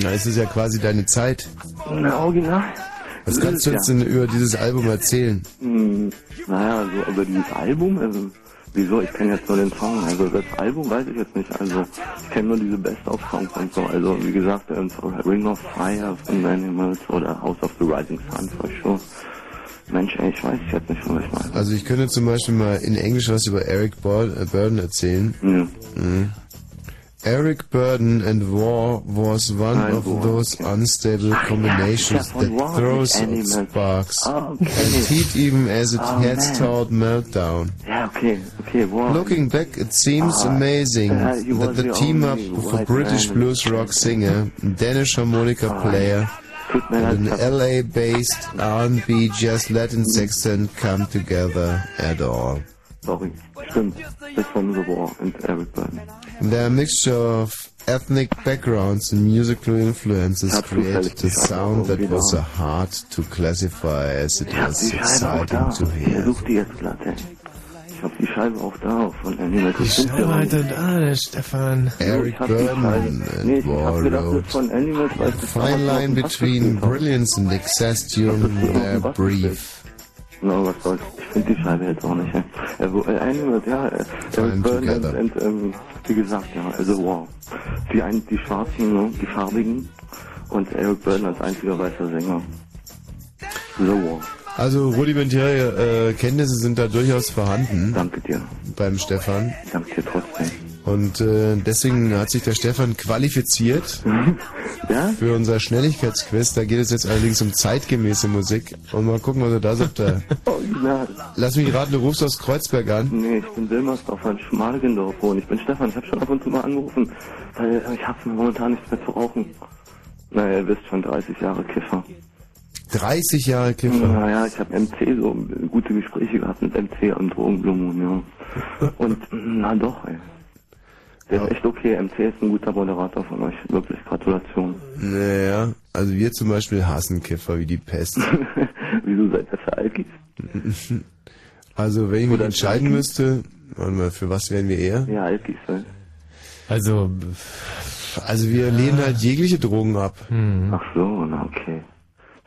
Speaker 4: Na, es ist ja quasi deine Zeit.
Speaker 7: Na, original.
Speaker 4: Was kannst du
Speaker 7: Ja.
Speaker 4: jetzt denn über dieses Album erzählen?
Speaker 7: Hm, naja, so über dieses Album, also, wieso, ich kenne jetzt nur den Song, also das Album weiß ich jetzt nicht, also, ich kenne nur diese Best-of-Songs und so, also, wie gesagt, ähm, so Ring of Fire von Animals oder House of the Rising Sun, for sure. Mensch, ey, ich weiß jetzt nicht, was ich meine.
Speaker 4: Also ich könnte zum Beispiel mal in Englisch was über Eric Bur- äh, Burden erzählen. Mhm. Eric Burden and War was one
Speaker 7: Nein,
Speaker 4: of
Speaker 7: War,
Speaker 4: those unstable combinations
Speaker 7: ja, von
Speaker 4: that
Speaker 7: War
Speaker 4: throws
Speaker 7: mit
Speaker 4: out
Speaker 7: Animals.
Speaker 4: sparks.
Speaker 7: Ah, okay.
Speaker 4: And heat even as it
Speaker 7: Ah,
Speaker 4: heads
Speaker 7: man.
Speaker 4: toward meltdown.
Speaker 7: Ja, okay, okay, wow.
Speaker 4: Looking back, it seems
Speaker 7: Ah,
Speaker 4: amazing
Speaker 7: uh, he
Speaker 4: that
Speaker 7: was
Speaker 4: the
Speaker 7: the
Speaker 4: team up
Speaker 7: only
Speaker 4: of a
Speaker 7: white
Speaker 4: British
Speaker 7: man.
Speaker 4: blues rock singer, Danish harmonica player, and an LA-based R&B jazz Latin sextet come together at all.
Speaker 7: Sorry, stimmt. Das von The War and Also, Eric Burden.
Speaker 4: Their mixture of ethnic backgrounds and musical influences
Speaker 7: Hat zufällig
Speaker 4: created a
Speaker 7: die Scheibe
Speaker 4: sound that
Speaker 7: irgendwie
Speaker 4: was
Speaker 7: da.
Speaker 4: hard to classify as it
Speaker 7: Ich hab
Speaker 4: was
Speaker 7: die Scheibe auch da.
Speaker 4: exciting to
Speaker 7: Ich
Speaker 4: hear.
Speaker 7: such die jetzt glatt, ey. Ich hab die Scheibe auch da von Animals.
Speaker 1: Die
Speaker 7: Das stimmt ja
Speaker 1: Schau
Speaker 7: nicht.
Speaker 1: weiter da, der Stefan.
Speaker 4: Eric Burden
Speaker 7: Nee,
Speaker 4: and
Speaker 7: ich hab
Speaker 4: War
Speaker 7: halt gedacht, das
Speaker 4: Road.
Speaker 7: ist von Animals, weil
Speaker 4: A
Speaker 7: das
Speaker 4: fine
Speaker 7: damals
Speaker 4: line
Speaker 7: noch ein
Speaker 4: between
Speaker 7: Tastenkick war.
Speaker 4: brilliance and excess during their brief.
Speaker 7: Na, was soll's. Ich find die Scheibe jetzt auch nicht, ey. Äh, wo- äh, Animals, ja. äh, Eric Burden
Speaker 4: together.
Speaker 7: and, ähm, wie gesagt, ja, also wow. Die, ein, die Schwarzen, ne, die Farbigen und Eric Burden als einziger weißer Sänger. The War.
Speaker 4: Also rudimentäre äh, Kenntnisse sind da durchaus vorhanden.
Speaker 7: Danke dir.
Speaker 4: Beim Stefan.
Speaker 7: Danke dir trotzdem.
Speaker 4: Und äh, deswegen hat sich der Stefan qualifiziert für unser Schnelligkeitsquiz. Da geht es jetzt allerdings um zeitgemäße Musik. Und mal gucken, was er da sagt. äh. da.
Speaker 7: Original.
Speaker 4: Lass mich raten, du rufst aus Kreuzberg an.
Speaker 7: Oh, Nee, ich bin Wilmersdorf von Schmargendorf und ich bin Stefan. Ich habe schon ab und zu mal angerufen, weil äh, ich hab's mir momentan nichts mehr zu rauchen. Naja, ihr wisst schon, 30 Jahre Kiffer.
Speaker 4: 30 Jahre Kiffer.
Speaker 7: Naja, ich habe MC so gute Gespräche gehabt mit MC und Drogenblumen, ja. Und na doch, ey. Der ist echt okay, MC ist ein guter Moderator von euch. Wirklich Gratulation.
Speaker 4: Naja, also wir zum Beispiel hassen Kiffer wie die Pest.
Speaker 7: Wieso seid ihr für Alkis?
Speaker 4: Also wenn ich mich entscheiden müsste, warte mal, für was wären wir eher?
Speaker 7: Ja, Alkis halt.
Speaker 4: Also, also wir lehnen halt jegliche Drogen ab.
Speaker 7: Ach so, na okay.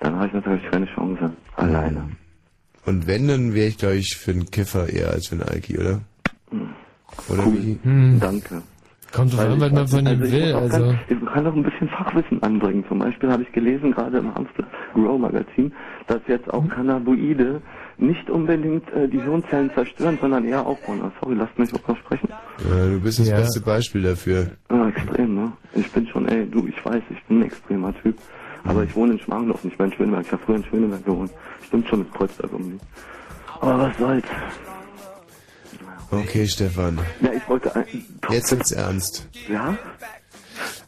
Speaker 7: Dann habe ich natürlich keine Chance. Alleine.
Speaker 4: Mhm. Und wenn, dann wäre ich, glaube ich, für einen Kiffer eher als für einen Alki, oder? Oder wie?
Speaker 7: Mhm. Danke.
Speaker 1: Kommt drauf
Speaker 7: Weil
Speaker 1: an,
Speaker 7: ich
Speaker 1: was man
Speaker 7: weiß-
Speaker 1: von ihm
Speaker 7: ich
Speaker 1: will,
Speaker 7: muss auch
Speaker 1: also.
Speaker 7: Ganz, ich kann auch ein bisschen Fachwissen anbringen. Zum Beispiel habe ich gelesen, gerade im Amsterdam Grow Magazin, dass jetzt auch Cannabinoide nicht unbedingt äh, die Hirnzellen zerstören, sondern eher aufbauen. Ah, Sorry, lasst mich auch noch sprechen.
Speaker 4: Äh, du bist das beste Beispiel dafür.
Speaker 7: Ah, extrem, ne? Ich bin schon, ey, du, ich weiß, ich bin ein extremer Typ. Aber ich wohne in Schmargendorf, nicht mehr in Schöneberg. Ich habe früher in Schöneberg gewohnt. Stimmt schon mit Kreuzberg irgendwie. Aber was soll's.
Speaker 4: Okay, Stefan.
Speaker 7: Ja, ich wollte... ein-
Speaker 4: Jetzt wird's ernst.
Speaker 7: Ja?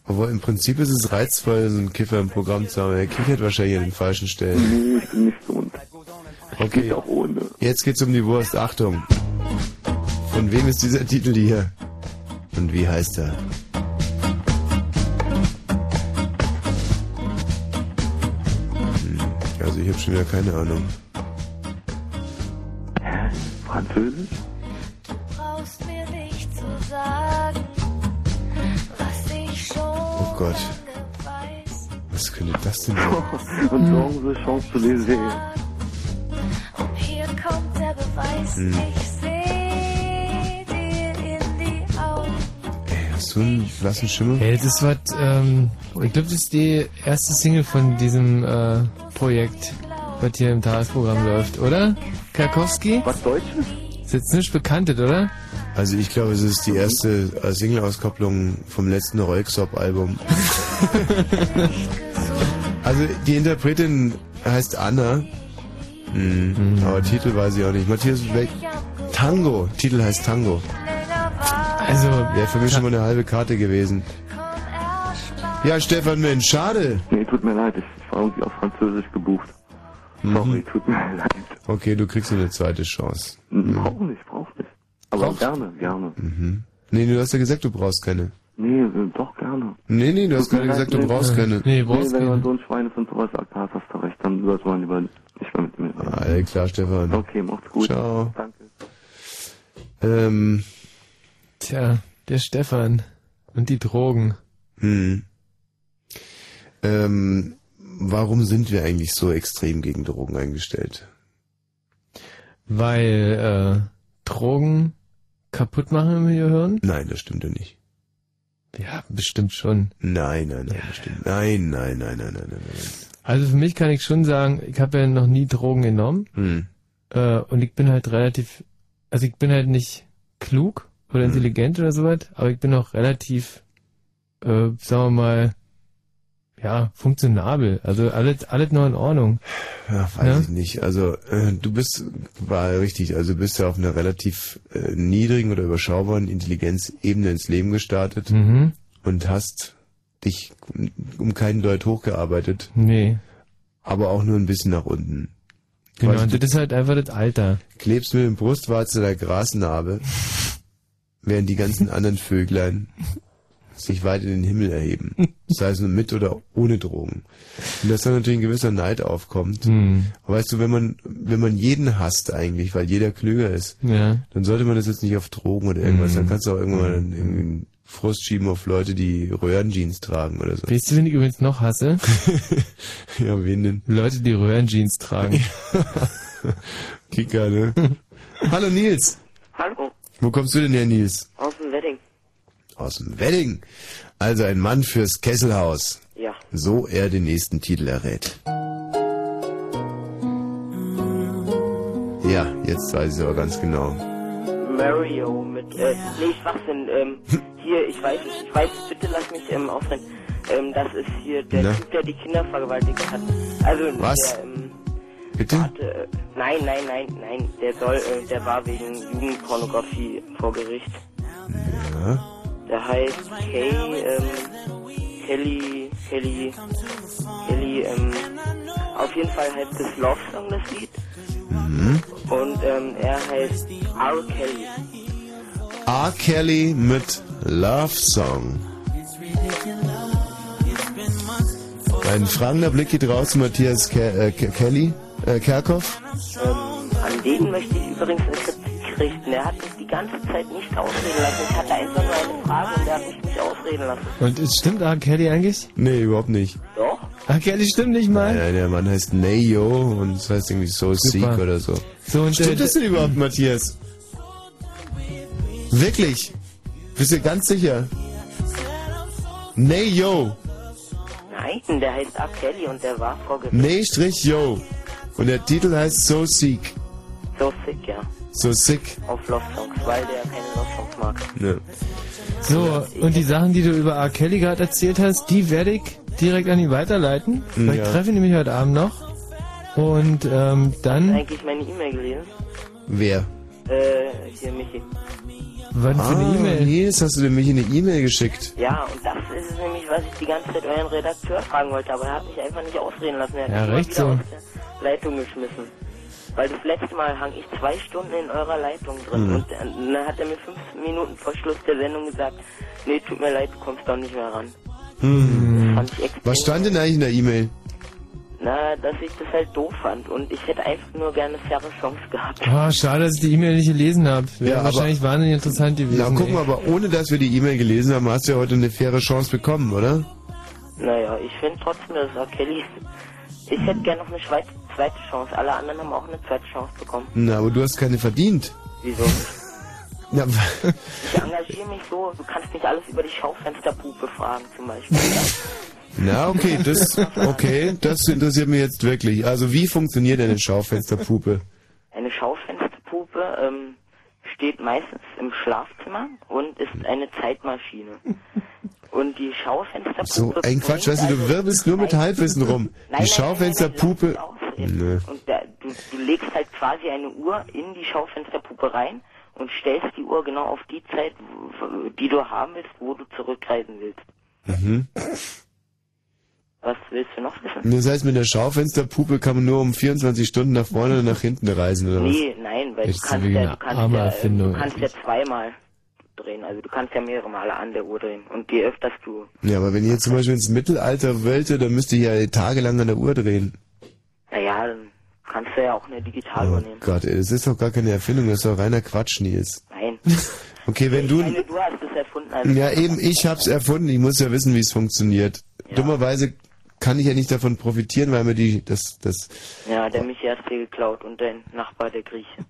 Speaker 4: Obwohl im Prinzip ist es reizvoll, so einen Kiffer im Programm zu haben. Er kichert wahrscheinlich an den falschen Stellen.
Speaker 7: Nee, ich bin nicht so.
Speaker 4: Okay.
Speaker 7: auch ohne.
Speaker 4: Jetzt geht's um die Wurst. Achtung. Von wem ist dieser Titel hier? Und wie heißt er? Hm, Also ich habe schon wieder keine Ahnung.
Speaker 7: Hä? Französisch?
Speaker 22: brauchst mir nicht zu sagen, was ich schon
Speaker 4: Oh Gott.
Speaker 22: weiß.
Speaker 4: Was könnte das denn sein?
Speaker 7: Und morgen so Chance zu lesen.
Speaker 22: Hier kommt der Beweis,
Speaker 4: Hm.
Speaker 22: ich seh dir in die Augen.
Speaker 4: Hast du einen blassen Schimmer?
Speaker 1: Hey, das war, ähm, ich glaube, das ist die erste Single von diesem äh, Projekt, was hier im Tagesprogramm läuft, oder? Karkowski?
Speaker 7: Was Deutsches?
Speaker 1: Ist jetzt nicht bekanntet, oder?
Speaker 4: Also ich glaube, es ist die erste äh, Single-Auskopplung vom letzten Rolksop-Album. also die Interpretin heißt Anna. Hm, Aber Titel weiß ich auch nicht. Matthias Beck. Tango. Titel heißt Tango.
Speaker 1: Also.
Speaker 4: Wäre für mich schon mal eine halbe Karte gewesen. Ja, Stefan, Mensch, schade.
Speaker 7: Nee, tut mir leid, ich war irgendwie auf Französisch gebucht. Sorry, tut mir leid.
Speaker 4: Mhm. Okay, du kriegst eine zweite Chance.
Speaker 7: Brauch nicht, brauch nicht. Aber gerne, gerne.
Speaker 4: Mhm. Nee, du hast ja gesagt, du brauchst keine.
Speaker 7: Nee, äh, doch gerne.
Speaker 4: Nee, nee, du hast
Speaker 7: Tut mir
Speaker 4: gerade
Speaker 7: leid,
Speaker 4: gesagt, du brauchst keine.
Speaker 7: Nee, wenn man so ein Schwein ist und sowas sagt, hast du recht, dann sollte man lieber nicht mehr mit mir reden.
Speaker 4: Alles klar, Stefan.
Speaker 7: Okay, macht's gut.
Speaker 4: Ciao.
Speaker 7: Danke.
Speaker 4: Ähm.
Speaker 1: Tja, der Stefan und die Drogen.
Speaker 4: Hm. Ähm, warum sind wir eigentlich so extrem gegen Drogen eingestellt?
Speaker 1: Weil äh, Drogen kaputt machen im Gehirn?
Speaker 4: Nein, das stimmt ja nicht.
Speaker 1: Ja, bestimmt schon.
Speaker 4: Nein, nein, nein, bestimmt. Nein, nein, nein, nein, nein, nein, nein.
Speaker 1: Also für mich kann ich schon sagen, ich habe ja noch nie Drogen genommen.
Speaker 4: Hm.
Speaker 1: Äh, und ich bin halt relativ, also ich bin halt nicht klug oder
Speaker 4: Hm.
Speaker 1: intelligent oder sowas, aber ich bin auch relativ, äh, sagen wir mal, ja, funktionabel. Also alles, alles noch in Ordnung. Ne?
Speaker 4: Ja, weiß ich nicht. Also äh, du bist war richtig, also du bist ja auf einer relativ äh, niedrigen oder überschaubaren Intelligenzebene ins Leben gestartet
Speaker 1: Mhm.
Speaker 4: und hast dich um- um keinen Deut hochgearbeitet.
Speaker 1: Nee.
Speaker 4: Aber auch nur ein bisschen nach unten.
Speaker 1: Genau,
Speaker 4: Quasi
Speaker 1: und
Speaker 4: du
Speaker 1: das ist halt einfach das Alter.
Speaker 4: klebst mit dem Brustwarze der Grasnarbe, während die ganzen anderen Vöglein sich weit in den Himmel erheben. Sei es nun mit oder ohne Drogen. Und dass da natürlich ein gewisser Neid aufkommt.
Speaker 1: Hm.
Speaker 4: Aber Weißt du, wenn man, wenn man jeden hasst eigentlich, weil jeder klüger ist,
Speaker 1: Ja.
Speaker 4: dann sollte man das jetzt nicht auf Drogen oder irgendwas,
Speaker 1: Hm.
Speaker 4: dann kannst du auch irgendwann dann irgendwie einen Frust schieben auf Leute, die Röhrenjeans tragen oder so.
Speaker 1: Weißt du, wen ich übrigens noch hasse?
Speaker 4: ja, wen denn?
Speaker 1: Leute, die Röhrenjeans tragen.
Speaker 4: Kicker, ne? Hallo Nils!
Speaker 23: Hallo,
Speaker 4: Wo kommst du denn her, Nils?
Speaker 23: aus dem Wedding.
Speaker 4: Aus dem Wedding. Also ein Mann fürs Kesselhaus.
Speaker 23: Ja.
Speaker 4: So er den nächsten Titel errät. Ja, jetzt weiß ich es aber ganz genau.
Speaker 23: Mario mit, äh, nee, Schwachsinn, ähm, hier, ich weiß es, ich weiß es, bitte lass mich, ähm, aufrennen. Ähm, das ist hier der
Speaker 4: Na?
Speaker 23: Typ, der die Kinder vergewaltigt hat. Also,
Speaker 4: Was?
Speaker 23: der, ähm,
Speaker 4: Bitte?
Speaker 23: hatte, äh, nein, nein, nein, nein, der soll, äh, der war wegen Jugendpornografie vor Gericht.
Speaker 4: Ja.
Speaker 23: Der heißt Kay, ähm, Kelly, Kelly, Kelly, ähm, Auf jeden Fall heißt es Love Song, das Lied.
Speaker 4: Mhm.
Speaker 23: Und ähm, er heißt R. Kelly.
Speaker 4: R. Kelly mit Love Song. Ein fragender Blick geht raus zu Matthias Ke äh, Ke Kelly, äh, Kerkhoff.
Speaker 23: Ähm, an den möchte ich übrigens eine Kritik richten. Er hat mich die ganze Zeit nicht ausreden lassen. Ich hatte einfach nur eine Frage und er hat mich nicht ausreden lassen.
Speaker 1: Und es stimmt R. Kelly eigentlich?
Speaker 4: Nee, überhaupt nicht.
Speaker 23: Doch?
Speaker 1: R. Kelly stimmt nicht mal.
Speaker 4: Nein, der Mann heißt Neyo und das heißt irgendwie So Seek
Speaker 1: Super.
Speaker 4: oder so.
Speaker 1: So, und äh,
Speaker 4: Stimmt
Speaker 1: der-
Speaker 4: das denn überhaupt, Matthias? Wirklich? Bist du ganz sicher? Neyo.
Speaker 23: Nein, der heißt R. Kelly und der war vorgegeben.
Speaker 4: Ney-Yo. Und der Titel heißt So Seek.
Speaker 23: So sick, ja.
Speaker 4: So Sick.
Speaker 23: Auf Love Songs, weil der keine Love Songs mag.
Speaker 4: Ne.
Speaker 1: So, und die Sachen, die du über R. Kelly gerade erzählt hast, die werde ich direkt an ihn weiterleiten. Vielleicht
Speaker 4: Hm, Ja.
Speaker 1: treffe ich ihn nämlich heute Abend noch. Und ähm, dann,
Speaker 23: Eigentlich meine E-Mail gelesen.
Speaker 4: Wer?
Speaker 23: Äh, hier Michi.
Speaker 1: wann für eine E-Mail?
Speaker 4: Nils, Ah, hast du dem mich eine E-Mail geschickt?
Speaker 23: Ja, und das ist es nämlich, was ich die ganze Zeit euren Redakteur fragen wollte, aber er hat mich einfach nicht ausreden lassen. Er hat
Speaker 1: Ja,
Speaker 23: mich immer
Speaker 1: recht
Speaker 23: wieder
Speaker 1: so.
Speaker 23: aus der Leitung geschmissen. Weil das letzte Mal hang ich zwei Stunden in eurer Leitung drin
Speaker 4: Mhm.
Speaker 23: und dann dann hat er mir fünf Minuten vor Schluss der Sendung gesagt, nee, tut mir leid, du kommst doch nicht mehr ran.
Speaker 4: Hm.
Speaker 23: Fand ich extrem-
Speaker 4: Was stand denn eigentlich in der E-Mail?
Speaker 23: Na, dass ich das halt doof fand und ich hätte einfach nur gerne faire Songs gehabt.
Speaker 1: Oh, schade, dass ich die E-Mail nicht gelesen habe. Wäre
Speaker 4: Ja, aber-
Speaker 1: wahrscheinlich wahnsinnig interessant gewesen.
Speaker 4: Na, guck
Speaker 1: ey.
Speaker 4: mal, aber ohne dass wir die E-Mail gelesen haben, hast du ja heute eine faire Chance bekommen, oder?
Speaker 23: Naja, ich finde trotzdem, dass R. Kelly... Ich hätte gerne noch eine Schweiz zweite Chance. Alle anderen haben auch eine zweite Chance bekommen.
Speaker 4: Na, aber du hast keine verdient.
Speaker 23: Wieso?
Speaker 4: Na,
Speaker 23: Ich engagiere mich so, du kannst nicht alles über die Schaufensterpuppe fragen zum Beispiel.
Speaker 4: na, okay, das, okay, das interessiert mich jetzt wirklich. Also, wie funktioniert denn eine Schaufensterpuppe?
Speaker 23: Eine Schaufensterpuppe ähm, steht meistens im Schlafzimmer und ist eine Zeitmaschine. Und die Schaufensterpuppe... also-
Speaker 4: So ein Quatsch, weißt du, du wirbelst nur mit Halbwissen rum. Die Schaufensterpuppe. Nö.
Speaker 23: Und da, du, du legst halt quasi eine Uhr in die Schaufensterpuppe rein und stellst die Uhr genau auf die Zeit, w- w- die du haben willst, wo du zurückreisen willst.
Speaker 4: Mhm.
Speaker 23: Was willst du noch wissen?
Speaker 4: Das heißt, mit der Schaufensterpuppe kann man nur um 24 Stunden nach vorne und nach hinten reisen, oder was?
Speaker 23: Nee, nein, weil du
Speaker 4: Jetzt sind
Speaker 23: kannst,
Speaker 4: wir
Speaker 23: ja,
Speaker 4: eine
Speaker 23: du, kannst
Speaker 4: arme
Speaker 23: ja, ähm,
Speaker 4: Erfindung
Speaker 23: du kannst ja zweimal drehen. Also du kannst ja mehrere Male an der Uhr drehen. Und je öfters du...
Speaker 4: Ja, aber wenn ich jetzt zum Beispiel ins Mittelalter wollte, dann müsste ich ja tagelang an der Uhr drehen.
Speaker 23: Naja, dann kannst du ja auch eine digitale
Speaker 4: Oh
Speaker 23: Uhr nehmen.
Speaker 4: Gott, ey, das ist doch gar keine Erfindung, das ist doch reiner Quatsch, Nils.
Speaker 23: Nein.
Speaker 4: Okay, wenn
Speaker 23: Ich
Speaker 4: du...
Speaker 23: meine, du hast es erfunden. Also
Speaker 4: Ja, eben, ich hab's erfunden, ich muss ja wissen, wie es funktioniert. Dummerweise kann ich ja nicht davon profitieren, weil mir die... Das, das...
Speaker 23: Ja, der Michi hat dir geklaut und dein Nachbar, der Grieche.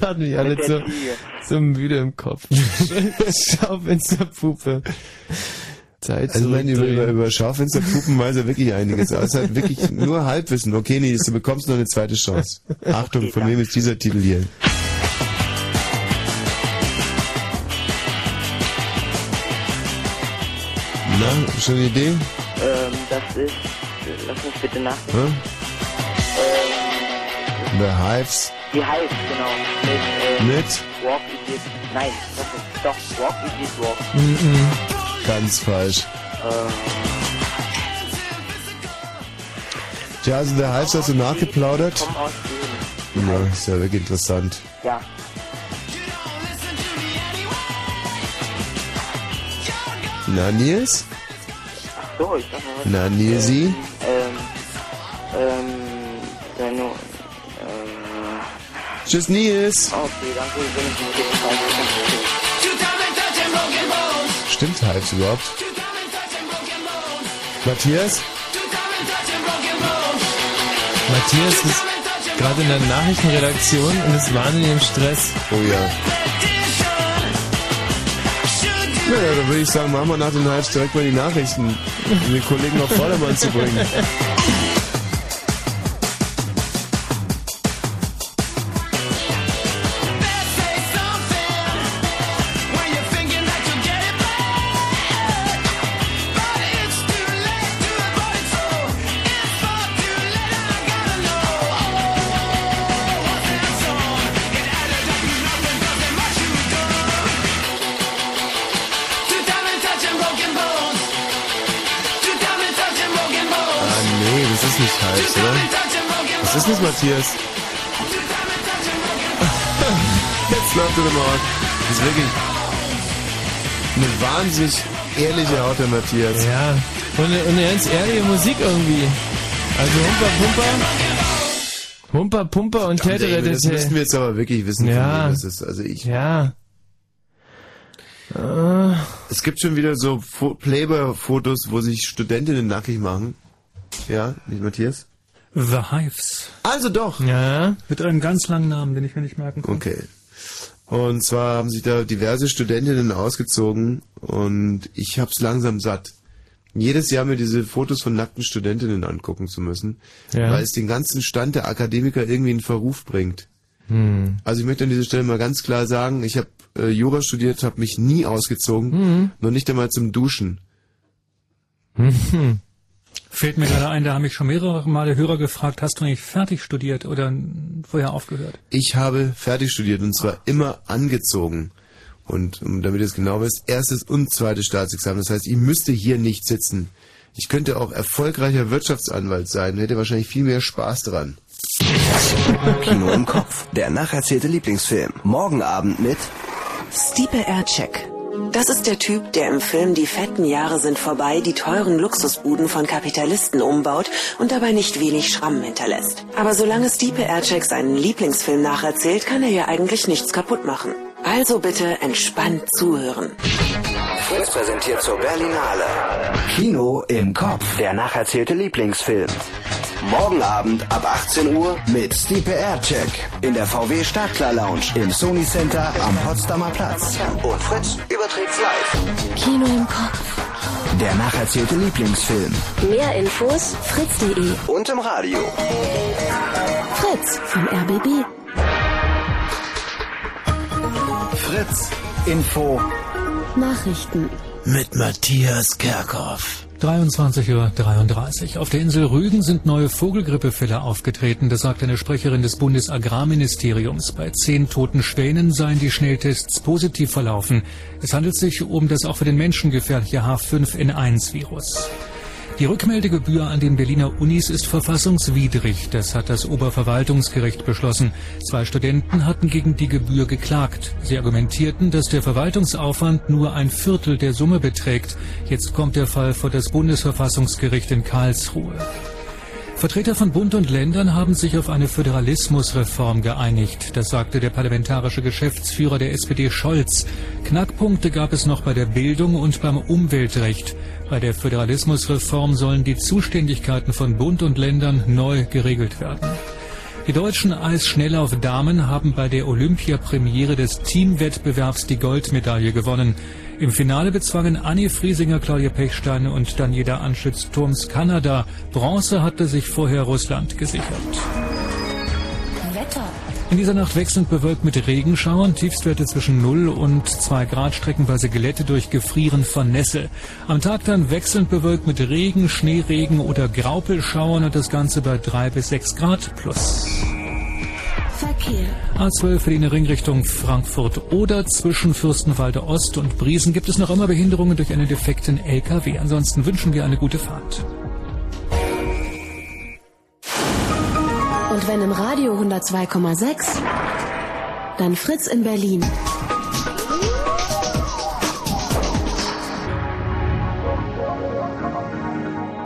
Speaker 1: Machen mich alle
Speaker 23: Mit der
Speaker 1: so,
Speaker 23: Ziege.
Speaker 1: so müde im Kopf. Schaufensterpuppe. Zeit
Speaker 4: Also ich meine, über,
Speaker 1: zurückdrehen.
Speaker 4: über, über Schaufensterpuppen weiß er wirklich einiges. Aber es hat wirklich nur Halbwissen. Okay, Nils, du bekommst noch eine zweite Chance. Achtung, von wem ist dieser Titel hier? Na, schon eine Idee?
Speaker 23: Ähm, das ist... Lass mich bitte nachdenken.
Speaker 4: Hm? The Hives
Speaker 23: Die Hive, genau. Mit, äh,
Speaker 4: mit...
Speaker 23: Walk Idiot... Nein, das ist doch Walk Idiot Walk.
Speaker 4: Hm. Ganz falsch.
Speaker 23: Äh,
Speaker 4: Tja, also The Hives hast du nachgeplaudert?
Speaker 23: komm aus Süden.
Speaker 4: Ja, ist ja wirklich interessant.
Speaker 23: Ja.
Speaker 4: Na, Nils?
Speaker 23: Ach so, ich dachte mal was.
Speaker 4: Na, Nilsi?
Speaker 23: Ähm, ähm, wenn du, ähm,
Speaker 4: Tschüss, Nils!
Speaker 23: okay, danke, wenn ich mich jetzt schreibe.
Speaker 4: Stimmt Hives überhaupt? Matthias?
Speaker 1: Matthias ist gerade in der Nachrichtenredaktion und ist wahnsinnig im Stress.
Speaker 4: Oh ja. Naja, dann würde ich sagen, machen wir nach den Hives direkt mal die Nachrichten, um den Kollegen auf Vordermann zu bringen.
Speaker 12: Oh,
Speaker 4: Ah,
Speaker 12: Broken bones. Two diamond touching broken bones.
Speaker 4: Matthias, oder? Was ist das, Matthias? Jetzt läuft er nochmal. Das ist wirklich eine wahnsinnig ehrliche Haut, der Matthias.
Speaker 1: Ja, und eine, und eine ganz ehrliche Musik irgendwie. Also Humper Pumper. Humper Pumper und
Speaker 4: Verdammt,
Speaker 1: Täter
Speaker 4: ey, Das müssten wir jetzt aber wirklich wissen, von
Speaker 1: Ja.
Speaker 4: wem das ist. Also ich.
Speaker 1: Ja.
Speaker 4: Es gibt schon wieder so Fo- Playboy-Fotos, wo sich Studentinnen nackig machen. Ja, nicht Matthias?
Speaker 11: The Hives.
Speaker 4: Also doch.
Speaker 1: Ja.
Speaker 11: Mit einem ganz langen Namen, den ich mir nicht merken kann.
Speaker 4: Okay. Und zwar haben sich da diverse Studentinnen ausgezogen und ich hab's langsam satt. Jedes Jahr mir diese Fotos von nackten Studentinnen angucken zu müssen,
Speaker 1: Ja.
Speaker 4: weil es den ganzen Stand der Akademiker irgendwie in Verruf bringt.
Speaker 1: Hm.
Speaker 4: Also ich möchte an dieser Stelle mal ganz klar sagen, ich habe äh, Jura studiert, habe mich nie ausgezogen, noch nicht einmal zum Duschen.
Speaker 11: Fällt mir gerade ein, da haben mich schon mehrere Male Hörer gefragt, hast du nicht fertig studiert oder vorher aufgehört?
Speaker 4: Ich habe fertig studiert und zwar immer angezogen. Und um, damit ihr es genau wisst, erstes und zweites Staatsexamen. Das heißt, ich müsste hier nicht sitzen. Ich könnte auch erfolgreicher Wirtschaftsanwalt sein, hätte wahrscheinlich viel mehr Spaß dran.
Speaker 14: Kino im Kopf. Der nacherzählte Lieblingsfilm. Morgen Abend mit
Speaker 3: Stipe Ercek. Das ist der Typ, der im Film Die fetten Jahre sind vorbei die teuren Luxusbuden von Kapitalisten umbaut und dabei nicht wenig Schrammen hinterlässt. Aber solange Stipe Ercek seinen Lieblingsfilm nacherzählt, kann er ja eigentlich nichts kaputt machen. Also bitte entspannt zuhören.
Speaker 14: Fritz präsentiert zur Berlinale. Kino im Kopf. Der nacherzählte Lieblingsfilm. Morgen Abend ab 18 Uhr mit Stipe Aircheck in der VW Startklar Lounge im Sony Center am Potsdamer Platz. Und Fritz überträgt's live.
Speaker 15: Kino im Kopf.
Speaker 14: Der nacherzählte Lieblingsfilm
Speaker 15: Mehr Infos fritz.de.
Speaker 14: und im Radio.
Speaker 15: Fritz vom RBB.
Speaker 14: Fritz Info
Speaker 15: Nachrichten.
Speaker 11: Mit Matthias Kerkhoff. 23.33 Uhr. Auf der Insel Rügen sind neue Vogelgrippefälle aufgetreten. Das sagt eine Sprecherin des Bundesagrarministeriums. Bei zehn toten Schwänen seien die Schnelltests positiv verlaufen. Es handelt sich um das auch für den Menschen gefährliche H5N1-Virus. Die Rückmeldegebühr an den Berliner Unis ist verfassungswidrig. Das hat das Oberverwaltungsgericht beschlossen. Zwei Studenten hatten gegen die Gebühr geklagt. Sie argumentierten, dass der Verwaltungsaufwand nur ein Viertel der Summe beträgt. Jetzt kommt der Fall vor das Bundesverfassungsgericht in Karlsruhe. Vertreter von Bund und Ländern haben sich auf eine Föderalismusreform geeinigt. Das sagte der parlamentarische Geschäftsführer der SPD Scholz. Knackpunkte gab es noch bei der Bildung und beim Umweltrecht. Bei der Föderalismusreform sollen die Zuständigkeiten von Bund und Ländern neu geregelt werden. Die deutschen Eisschnelllauf-Damen haben bei der Olympiapremiere des Teamwettbewerbs die Goldmedaille gewonnen. Im Finale bezwangen Anni Friesinger, Claudia Pechstein und Daniela Anschütz-Turms Kanada. Bronze hatte sich vorher Russland gesichert.
Speaker 15: Wetter.
Speaker 11: In dieser Nacht wechselnd bewölkt mit Regenschauern, Tiefstwerte zwischen 0 und 2 Grad, streckenweise Glätte durch Gefrieren von Nässe. Am Tag dann wechselnd bewölkt mit Regen, Schneeregen oder Graupelschauern und das Ganze bei 3 bis 6 Grad plus.
Speaker 15: Verkehr.
Speaker 11: A12 für die Ringrichtung Frankfurt oder zwischen Fürstenwalde Ost und Briesen gibt es noch immer Behinderungen durch einen defekten LKW. Ansonsten wünschen wir eine gute Fahrt.
Speaker 15: Und wenn im Radio 102,6, dann Fritz in Berlin.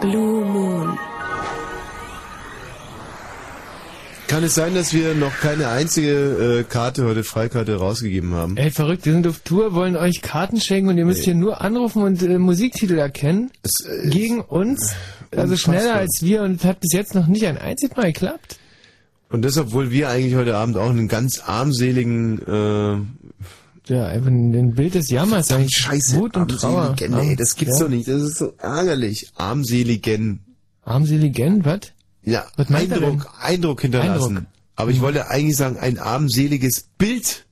Speaker 15: Blue Moon.
Speaker 4: Kann es sein, dass wir noch keine einzige äh, Karte heute, Freikarte, rausgegeben haben?
Speaker 14: Äh.
Speaker 1: Ey, verrückt, wir sind auf Tour, wollen euch Karten schenken und ihr müsst
Speaker 4: Nee.
Speaker 1: hier
Speaker 4: äh,
Speaker 1: nur anrufen und äh, Musiktitel erkennen. gegen uns. Also
Speaker 4: unfassbar.
Speaker 1: schneller als wir und hat bis jetzt noch nicht ein einziges Mal geklappt.
Speaker 4: Und deshalb, obwohl wir eigentlich heute Abend auch einen ganz armseligen... Äh,
Speaker 1: ja, einfach ein Bild des Jammers.
Speaker 4: Scheiße,
Speaker 1: Wut und Trauer.
Speaker 4: armseligen, ey, das gibt's doch nicht, das ist so ärgerlich. Armseligen.
Speaker 1: Armseligen, was?
Speaker 4: Ja,
Speaker 1: Was meint er
Speaker 4: Eindruck, Eindruck hinterlassen.
Speaker 1: Eindruck. Mhm.
Speaker 4: Aber ich wollte eigentlich sagen, ein armseliges Bild.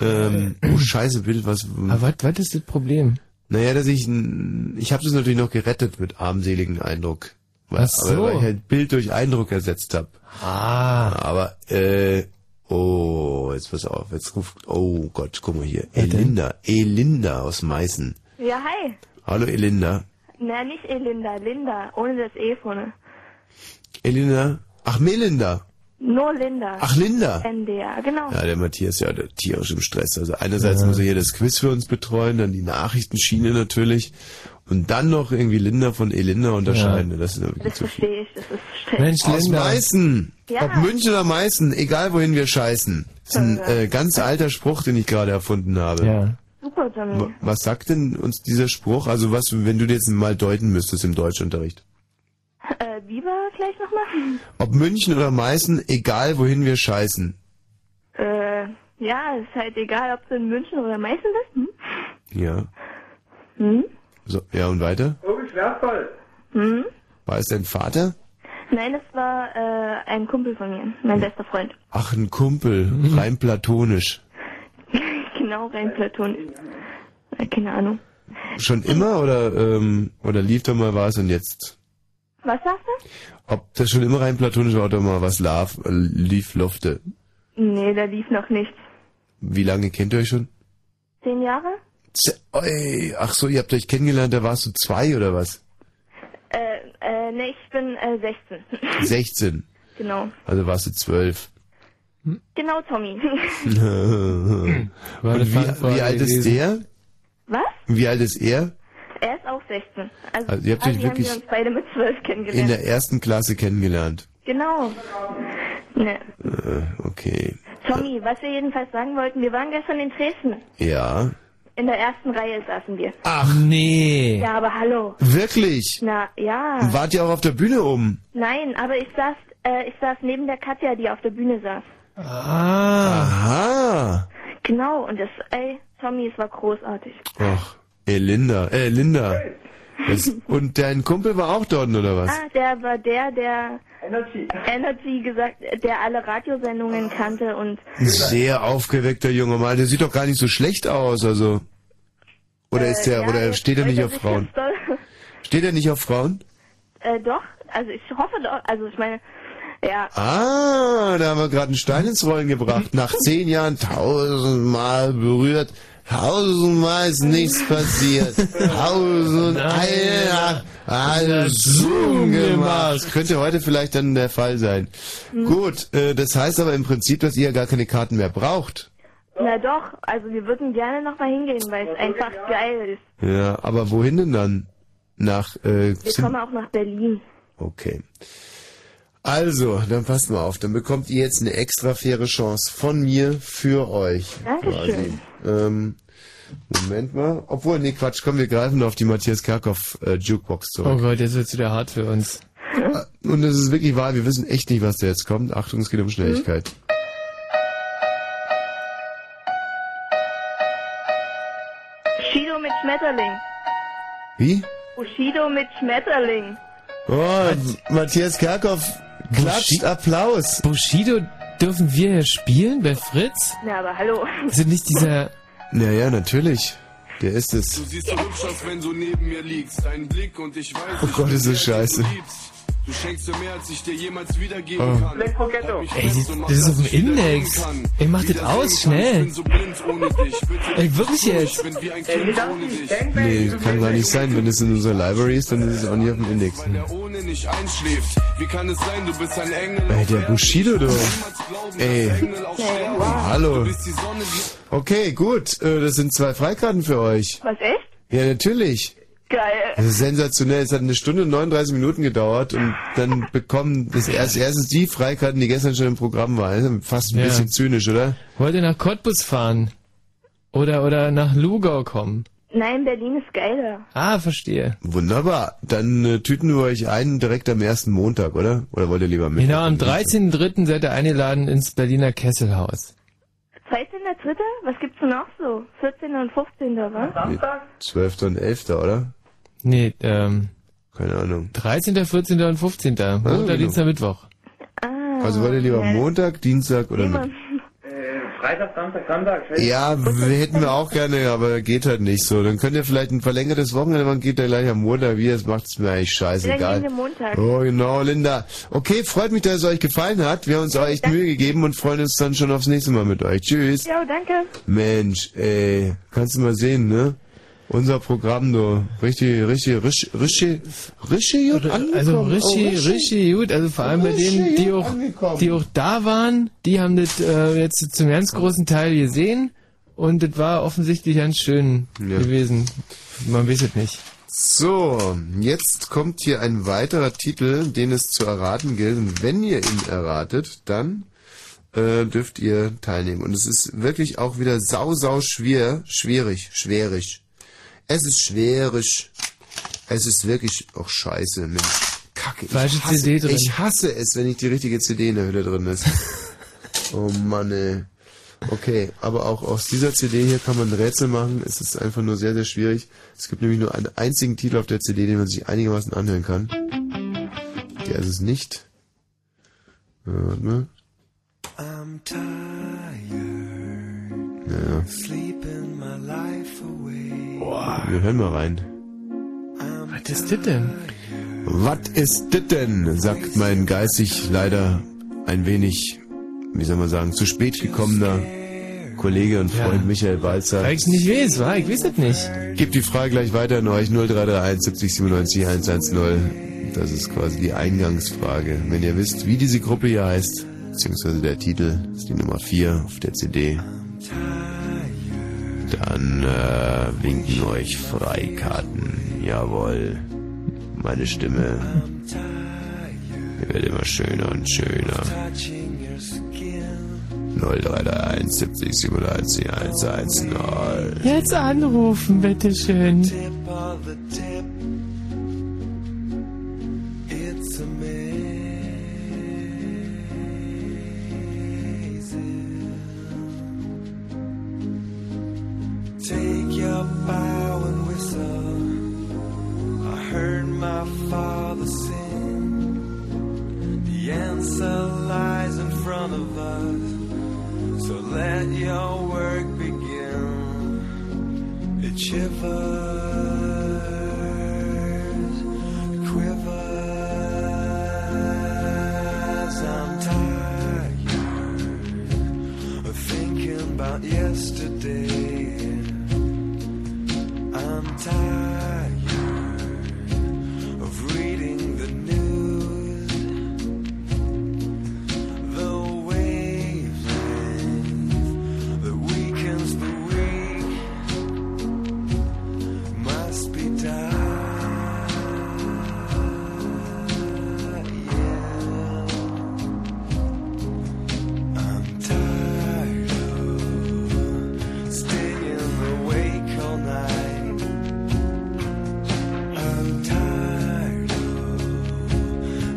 Speaker 4: Ähm, oh, scheiße Bild, was...
Speaker 1: Äh. Aber was, was ist das Problem?
Speaker 4: Naja, dass ich... n- Ich habe das natürlich noch gerettet mit armseligen Eindruck. Weil,
Speaker 1: Ach so.
Speaker 4: aber, weil ich halt Bild durch Eindruck ersetzt habe.
Speaker 1: Ah.
Speaker 4: Aber, äh... Oh, jetzt pass auf, jetzt ruft... Oh Gott, guck mal hier.
Speaker 1: denn?
Speaker 4: Elinda, Elinda aus Meißen.
Speaker 24: Ja, hi. eh
Speaker 4: Hallo Elinda.
Speaker 24: Na, nicht Elinda, Linda, ohne das E vorne.
Speaker 4: Elena, ach Melinda.
Speaker 24: Nur Linda.
Speaker 4: Ach, Linda.
Speaker 24: NDR, genau.
Speaker 4: Ja, der Matthias ist ja der tierisch im Stress. Also einerseits muss er hier das Quiz für uns betreuen, dann die Nachrichtenschiene natürlich und dann noch irgendwie Linda von Elinda unterscheiden. Das ist ja wirklich
Speaker 24: Das
Speaker 4: zu
Speaker 24: verstehe ich, das ist stressig.
Speaker 4: Mensch, Aus Meißen.
Speaker 24: Ja.
Speaker 4: Ob München oder Meißen, egal wohin wir scheißen. Das ist ein äh, ganz alter Spruch, den ich gerade erfunden habe.
Speaker 24: Super,
Speaker 4: Wa-
Speaker 24: Tommy.
Speaker 4: Was sagt denn uns dieser Spruch? Also was, wenn du den jetzt mal deuten müsstest im Deutschunterricht?
Speaker 24: Äh, Biber vielleicht nochmal?
Speaker 4: Ob München oder Meißen, egal wohin wir scheißen.
Speaker 24: Äh, ja, ist halt egal, ob du in München oder Meißen bist. Hm?
Speaker 4: Ja.
Speaker 24: Hm?
Speaker 4: So, ja und weiter?
Speaker 24: Oh, schwervoll. Hm?
Speaker 4: War es dein Vater?
Speaker 24: Nein, das war äh, ein Kumpel von mir,
Speaker 4: Hm.
Speaker 24: mein bester Freund.
Speaker 4: Ach, ein Kumpel,
Speaker 1: Mhm.
Speaker 4: rein platonisch.
Speaker 24: genau, rein platonisch. Äh, keine Ahnung.
Speaker 4: Schon immer oder ähm, oder lief da mal was und jetzt?
Speaker 24: Was sagst du?
Speaker 4: Ob das schon immer rein platonisch war oder mal was laf, lief, lofte?
Speaker 24: Nee, da lief noch nichts.
Speaker 4: Wie lange kennt ihr euch schon?
Speaker 24: Zehn Jahre?
Speaker 4: Z Oi, ach so, ihr habt euch kennengelernt, da warst du zwei oder was?
Speaker 24: Äh, äh, nee, ich bin äh, 16.
Speaker 4: 16,
Speaker 24: genau.
Speaker 4: also warst du zwölf.
Speaker 24: Genau, Tommy.
Speaker 4: und wie,
Speaker 1: Fangfrage
Speaker 4: wie alt ist
Speaker 1: gewesen?
Speaker 4: der?
Speaker 24: Was?
Speaker 4: Wie alt ist er?
Speaker 24: Er ist auch 16. Also,
Speaker 4: Also ihr habt euch
Speaker 24: quasi
Speaker 4: wirklich
Speaker 24: haben wir uns beide mit 12
Speaker 4: In
Speaker 24: kennengelernt.
Speaker 4: der ersten Klasse kennengelernt.
Speaker 24: genau. Ne.
Speaker 4: Äh, okay.
Speaker 24: Tommy, was wir jedenfalls sagen wollten, wir waren gestern in Dresden.
Speaker 4: Ja.
Speaker 24: In der ersten Reihe saßen wir.
Speaker 4: Ach nee.
Speaker 24: Ja, aber hallo.
Speaker 4: Wirklich?
Speaker 24: Na, ja.
Speaker 4: Und Wart ihr auch auf der Bühne oben?
Speaker 24: Nein, aber ich saß, äh, ich saß neben der Katja, die auf der Bühne saß.
Speaker 4: Ah. Aha.
Speaker 24: Genau, und das, ey, Tommy, es war großartig.
Speaker 4: Ach, Elinda, äh, Linda. Das, und dein Kumpel war auch dort, oder was?
Speaker 24: Ah, der war der, der Energy, gesagt, der alle Radiosendungen kannte und
Speaker 4: Ein sehr aufgeweckter junge Mann. Der sieht doch gar nicht so schlecht aus, also. Oder ist der, oder steht er nicht auf Frauen? Steht er nicht auf Frauen?
Speaker 24: äh, doch, also ich hoffe doch, also ich meine, ja,
Speaker 4: Ah, da haben wir gerade einen Stein ins Rollen gebracht. Nach zehn Jahren tausendmal berührt. Tausendmal ist nichts passiert. Tausend eine Nacht alles Zoom gemacht. Könnte heute vielleicht dann der Fall sein. Gut, äh, das heißt aber im Prinzip, dass ihr gar keine Karten mehr braucht.
Speaker 24: na doch, also wir würden gerne nochmal hingehen, weil es einfach geil ist.
Speaker 4: Ja, aber wohin denn dann? Nach äh,
Speaker 24: Wir
Speaker 4: Zim-
Speaker 24: kommen auch nach Berlin.
Speaker 4: Okay. Also, dann passt mal auf. Dann bekommt ihr jetzt eine extra faire Chance von mir für euch.
Speaker 24: Dankeschön.
Speaker 4: quasi. Ähm, Moment mal. Obwohl, nee, Quatsch. Komm, wir greifen auf die Matthias Karkow äh, Jukebox
Speaker 1: Oh
Speaker 4: zurück.
Speaker 1: Gott, jetzt wird's wieder hart für uns.
Speaker 4: Und es ist wirklich wahr. Wir wissen echt nicht, was da jetzt kommt. Achtung, es geht um Schnelligkeit.
Speaker 24: Bushido mit Schmetterling.
Speaker 4: Wie?
Speaker 24: Bushido mit Schmetterling.
Speaker 4: Oh, Matthias Kerkhoff
Speaker 1: klatscht
Speaker 4: Applaus.
Speaker 1: Bushido dürfen wir hier spielen bei Fritz?
Speaker 24: Na, aber hallo.
Speaker 1: Sind nicht dieser...
Speaker 4: Naja, natürlich. Der ist es.
Speaker 12: Du siehst so hübsch aus, wenn du neben mir liegst. Dein Blick und ich weiß,
Speaker 4: Oh
Speaker 12: ich
Speaker 4: Gott,
Speaker 12: bin
Speaker 4: ist das
Speaker 12: der, den
Speaker 4: scheiße.
Speaker 12: Du, liebst. du schenkst mir mehr, als ich dir jemals wiedergeben
Speaker 1: Oh.
Speaker 12: kann. Halt mich
Speaker 1: Ey,
Speaker 12: fest
Speaker 1: das-
Speaker 12: und mach,
Speaker 1: das ist
Speaker 12: dass
Speaker 1: auf dem
Speaker 12: ich wieder
Speaker 1: Index.
Speaker 12: leben kann.
Speaker 1: Ey, mach das
Speaker 12: Wieder
Speaker 1: aus,
Speaker 12: sehen kann, ich
Speaker 1: schnell.
Speaker 12: bin so blind ohne dich. Bitte
Speaker 1: Ey, wirklich
Speaker 12: nicht,
Speaker 1: jetzt.
Speaker 12: Ich bin wie ein Kind ohne dich.
Speaker 4: Nee, kann gar nicht sein. Wenn es in unserer Library ist, dann ist es auch nicht auf dem Index.
Speaker 12: Der ohne nicht einschläft. Wie kann es sein, du bist ein Engel?
Speaker 4: Ey, der Bushido, du. Ey. Hallo. Okay, gut. Äh, Das sind zwei Freikarten für euch.
Speaker 24: Was, echt? Äh,
Speaker 4: Ja, natürlich.
Speaker 24: Geil.
Speaker 4: Das ist sensationell. Es hat eine Stunde und 39 Minuten gedauert und dann bekommen das erst, erstens die Freikarten, die gestern schon im Programm waren. Fast ein
Speaker 1: Ja.
Speaker 4: bisschen zynisch, oder?
Speaker 1: Wollt ihr nach Cottbus fahren? Oder, oder nach Lugau kommen?
Speaker 24: Nein, Berlin ist geiler.
Speaker 1: Ah, verstehe.
Speaker 4: Wunderbar. Dann äh, tüten wir euch ein direkt am ersten Montag, oder? Oder wollt ihr lieber mit?
Speaker 1: Genau, am 13.03. seid ihr eingeladen ins Berliner Kesselhaus.
Speaker 24: 13.3.? Was gibt's denn noch so? 14. und 15. was? Samstag?
Speaker 4: 12. und 11., oder?
Speaker 1: Nee, ähm...
Speaker 4: Keine Ahnung.
Speaker 1: 13., 14. und 15. Montag,
Speaker 4: genau.
Speaker 1: Dienstag, Mittwoch. Ah,
Speaker 4: Also wollt ihr lieber Montag, Dienstag oder Mittwoch?
Speaker 16: Äh,
Speaker 7: Freitag, Samstag, Sonntag.
Speaker 4: Ja, w- hätten wir auch gerne, aber geht halt nicht so. Dann könnt ihr vielleicht ein verlängertes Wochenende machen, geht dann gleich am Montag wieder, das macht es mir eigentlich
Speaker 24: Dann
Speaker 4: scheißegal.
Speaker 24: gehen wir Montag.
Speaker 4: Oh, genau, Linda. Okay, freut mich, dass es euch gefallen hat. Wir haben uns auch echt Mühe gegeben und freuen uns dann schon aufs nächste Mal mit euch. Tschüss.
Speaker 24: Ja, danke.
Speaker 4: Mensch, ey, kannst du mal sehen, ne? Unser Programm, du. Richtig, richtig, richtig, richtig, richtig gut angekommen.
Speaker 1: Also
Speaker 4: Oh,
Speaker 1: richtig, richtig gut. Also vor allem bei denen, die auch, die auch da waren, die haben das äh, jetzt zum ganz großen Teil gesehen und das war offensichtlich ganz schön gewesen. Man weiß es nicht.
Speaker 4: So, jetzt kommt hier ein weiterer Titel, den es zu erraten gilt. Und wenn ihr ihn erratet, dann äh, dürft ihr teilnehmen. Und es ist wirklich auch wieder sau, sau schwer, schwierig, schwierig. Es ist schwierig. Es ist wirklich auch scheiße, Mensch. Kacke.
Speaker 1: Falsche
Speaker 4: ich hasse,
Speaker 1: CD drin.
Speaker 4: Ich hasse es, wenn nicht die richtige CD in der Hülle drin ist. oh Mann, ey. Okay, aber auch aus dieser CD hier kann man ein Rätsel machen. Es ist einfach nur sehr, sehr schwierig. Es gibt nämlich nur einen einzigen Titel auf der CD, den man sich einigermaßen anhören kann. Der ist es nicht. Ja, warte mal.
Speaker 12: I'm tired,
Speaker 4: Naja.
Speaker 12: sleeping my life away.
Speaker 4: Wir hören mal rein.
Speaker 1: Was ist das denn?
Speaker 4: Was ist das denn? sagt mein geistig leider ein wenig, wie soll man sagen, zu spät gekommener Kollege und Freund Michael Walzer.
Speaker 1: Weil ich nicht weiß, war ich weiß es nicht.
Speaker 4: Gebt die Frage gleich weiter an euch 0331 70 97 110. Das ist quasi die Eingangsfrage. Wenn ihr wisst, wie diese Gruppe hier heißt, beziehungsweise der Titel, ist die Nummer 4 auf der CD, dann äh, winken euch Freikarten. Jawohl. Meine Stimme wird immer schöner und schöner.
Speaker 12: Touching your skin.
Speaker 4: 0331 70 97 110.
Speaker 1: Jetzt anrufen, bitteschön.
Speaker 12: Tip of the tip. It's amazing. Take your bow and whistle. I heard my father sing. The answer lies in front of us. So let your work begin. It shivers, quivers. I'm tired of thinking about yesterday. I'm tired of reading the news. The wavelength that weakens the weak must be done. Yeah. I'm tired of staying awake all night. I'm tired of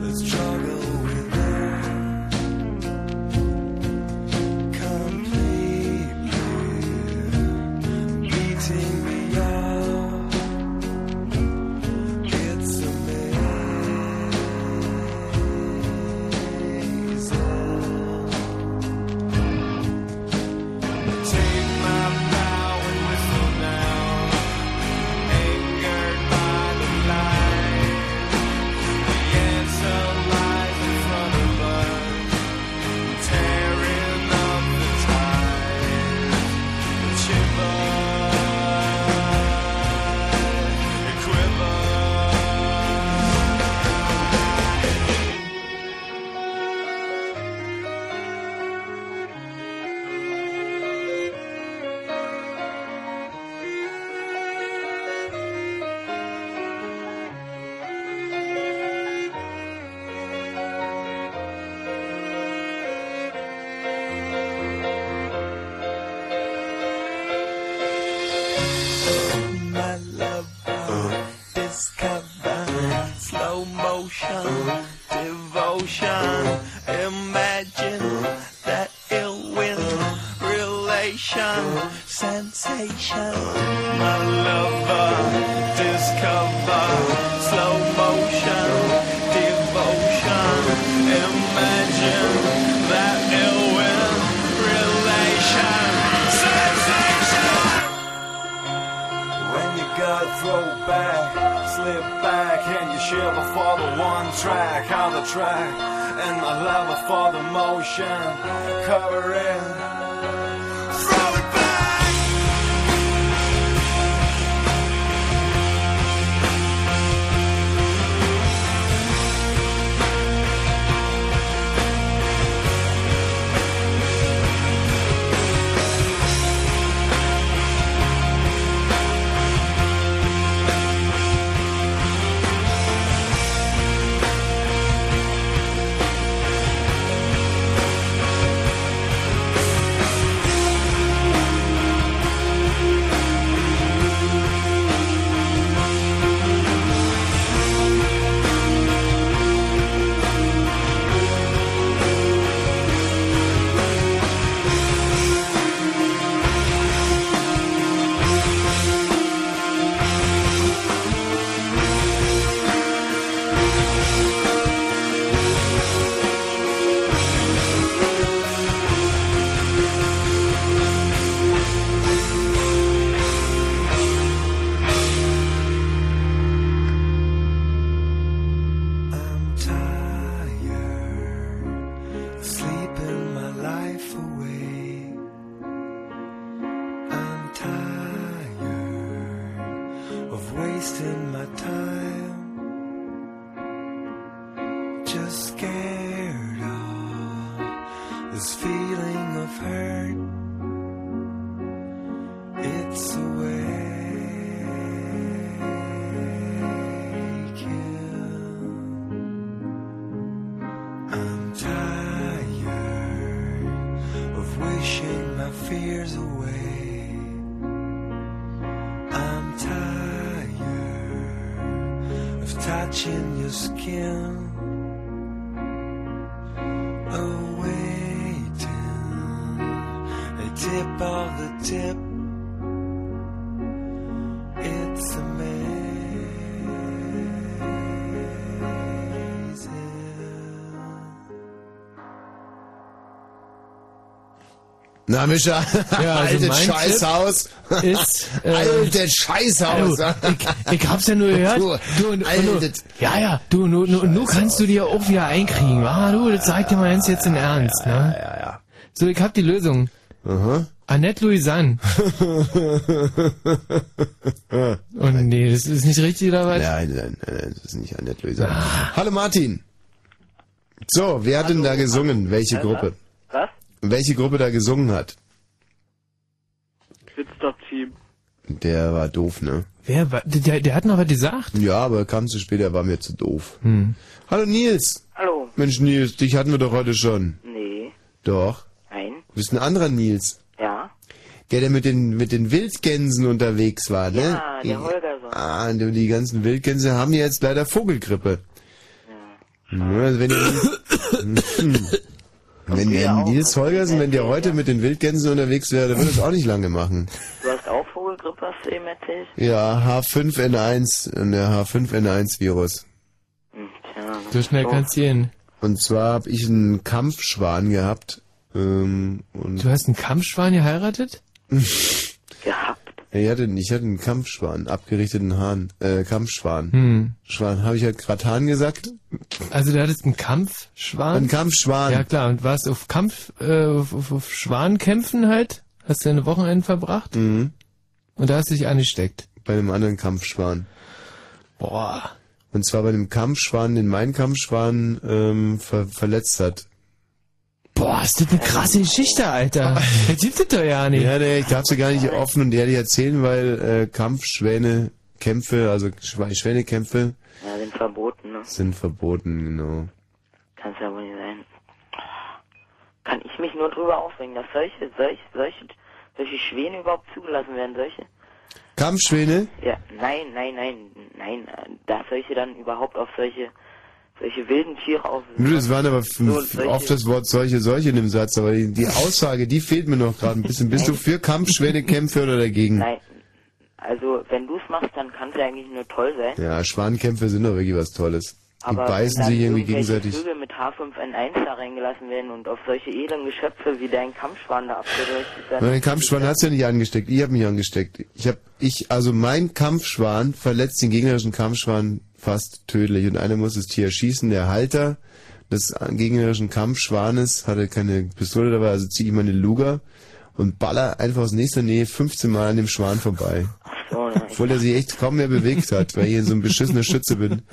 Speaker 12: the struggle with them. Completely beating me up. It's amazing. Take my bow and whistle now, angered by the light. The answer lies in front of us, tearing up the tide. The shivers, it quivers. My love, discover slow motion, devotion. Imagine that ill will, relation, sensation. My lover, discover slow motion, devotion. Imagine that ill will, relation, sensation. When you got throw back, slip back, and you shiver for the one track on the track, and my lover for the motion, cover it. Throw it back. away. I'm tired of wasting my time. Just scared of this feeling of hurt. It's awakened. I'm tired of wishing my fears away. I'm tired of touching your skin. Awaiting a tip of the tip. It's amazing.
Speaker 4: Na, Mischa,
Speaker 1: Ja, also
Speaker 4: altes
Speaker 1: mein
Speaker 4: Scheißhaus.
Speaker 1: Tipp ist, äh,
Speaker 4: altes Scheißhaus.
Speaker 1: Hallo, ich, ich hab's ja nur gehört. Du, und- und, du,
Speaker 4: altes-
Speaker 1: ja, ja, du, nu, nu, nu kannst du die ja auch wieder einkriegen. Ah, du, das sag ich dir mal ganz jetzt in Ernst, ne? Ja, ja, ja. So, ich hab die Lösung. Annette Louisanne. und nee, das ist nicht richtig oder was? Ah.
Speaker 4: Nein, nein, nein, nein, das ist nicht Annette Luisa. Hallo Martin. So, wer hat denn da gesungen? Welche
Speaker 8: Hallo.
Speaker 4: Gruppe?
Speaker 8: Was?
Speaker 4: Welche Gruppe da gesungen hat?
Speaker 8: Pitstop Team.
Speaker 4: Der war doof, ne?
Speaker 1: Wer, wa- der, der hat noch was gesagt?
Speaker 4: Ja, aber kam zu spät, er war mir zu doof.
Speaker 1: Hm.
Speaker 4: Hallo Nils.
Speaker 23: Hallo.
Speaker 4: Mensch Nils, dich hatten wir doch heute schon.
Speaker 23: Nee,
Speaker 4: Doch.
Speaker 23: nein,
Speaker 4: Du bist ein anderer Nils.
Speaker 23: ja.
Speaker 4: Der, der mit den, mit den Wildgänsen unterwegs war, ne?
Speaker 23: Ja, der Holgerson.
Speaker 4: Ah, und die ganzen Wildgänse haben ja jetzt leider Vogelgrippe. Ja. Also wenn ihr, wenn der Nils Holgersen, wenn der heute mit den Wildgänsen unterwegs wäre, dann würde es auch nicht lange machen.
Speaker 23: Du hast auch Vogelgrippe, hast du eben erzählt?
Speaker 4: Ja, H5N1, äh, der H5N1-Virus.
Speaker 23: Tja.
Speaker 1: So schnell kannst du hin.
Speaker 4: Und zwar habe ich einen Kampfschwan gehabt. Ähm, und
Speaker 1: Du hast einen Kampfschwan geheiratet?
Speaker 4: Ich hatte, ich hatte einen Kampfschwan, abgerichteten Hahn, äh, Kampfschwan.
Speaker 1: Hm.
Speaker 4: Schwan, habe ich halt gerade Hahn gesagt?
Speaker 1: Also du hattest einen Kampfschwan?
Speaker 4: Einen Kampfschwan.
Speaker 1: Ja klar, und warst auf Kampf, äh, auf, auf, auf Schwankämpfen halt? Hast du deine Wochenenden verbracht?
Speaker 4: Mhm.
Speaker 1: Und da hast du dich angesteckt?
Speaker 4: Bei einem anderen Kampfschwan.
Speaker 1: Boah.
Speaker 4: Und zwar bei dem Kampfschwan, den mein Kampfschwan ähm, ver verletzt hat.
Speaker 1: Boah, ist das eine krasse Geschichte, Alter. Das gibt es doch ja nicht.
Speaker 4: Ja, nee, ich darf sie gar nicht offen und ehrlich erzählen, weil äh, Kampfschwäne, Kämpfe, also Schw- Schwänekämpfe
Speaker 23: Ja, sind verboten, ne?
Speaker 4: sind verboten, genau.
Speaker 23: Kann's ja wohl nicht sein. Kann ich mich nur drüber aufregen, dass solche, solche, solche, solche Schwäne überhaupt zugelassen werden, solche?
Speaker 4: Kampfschwäne?
Speaker 23: Ja, nein, nein, nein, nein, äh, dass solche dann überhaupt auf solche, solche wilden Tiere auf...
Speaker 4: Nö, das waren aber
Speaker 23: So,
Speaker 4: f-
Speaker 23: solche-
Speaker 4: oft das Wort solche, solche in dem Satz, aber die, die Aussage, die fehlt mir noch gerade ein bisschen. Bist du für Kampfschwänekämpfe oder dagegen?
Speaker 23: Nein, also wenn du es machst, dann kann's ja eigentlich nur toll sein.
Speaker 4: Ja, Schwanenkämpfe sind doch wirklich was Tolles. Die
Speaker 23: Aber
Speaker 4: beißen
Speaker 23: wenn
Speaker 4: sich
Speaker 23: dann
Speaker 4: irgendwie
Speaker 23: irgendwelche
Speaker 4: gegenseitig.
Speaker 23: Vögel mit H5N1 da reingelassen werden und auf solche edlen Geschöpfe wie dein Kampfschwan da abgerichtet werden.
Speaker 4: Mein Kampfschwan hat's ja nicht angesteckt. Ich habe mich angesteckt. Ich habe, ich, also mein Kampfschwan verletzt den gegnerischen Kampfschwan fast tödlich und einer muss das Tier erschießen. Der Halter des gegnerischen Kampfschwanes hatte keine Pistole dabei, also ziehe ich meine Luger und baller einfach aus nächster Nähe 15 Mal an dem Schwan vorbei. Obwohl er sich echt kaum mehr bewegt hat, weil ich so ein beschissener Schütze bin.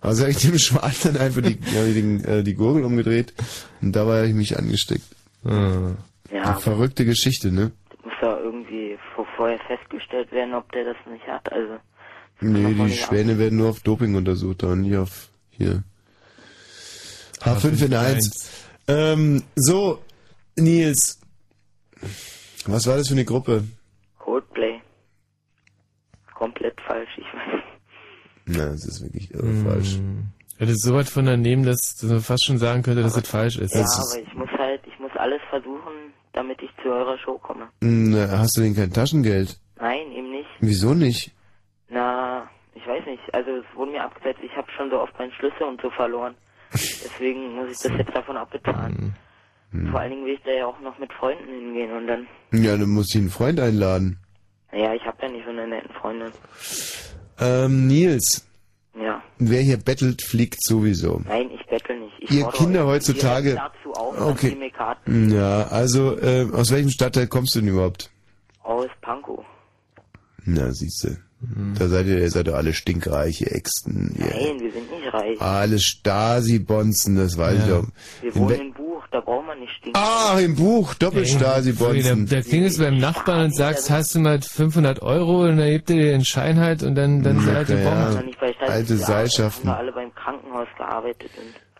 Speaker 4: Also habe ich dem Schwan dann einfach die, hab ich den, äh, die Gurgel umgedreht und dabei habe ich mich angesteckt. Ah.
Speaker 23: Ja.
Speaker 4: Verrückte Geschichte, ne?
Speaker 23: Muss ja irgendwie vor, vorher festgestellt werden, ob der das nicht hat. Also
Speaker 4: Nee,
Speaker 23: man
Speaker 4: die
Speaker 23: nicht
Speaker 4: Schwäne werden nur auf Doping untersucht, aber nicht auf hier. H5N1. Ähm, so, Nils. Was war das für eine Gruppe?
Speaker 23: Coldplay. Komplett falsch, ich weiß. nicht.
Speaker 4: Na, das ist wirklich irre
Speaker 1: Hm.
Speaker 4: falsch.
Speaker 1: Ja, das ist so weit von daneben, dass dass man fast schon sagen könnte, dass das falsch ist.
Speaker 23: Ja, aber ich muss halt, ich muss alles versuchen, damit ich zu eurer Show komme.
Speaker 4: Hm, na, hast du denn kein Taschengeld?
Speaker 23: Nein, eben nicht.
Speaker 4: Wieso nicht?
Speaker 23: Na, ich weiß nicht. Also es wurde mir abgesetzt, ich habe schon so oft meinen Schlüssel und so verloren. Deswegen muss ich das jetzt davon abbezahlen. Vor allen Dingen will ich da ja auch noch mit Freunden hingehen und dann,
Speaker 4: Hm. Ja, dann musst du einen Freund einladen.
Speaker 23: naja, ich habe ja nicht so eine netten Freundin.
Speaker 4: Ähm, Nils.
Speaker 23: Ja.
Speaker 4: Wer hier bettelt, fliegt sowieso.
Speaker 23: Nein, ich bettel nicht. ich
Speaker 4: Ihr
Speaker 23: fordere
Speaker 4: Kinder
Speaker 23: euch
Speaker 4: heutzutage.
Speaker 23: dazu auf, dass ihr
Speaker 4: okay.
Speaker 23: mir Karten
Speaker 4: Ja, also äh, aus welchem Stadtteil kommst du denn überhaupt?
Speaker 23: aus Pankow.
Speaker 4: Na, siehste. Da seid ihr, ihr seid doch alle stinkreiche Äxten. ihr-
Speaker 23: Nein, wir sind nicht reich.
Speaker 4: Alles Stasi-Bonzen, das weiß ich doch.
Speaker 23: Wir
Speaker 4: Also, In
Speaker 23: wohnen
Speaker 4: wel-
Speaker 23: im Buch, da brauchen wir nicht stinken.
Speaker 4: Ah, im Buch,
Speaker 1: Da,
Speaker 4: Doppelstasi-Bonzen.
Speaker 1: da klingelst du beim Nachbarn und sagst, hast du mal 500 Euro und dann hebt er dir den Schein halt und dann, dann
Speaker 4: Na,
Speaker 1: seid ihr
Speaker 4: na ja.
Speaker 1: Bomben.
Speaker 23: Noch nicht bei Stadt-
Speaker 4: Alte
Speaker 23: Ja,
Speaker 4: Seilschaften.
Speaker 23: Haben wir alle beim Krankenhaus gearbeitet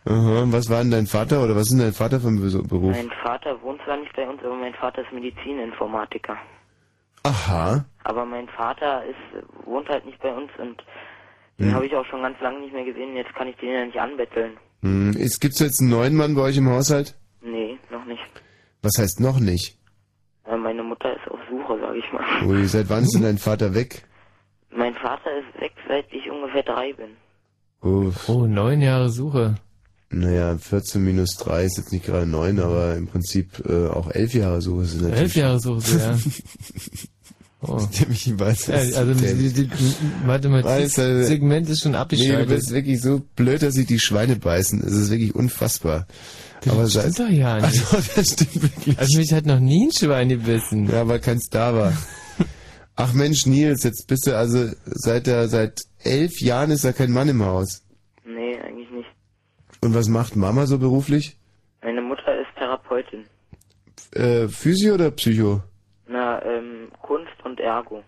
Speaker 23: und
Speaker 4: Aha, was war denn dein Vater oder was ist denn dein Vater für ein Be- Beruf?
Speaker 23: mein Vater wohnt zwar nicht bei uns, aber mein Vater ist Medizininformatiker.
Speaker 4: Aha.
Speaker 23: Aber mein Vater ist, wohnt halt nicht bei uns und den
Speaker 4: Hm.
Speaker 23: habe ich auch schon ganz lange nicht mehr gesehen. Jetzt kann ich den ja nicht anbetteln.
Speaker 4: Hm, es gibt's jetzt einen neuen Mann bei euch im Haushalt?
Speaker 23: Nee, noch nicht.
Speaker 4: Was heißt noch nicht?
Speaker 23: Weil meine Mutter ist auf Suche, sage ich mal.
Speaker 4: Ui, seit wann ist denn dein Vater weg?
Speaker 23: Mein Vater ist weg, seit ich ungefähr drei bin.
Speaker 4: Oh, neun Jahre Suche. Naja, 14 minus 3 ist jetzt nicht gerade neun, aber im Prinzip äh, auch elf Jahre Suche sind natürlich.
Speaker 1: Elf Jahre suchst du, ja.
Speaker 4: Oh. Der mich weiß,
Speaker 1: Ja, also die, die, die Mathematik-Segment ist schon
Speaker 4: äh, Nee, du
Speaker 1: abgeschaltet.
Speaker 4: bist wirklich so blöd, dass sich die Schweine beißen. Es ist wirklich unfassbar.
Speaker 1: Das
Speaker 4: aber
Speaker 1: stimmt
Speaker 4: sei-
Speaker 1: doch ja nicht.
Speaker 4: Also, das stimmt wirklich.
Speaker 1: Also mich hat noch nie ein Schwein gebissen.
Speaker 4: Ja, weil keins da war. Ach Mensch, Nils, jetzt bist du also seit der, seit elf Jahren ist da kein Mann im Haus.
Speaker 23: Nee, eigentlich nicht.
Speaker 4: Und was macht Mama so beruflich?
Speaker 23: Meine Mutter ist Therapeutin.
Speaker 4: Äh, Physio oder Psycho?
Speaker 23: Na, ähm, Kunst und Ergo.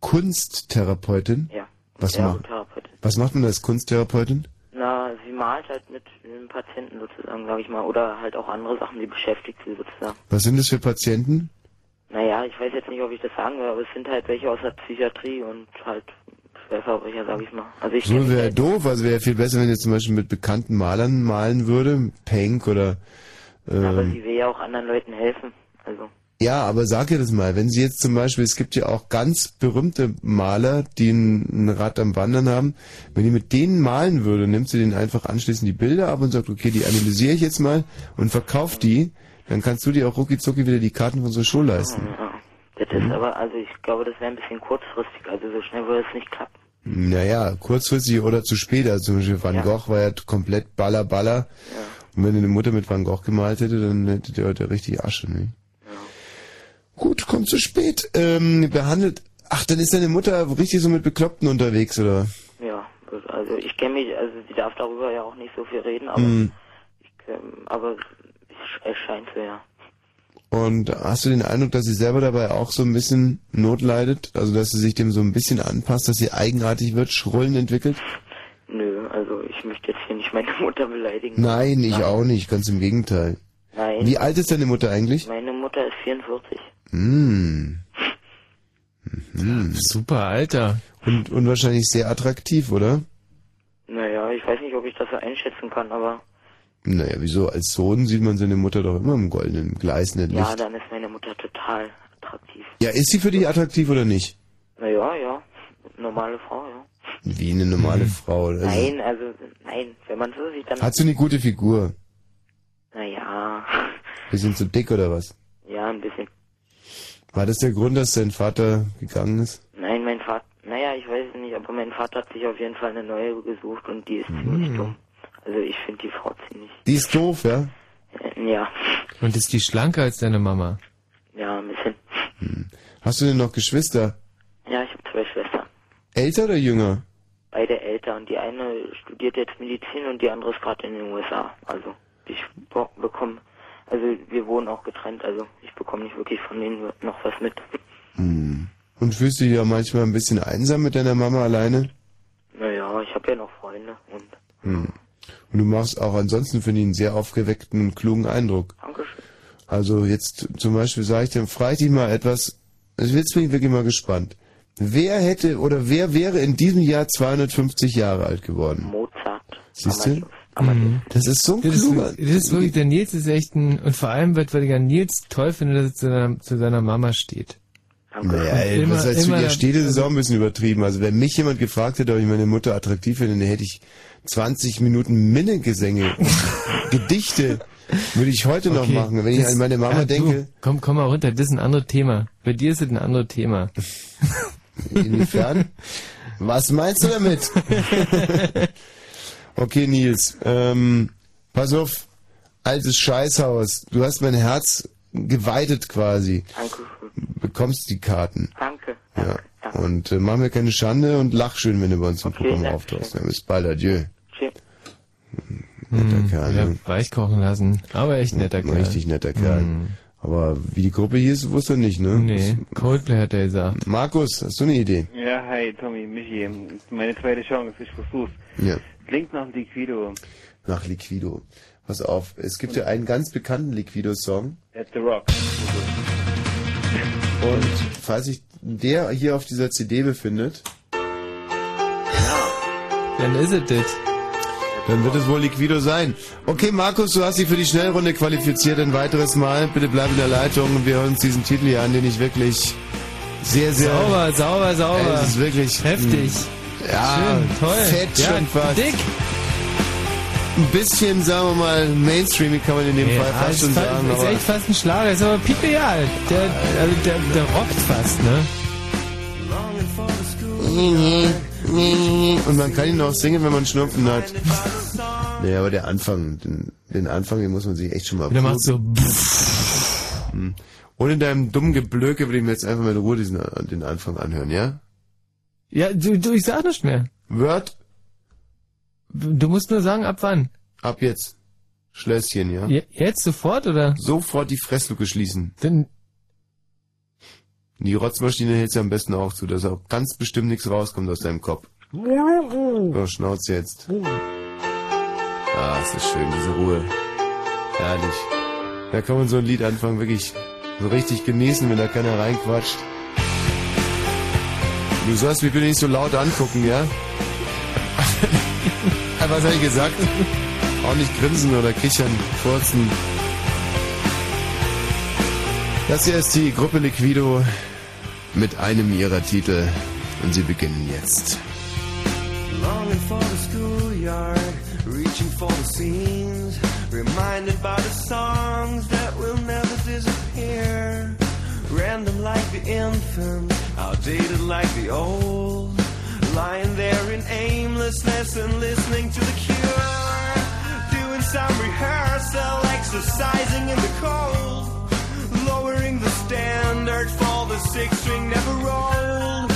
Speaker 4: Kunsttherapeutin?
Speaker 23: Ja.
Speaker 4: Was, ma
Speaker 23: Ergotherapeutin.
Speaker 4: was macht man als Kunsttherapeutin?
Speaker 23: Na, sie malt halt mit dem Patienten sozusagen, sage ich mal. Oder halt auch andere Sachen, die beschäftigt sie sozusagen.
Speaker 4: Was sind das für Patienten?
Speaker 23: Naja, ich weiß jetzt nicht, ob ich das sagen will, aber es sind halt welche aus der Psychiatrie und halt Schwerverbrecher, sage ich mal. Also ich
Speaker 4: so wäre ja doof, also wäre viel besser, wenn ihr zum Beispiel mit bekannten Malern malen würde, Pank oder
Speaker 23: aber
Speaker 4: ähm,
Speaker 23: sie will ja auch anderen Leuten helfen. Also,
Speaker 4: ja, aber sag ihr das mal, wenn sie jetzt zum Beispiel, es gibt ja auch ganz berühmte Maler, die ein, ein Rad am Wandern haben, wenn ihr mit denen malen würde, nimmt sie denen einfach anschließend die Bilder ab und sagt, okay, die analysiere ich jetzt mal und verkauft die, dann kannst du dir auch ruckizucki wieder die Karten von so einer Show leisten.
Speaker 23: das ist aber, also ich glaube, das wäre ein bisschen kurzfristig. Also so schnell würde es nicht klappen.
Speaker 4: Naja, kurzfristig oder zu spät. Also zum Beispiel Van
Speaker 23: Ja.
Speaker 4: Gogh war ja komplett baller baller. Und wenn deine Mutter mit Van Gogh gemalt hätte, dann hätte der heute richtig Asche. Ne? Gut, kommt zu spät. Ähm, behandelt. Ach, dann ist deine Mutter richtig so mit Bekloppten unterwegs, oder?
Speaker 23: Ja, also ich kenne mich, also sie darf darüber ja auch nicht so viel reden, aber,
Speaker 4: Hm.
Speaker 23: ähm, aber es- es scheint so, ja.
Speaker 4: Und hast du den Eindruck, dass sie selber dabei auch so ein bisschen Not leidet? Also, dass sie sich dem so ein bisschen anpasst, dass sie eigenartig wird, Schrullen entwickelt?
Speaker 23: Nö, also ich möchte jetzt hier nicht meine Mutter beleidigen.
Speaker 4: Nein, ich auch nicht. Ganz im Gegenteil.
Speaker 23: Nein.
Speaker 4: Wie alt ist deine Mutter eigentlich?
Speaker 23: Meine Mutter ist 44.
Speaker 4: Mm. Mhm. Super Alter. Und, und wahrscheinlich sehr attraktiv, oder?
Speaker 23: Naja, ich weiß nicht, ob ich das so einschätzen kann, aber
Speaker 4: Naja, wieso? Als Sohn sieht man seine Mutter doch immer im goldenen, gleißenden
Speaker 23: ja,
Speaker 4: Licht.
Speaker 23: dann ist meine Mutter total attraktiv.
Speaker 4: Ja, ist sie für dich attraktiv oder nicht?
Speaker 23: Naja, ja. Normale Frau, ja.
Speaker 4: Wie eine normale Frau. Also,
Speaker 23: nein, also, nein, wenn man so sieht, dann.
Speaker 4: Hat sie eine gute Figur?
Speaker 23: Naja,
Speaker 4: Bisschen zu dick oder was?
Speaker 23: ja, ein bisschen.
Speaker 4: War das der Grund, dass dein Vater gegangen ist?
Speaker 23: Nein, mein Vater, naja, ich weiß es nicht, aber mein Vater hat sich auf jeden Fall eine neue gesucht und die ist ziemlich
Speaker 4: Mhm.
Speaker 23: dumm. Also ich finde die Frau ziemlich,
Speaker 4: Die ist doof, ja?
Speaker 23: äh, ja,
Speaker 1: Und ist die schlanker als deine Mama?
Speaker 23: ja, ein bisschen.
Speaker 4: Hast du denn noch Geschwister?
Speaker 23: Ja, ich habe zwei Schwestern.
Speaker 4: Älter oder jünger?
Speaker 23: beide älter und die eine studiert jetzt Medizin und die andere ist gerade in den USA. Also ich bo- bekomme, also wir wohnen auch getrennt, also ich bekomme nicht wirklich von denen noch was mit.
Speaker 4: Hm. Und fühlst du dich ja manchmal ein bisschen einsam mit deiner Mama alleine?
Speaker 23: Naja, ich habe ja noch Freunde und
Speaker 4: Hm. Und du machst auch ansonsten, finde ich, einen sehr aufgeweckten und klugen Eindruck.
Speaker 23: Dankeschön.
Speaker 4: Also jetzt zum Beispiel sage ich dir, frage ich dich mal etwas, also jetzt bin ich wirklich mal gespannt. Wer hätte oder wer wäre in diesem Jahr 250 Jahre alt geworden?
Speaker 23: Mozart.
Speaker 4: Siehst du?
Speaker 1: Mhm.
Speaker 4: Das ist so ein
Speaker 1: Das ist,
Speaker 4: kluger...
Speaker 1: das ist wirklich, der Nils ist echt ein, und vor allem, weil weil ich an Nils toll finde, dass er zu seiner, zu seiner Mama steht.
Speaker 4: Naja, ey,
Speaker 1: Immer-
Speaker 4: was heißt für
Speaker 1: immer-
Speaker 4: die steht, ist auch ein bisschen übertrieben. Also wenn mich jemand gefragt hätte, ob ich meine Mutter attraktiv finde, dann hätte ich 20 Minuten Minnegesänge, Gedichte, würde ich heute noch
Speaker 1: Okay,
Speaker 4: machen. Wenn ich
Speaker 1: das-
Speaker 4: an meine Mama
Speaker 1: ja, du,
Speaker 4: denke,
Speaker 1: Komm, komm mal runter, das ist ein anderes Thema. Bei dir ist es ein anderes Thema.
Speaker 4: Inwiefern? Was meinst du damit? okay, Nils. Ähm, Pass auf, altes Scheißhaus. Du hast mein Herz geweitet quasi.
Speaker 23: Danke.
Speaker 4: Bekommst die Karten.
Speaker 23: Danke.
Speaker 4: Ja. Und äh, mach mir keine Schande und lach schön, wenn du bei uns im Programm
Speaker 23: danke
Speaker 4: auftauchst. Ja, bis bald, adieu.
Speaker 23: Tschüss.
Speaker 4: Netter Kerl.
Speaker 1: wieder
Speaker 4: ne?
Speaker 1: weich kochen lassen. Hm, Aber echt netter Kerl.
Speaker 4: Richtig netter Kerl.
Speaker 1: Mhm.
Speaker 4: Aber wie die Gruppe hier ist, wusste er nicht, ne?
Speaker 1: Nee, Coldplay hat er gesagt.
Speaker 4: Markus, hast du eine Idee?
Speaker 16: Ja, hi, Tommy, Michi. Meine zweite Chance, ich versuch's.
Speaker 4: Ja.
Speaker 16: Klingt nach einem Liquido.
Speaker 4: Nach Liquido. Pass auf, es gibt ja einen ganz bekannten Liquido-Song.
Speaker 16: At the Rock.
Speaker 4: Und falls sich der hier auf dieser CD befindet,
Speaker 1: dann ist es das.
Speaker 4: Dann wird es wohl Liquido sein. Okay, Markus, du hast dich für die Schnellrunde qualifiziert. Ein weiteres Mal. Bitte bleib in der Leitung und wir hören uns diesen Titel hier an, den ich wirklich sehr, sehr...
Speaker 1: Sauber, sauber, sauber.
Speaker 4: Ey, Es ist wirklich...
Speaker 1: Heftig.
Speaker 4: Mh, ja,
Speaker 1: Schön, toll.
Speaker 4: fett
Speaker 1: ja,
Speaker 4: schon fast.
Speaker 1: Dick.
Speaker 4: Ein bisschen, sagen wir mal, mainstreamig kann man in dem
Speaker 1: Ja,
Speaker 4: Fall fast
Speaker 1: ist
Speaker 4: schon
Speaker 1: fa-
Speaker 4: sagen.
Speaker 1: Ist
Speaker 4: aber-
Speaker 1: echt fast ein Schlager, ist aber pipeal. Der, also der, der rockt fast, ne?
Speaker 4: Und man kann ihn auch singen, wenn man Schnupfen hat. Naja, aber der Anfang, den, den Anfang, den muss man sich echt schon mal...
Speaker 1: Und der macht so...
Speaker 4: Hm. Und in deinem dummen Geblöke würde ich mir jetzt einfach mal in Ruhe diesen, den Anfang anhören, ja?
Speaker 1: Ja, du, du, ich sag nicht mehr.
Speaker 4: Word?
Speaker 1: Du musst nur sagen, ab wann.
Speaker 4: Ab jetzt. Schlösschen, ja?
Speaker 1: Je, jetzt sofort, oder?
Speaker 4: Sofort die Fressluke schließen.
Speaker 1: Denn
Speaker 4: Die Rotzmaschine hältst du am besten auch zu, dass auch ganz bestimmt nichts rauskommt aus deinem Kopf. So, Schnauze jetzt. Ah, es ist schön, diese Ruhe. Herrlich. Da kann man so ein Lied anfangen, wirklich so richtig genießen, wenn da keiner reinquatscht. Du sollst mich bitte nicht so laut angucken, ja? Ah, Was habe ich gesagt? Auch nicht grinsen oder kichern, furzen. Das hier ist die Gruppe Liquido mit einem ihrer Titel und sie beginnen jetzt.
Speaker 12: Longing for the schoolyard, reaching for the scenes, reminded by the songs that will never disappear. Random like the infant, outdated like the old, lying there in aimlessness and listening to the cure. Doing some rehearsal, exercising in the cold. Lowering the standard for the six string never rolled.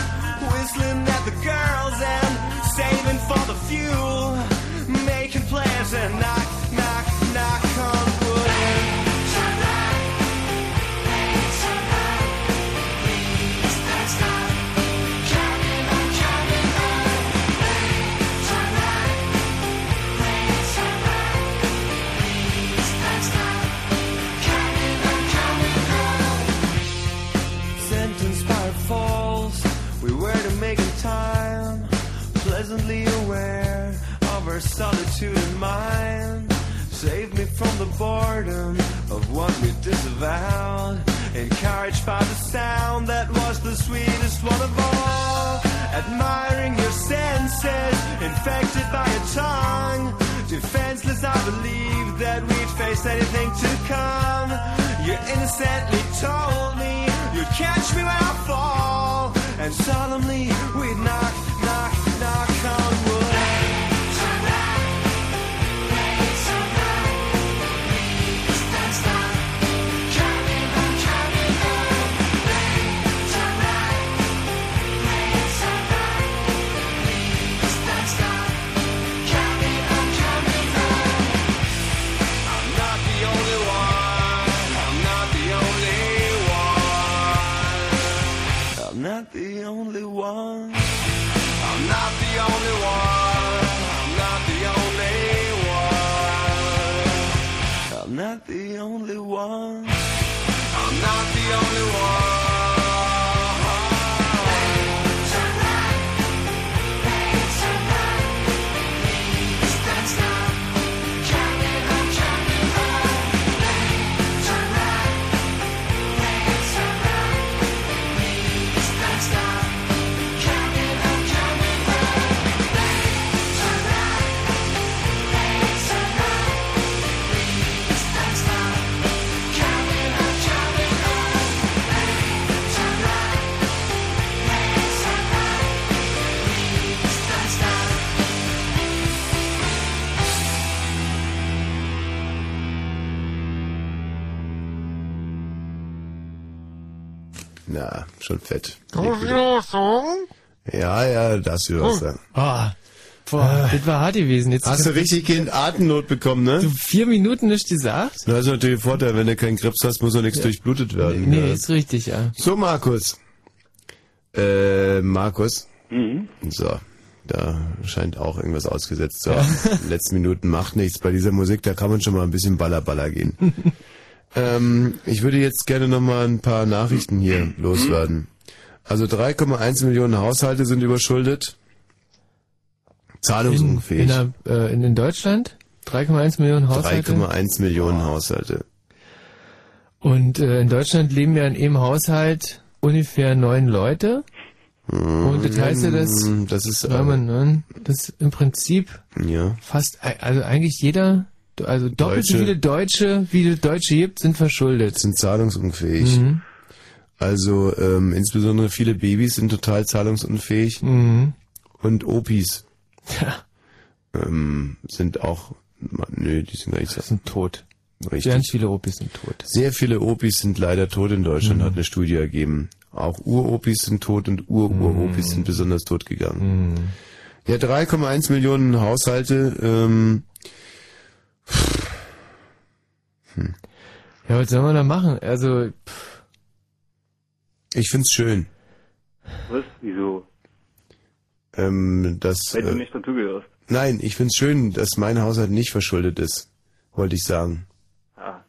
Speaker 12: Whistling at the girls and saving for the fuel. Making plans and knock, knock, knock on wood. Sentenced by falls, we were to make a time. Pleasantly aware of our solitude and mine. Saved me from the boredom of what we disavowed. Encouraged by the sound that was the sweetest one of all. Admiring your senses, infected by your tongue. Defenseless, I believe that we'd face anything to come. You innocently told me you'd catch me when I fall, and solemnly we'd knock, knock, knock on wood. I'm not the only one. I'm not the only one. I'm not the only one. I'm not the only one. I'm not the only one. I'm not the only one. I'm not the only one.
Speaker 4: Na, schon fett.
Speaker 10: Kuriosum?
Speaker 4: Ja, ja, darfst du was
Speaker 1: Oh.
Speaker 4: sagen.
Speaker 1: Ah, boah, das war hart gewesen. Jetzt
Speaker 4: Hast du richtig Kind Atemnot bekommen, ne?
Speaker 1: Du vier Minuten nicht gesagt?
Speaker 4: Na, ist natürlich ein Vorteil, wenn du keinen Krebs hast, muss auch nichts durchblutet werden.
Speaker 1: Nee,
Speaker 4: ja.
Speaker 1: ist richtig, ja.
Speaker 4: So, Markus. Äh, Markus.
Speaker 1: Mhm.
Speaker 4: So. Da scheint auch irgendwas ausgesetzt zu haben. Letzten Minuten macht nichts. Bei dieser Musik, da kann man schon mal ein bisschen Ballerballer gehen. ähm, ich würde jetzt gerne nochmal ein paar Nachrichten hier loswerden. Also 3,1 Millionen Haushalte sind überschuldet. Zahlungsunfähig.
Speaker 1: In, der, äh, in, in Deutschland 3,1 Millionen Haushalte.
Speaker 4: 3,1 Millionen Haushalte.
Speaker 1: Und äh, in Deutschland leben ja in jedem Haushalt ungefähr neun Leute. Und das heißt ja, dass,
Speaker 4: Mhm. Das ist,
Speaker 1: weil
Speaker 4: äh,
Speaker 1: man, ne, das im Prinzip
Speaker 4: ja.
Speaker 1: fast, ei- also eigentlich jeder, also doppelt so viele
Speaker 4: äh, Deutsche.
Speaker 1: Deutsche, wie es Deutsche gibt, sind verschuldet.
Speaker 4: Sind zahlungsunfähig.
Speaker 1: Mhm.
Speaker 4: Also ähm, insbesondere viele Babys sind total zahlungsunfähig
Speaker 1: Mhm.
Speaker 4: und Opis ähm, sind auch, nö, die sind gar nicht
Speaker 1: sind tot.
Speaker 4: Richtig.
Speaker 1: Ganz viele Opis sind tot.
Speaker 4: Sehr viele Opis sind leider tot in Deutschland,
Speaker 1: Mhm.
Speaker 4: hat eine Studie ergeben. Auch Uropis sind tot und
Speaker 1: Mhm.
Speaker 4: Ur-Uropis sind besonders tot gegangen. Ja, 3,1 Millionen Haushalte. Ähm, Hm.
Speaker 1: Ja, was soll man da machen? Also,
Speaker 4: ich find's schön,
Speaker 8: Was? Wieso?
Speaker 4: ähm, dass...
Speaker 8: Weil du
Speaker 4: äh,
Speaker 8: nicht dazugehörst.
Speaker 4: Nein, ich find's schön, dass mein Haushalt nicht verschuldet ist, wollte ich sagen.
Speaker 8: Ja.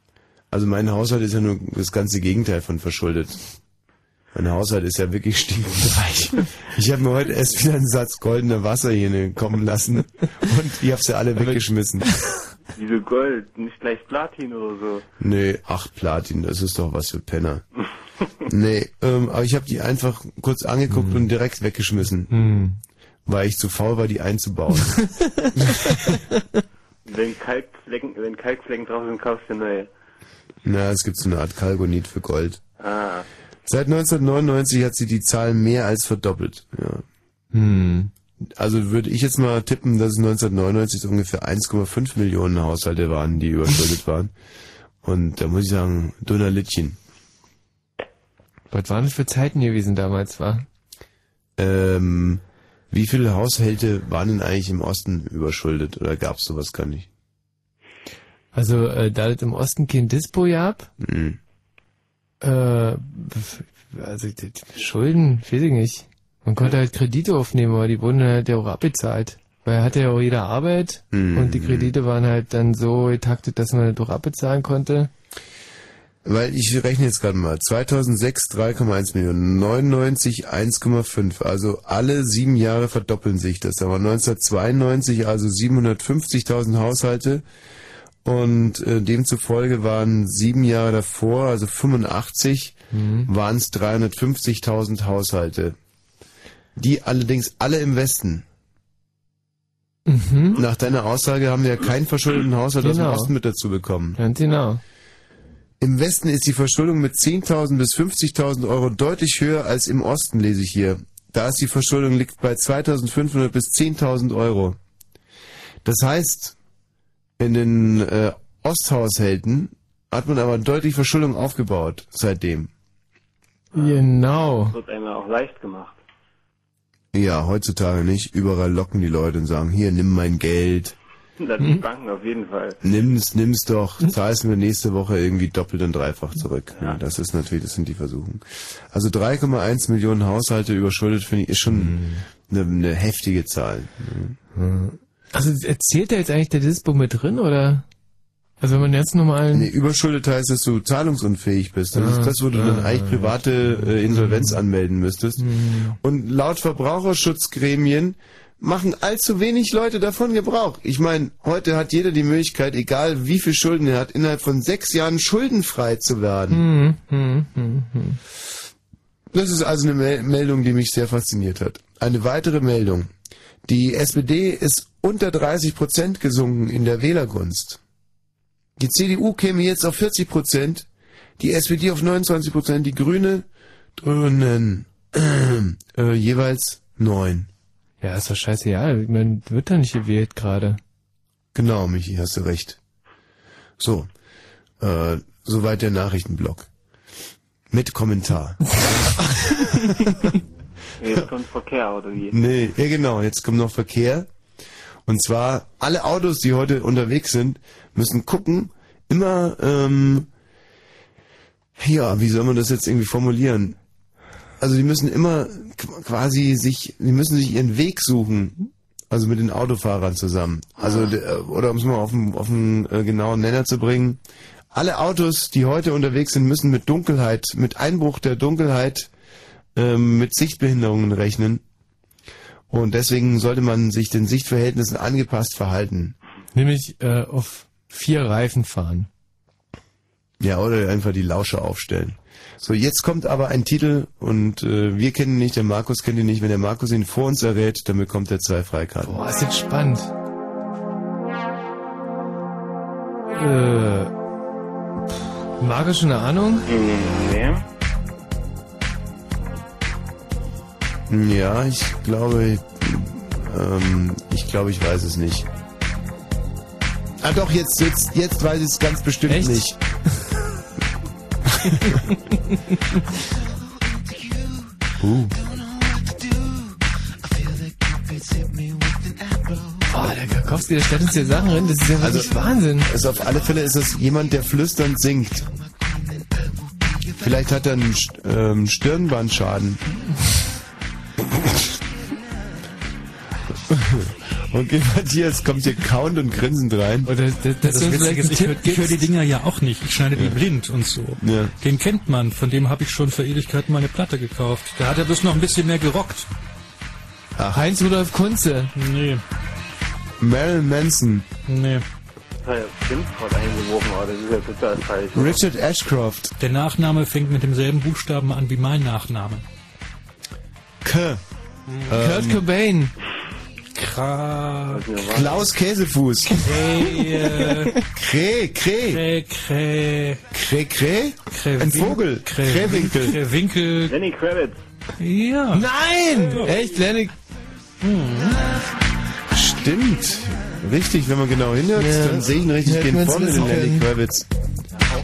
Speaker 4: Also mein Haushalt ist ja nur das ganze Gegenteil von verschuldet. Mein Haushalt ist ja wirklich stinkreich. Ich habe mir heute erst wieder einen Satz goldener Wasser hier kommen lassen und ich hab's ja alle weggeschmissen.
Speaker 8: Wieso Gold? Nicht gleich Platin oder so.
Speaker 4: Nee, ach Platin, das ist doch was für Penner. Nee, ähm, aber ich habe die einfach kurz angeguckt und direkt weggeschmissen. Weil ich zu faul war, die einzubauen.
Speaker 8: Wenn Kalkflecken, wenn Kalkflecken drauf sind, kaufst du neue.
Speaker 4: Na, es gibt so eine Art Kalgonit für Gold.
Speaker 8: Ah.
Speaker 4: Seit 1999 hat sie die Zahl mehr als verdoppelt. Ja.
Speaker 1: Hm.
Speaker 4: Also würde ich jetzt mal tippen, dass es 1999 so ungefähr 1,5 Millionen Haushalte waren, die überschuldet waren. Und da muss ich sagen, dünner Littchen.
Speaker 1: was waren das für Zeiten gewesen damals, war?
Speaker 4: Ähm, wie viele Haushalte waren denn eigentlich im Osten überschuldet? Oder gab es sowas gar nicht?
Speaker 1: Also, äh, da es im Osten kein Dispo gab,
Speaker 4: Mhm.
Speaker 1: äh, also die- die Schulden, weiß ich nicht. Man konnte halt Kredite aufnehmen, aber die wurden halt ja auch abbezahlt. Weil hatte ja auch jeder Arbeit
Speaker 4: Mhm.
Speaker 1: und die Kredite waren halt dann so getaktet, dass man das auch abbezahlen konnte.
Speaker 4: Weil ich rechne jetzt gerade mal. 2006 3,1 Millionen, 99 1,5. Also alle sieben Jahre verdoppeln sich das. Da waren 1992 also 750.000 Haushalte und äh, demzufolge waren sieben Jahre davor, also 85, waren es 350.000 Haushalte. Die allerdings alle im Westen. Nach deiner Aussage haben wir ja keinen verschuldeten Haushalt aus
Speaker 1: Mhm. Genau.
Speaker 4: dem Osten mit dazu bekommen.
Speaker 1: Ganz genau.
Speaker 4: Im Westen ist die Verschuldung mit 10.000 bis 50.000 Euro deutlich höher als im Osten, lese ich hier. Da ist die Verschuldung liegt bei 2.500 bis 10.000 Euro. Das heißt, in den äh, Osthaushalten hat man aber deutlich Verschuldung aufgebaut seitdem. Oh.
Speaker 1: Genau.
Speaker 8: Wird einem ja auch leicht gemacht.
Speaker 4: Ja, heutzutage nicht. Überall locken die Leute und sagen, hier, nimm mein Geld.
Speaker 8: Dann
Speaker 4: Mhm.
Speaker 8: die Banken auf jeden Fall.
Speaker 4: Nimm's, nimm's doch, zahl's mir nächste Woche irgendwie doppelt und dreifach zurück. Ja. Das ist natürlich, das sind die Versuchen. Also 3,1 Millionen Haushalte überschuldet, finde ich, ist schon eine, eine heftige Zahl.
Speaker 1: Also erzählt da jetzt eigentlich der Dispo mit drin, oder? Also wenn man jetzt normalen...
Speaker 4: Nee, überschuldet heißt, dass du zahlungsunfähig bist. Das ist das, wo du dann eigentlich private äh, Insolvenz anmelden müsstest. Und laut Verbraucherschutzgremien machen allzu wenig Leute davon Gebrauch. Ich meine, heute hat jeder die Möglichkeit, egal wie viel Schulden er hat, innerhalb von sechs Jahren schuldenfrei zu werden.
Speaker 1: Hm, hm, hm, hm.
Speaker 4: Das ist also eine Mel- Meldung, die mich sehr fasziniert hat. Eine weitere Meldung. Die SPD ist unter 30 Prozent gesunken in der Wählergunst. Die CDU käme jetzt auf 40 Prozent, die SPD auf 29 Prozent, die Grüne, Grünen, äh, jeweils neun.
Speaker 1: Ja, ist doch scheißegal. Man wird da nicht gewählt gerade.
Speaker 4: Genau, Michi, hast du recht. So, äh, soweit der Nachrichtenblock. Mit Kommentar.
Speaker 8: Jetzt kommt Verkehr, oder wie?
Speaker 4: Nee, ja genau, jetzt kommt noch Verkehr. Und zwar, alle Autos, die heute unterwegs sind, müssen gucken, immer, ähm, ja, wie soll man das jetzt irgendwie formulieren? Also die müssen immer qu- quasi sich, die müssen sich ihren Weg suchen. Also mit den Autofahrern zusammen. Also, de- äh, oder um es mal auf den, auf den äh, genauen Nenner zu bringen. Alle Autos, die heute unterwegs sind, müssen mit Dunkelheit, mit Einbruch der Dunkelheit, ähm, mit Sichtbehinderungen rechnen. Und deswegen sollte man sich den Sichtverhältnissen angepasst verhalten.
Speaker 1: Nämlich äh, auf vier Reifen fahren.
Speaker 4: Ja, oder einfach die Lauscher aufstellen. So, jetzt kommt aber ein Titel und äh, wir kennen ihn nicht, der Markus kennt ihn nicht. Wenn der Markus ihn vor uns errät, dann bekommt er zwei Freikarten.
Speaker 1: Boah, Ah, ist jetzt spannend. Äh, pff, Markus schon eine Ahnung?
Speaker 8: Nee.
Speaker 4: Ja, ich glaube, ähm, ich glaube, ich weiß es nicht. Ah doch, jetzt, jetzt, jetzt weiß ich es ganz bestimmt nicht. uh.
Speaker 1: Boah, der Karkowski, der stellt uns hier Sachen rein, das ist ja wirklich Wahnsinn.
Speaker 4: Also auf alle Fälle ist es jemand, der flüsternd singt. Vielleicht hat er einen St- ähm, Stirnbandschaden. Okay, Matthias kommt hier kauend und grinsend rein.
Speaker 11: Das, Witzige ist, ich höre hör die Dinger ja auch nicht. Ich schneide die blind und so.
Speaker 4: Ja.
Speaker 11: Den kennt man, von dem habe ich schon vor Ewigkeiten meine Platte gekauft. Da hat er bloß noch ein bisschen mehr gerockt.
Speaker 1: Heinz Rudolf Kunze.
Speaker 11: Nee.
Speaker 4: Marilyn Manson.
Speaker 11: Nee.
Speaker 8: Ich habe Schimpfwort eingeworfen, aber das ist ja total falsch.
Speaker 4: Richard Ashcroft.
Speaker 11: Der Nachname fängt mit demselben Buchstaben an wie mein Nachname.
Speaker 4: K.
Speaker 11: Ähm.
Speaker 1: Kurt Cobain.
Speaker 11: Kra
Speaker 4: Klaus Käsefuß.
Speaker 11: Krähe.
Speaker 4: Krä, Krä.
Speaker 11: Krä, Krä.
Speaker 4: Krä, Krä? Ein Vogel. Krähwinkel.
Speaker 11: Winkel.
Speaker 8: Lenny Kravitz.
Speaker 11: Ja.
Speaker 1: Nein! Echt, Lenny? Hm.
Speaker 4: Stimmt. Richtig, wenn man genau hinhört,
Speaker 1: Ja.
Speaker 4: dann sehe ich ihn richtig
Speaker 1: Hätte
Speaker 4: gehen
Speaker 1: man's
Speaker 4: vorne, den
Speaker 1: wissen
Speaker 4: Lenny
Speaker 1: können.
Speaker 4: Kravitz.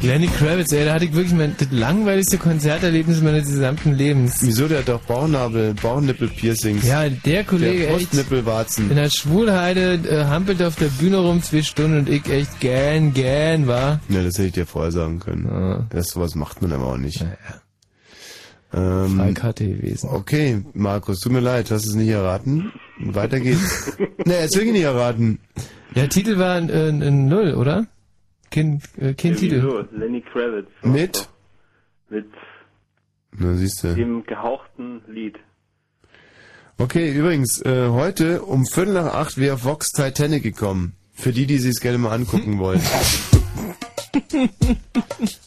Speaker 1: Lenny Kravitz, ey, da hatte ich wirklich mein, das langweiligste Konzerterlebnis meines gesamten Lebens.
Speaker 4: Wieso, der hat doch Bauchnabel, Bauchnippel-Piercings.
Speaker 1: Ja, der Kollege
Speaker 4: Der
Speaker 1: echt.
Speaker 4: Brustnippelwarzen.
Speaker 1: In der Schwulheide äh, hampelt auf der Bühne rum zwei Stunden und ich echt gern, gern war.
Speaker 4: Ja, das hätte ich dir vorher sagen können. Das sowas macht man aber auch nicht. Ähm,
Speaker 1: Freikarte gewesen.
Speaker 4: Okay, Markus, tut mir leid, hast es nicht erraten. Weiter geht's. nee, es will ich nicht erraten.
Speaker 1: Der Titel äh, war ein, ein, ein Null, oder? Kein, äh, kein
Speaker 8: Ja,
Speaker 1: Titel.
Speaker 8: wieso? Lenny Kravitz.
Speaker 4: Mit?
Speaker 8: Mit
Speaker 4: Na, siehst du.
Speaker 8: dem gehauchten Lied.
Speaker 4: Okay, übrigens, äh, heute um Viertel nach acht wäre Vox Titanic gekommen. Für die, die sich's gerne mal angucken wollen.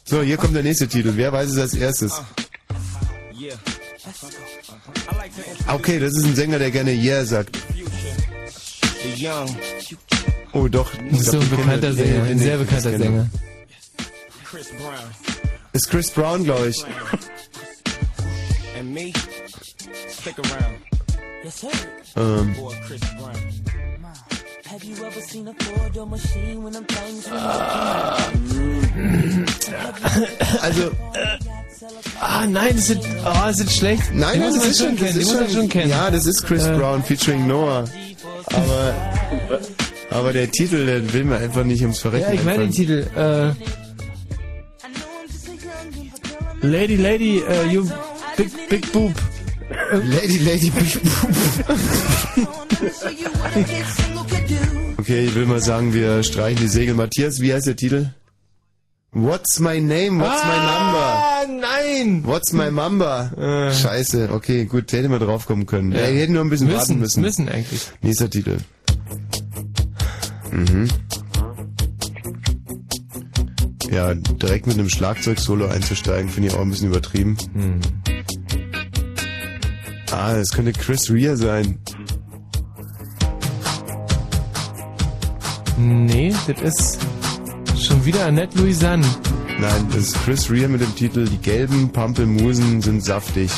Speaker 4: so, hier kommt der nächste Titel. Wer weiß es als erstes?
Speaker 12: Ah.
Speaker 4: Okay, das ist ein Sänger, der gerne Yeah sagt. Oh, doch. ich
Speaker 1: Das ist so
Speaker 4: glaub,
Speaker 1: ein
Speaker 4: ich kenne-
Speaker 1: bekannter
Speaker 4: nee,
Speaker 1: Sänger,
Speaker 4: nee,
Speaker 1: ein
Speaker 4: nee,
Speaker 1: sehr
Speaker 4: das
Speaker 1: bekannter
Speaker 4: kenne ich.
Speaker 1: Sänger.
Speaker 4: Ist Chris Brown, glaube ich.
Speaker 9: And me, stick around. Yes, sir.
Speaker 4: Um.
Speaker 9: Or Chris Brown.
Speaker 24: Have you ever seen a four-door machine when them things were
Speaker 4: Also.
Speaker 1: äh, Ah, nein, das ist, ah, das ist schlecht.
Speaker 4: Nein,
Speaker 1: Die
Speaker 4: das
Speaker 1: muss man
Speaker 4: ist schon, das
Speaker 1: kennen, die
Speaker 4: ist
Speaker 1: muss man schon kennen.
Speaker 4: Ja, das ist Chris
Speaker 1: Äh,
Speaker 4: Brown featuring Noah. Aber, aber der Titel, den will man einfach nicht ums Verrecken.
Speaker 1: Ja, ich meine den
Speaker 4: anfangen.
Speaker 1: Titel. Äh, Lady, Lady, äh, you big, big boob.
Speaker 4: Lady, Lady, big Okay, ich will mal sagen, wir streichen die Segel. Matthias, wie heißt der Titel? What's my name? What's my number?
Speaker 1: Ah, nein! Äh.
Speaker 4: What's my mamba? Scheiße, okay, gut, hätte man draufkommen können. Ja. Wir hätten nur ein bisschen
Speaker 1: Müssen,
Speaker 4: warten müssen.
Speaker 1: müssen eigentlich.
Speaker 4: Nächster Titel. Mhm. Ja, direkt mit einem Schlagzeug-Solo einzusteigen, finde ich auch ein bisschen übertrieben.
Speaker 1: Hm.
Speaker 4: Ah, das könnte Chris Rea sein.
Speaker 1: Nee, das ist schon wieder Annette Louisanne.
Speaker 4: Nein, das ist Chris Rea mit dem Titel Die gelben Pampelmusen sind saftig.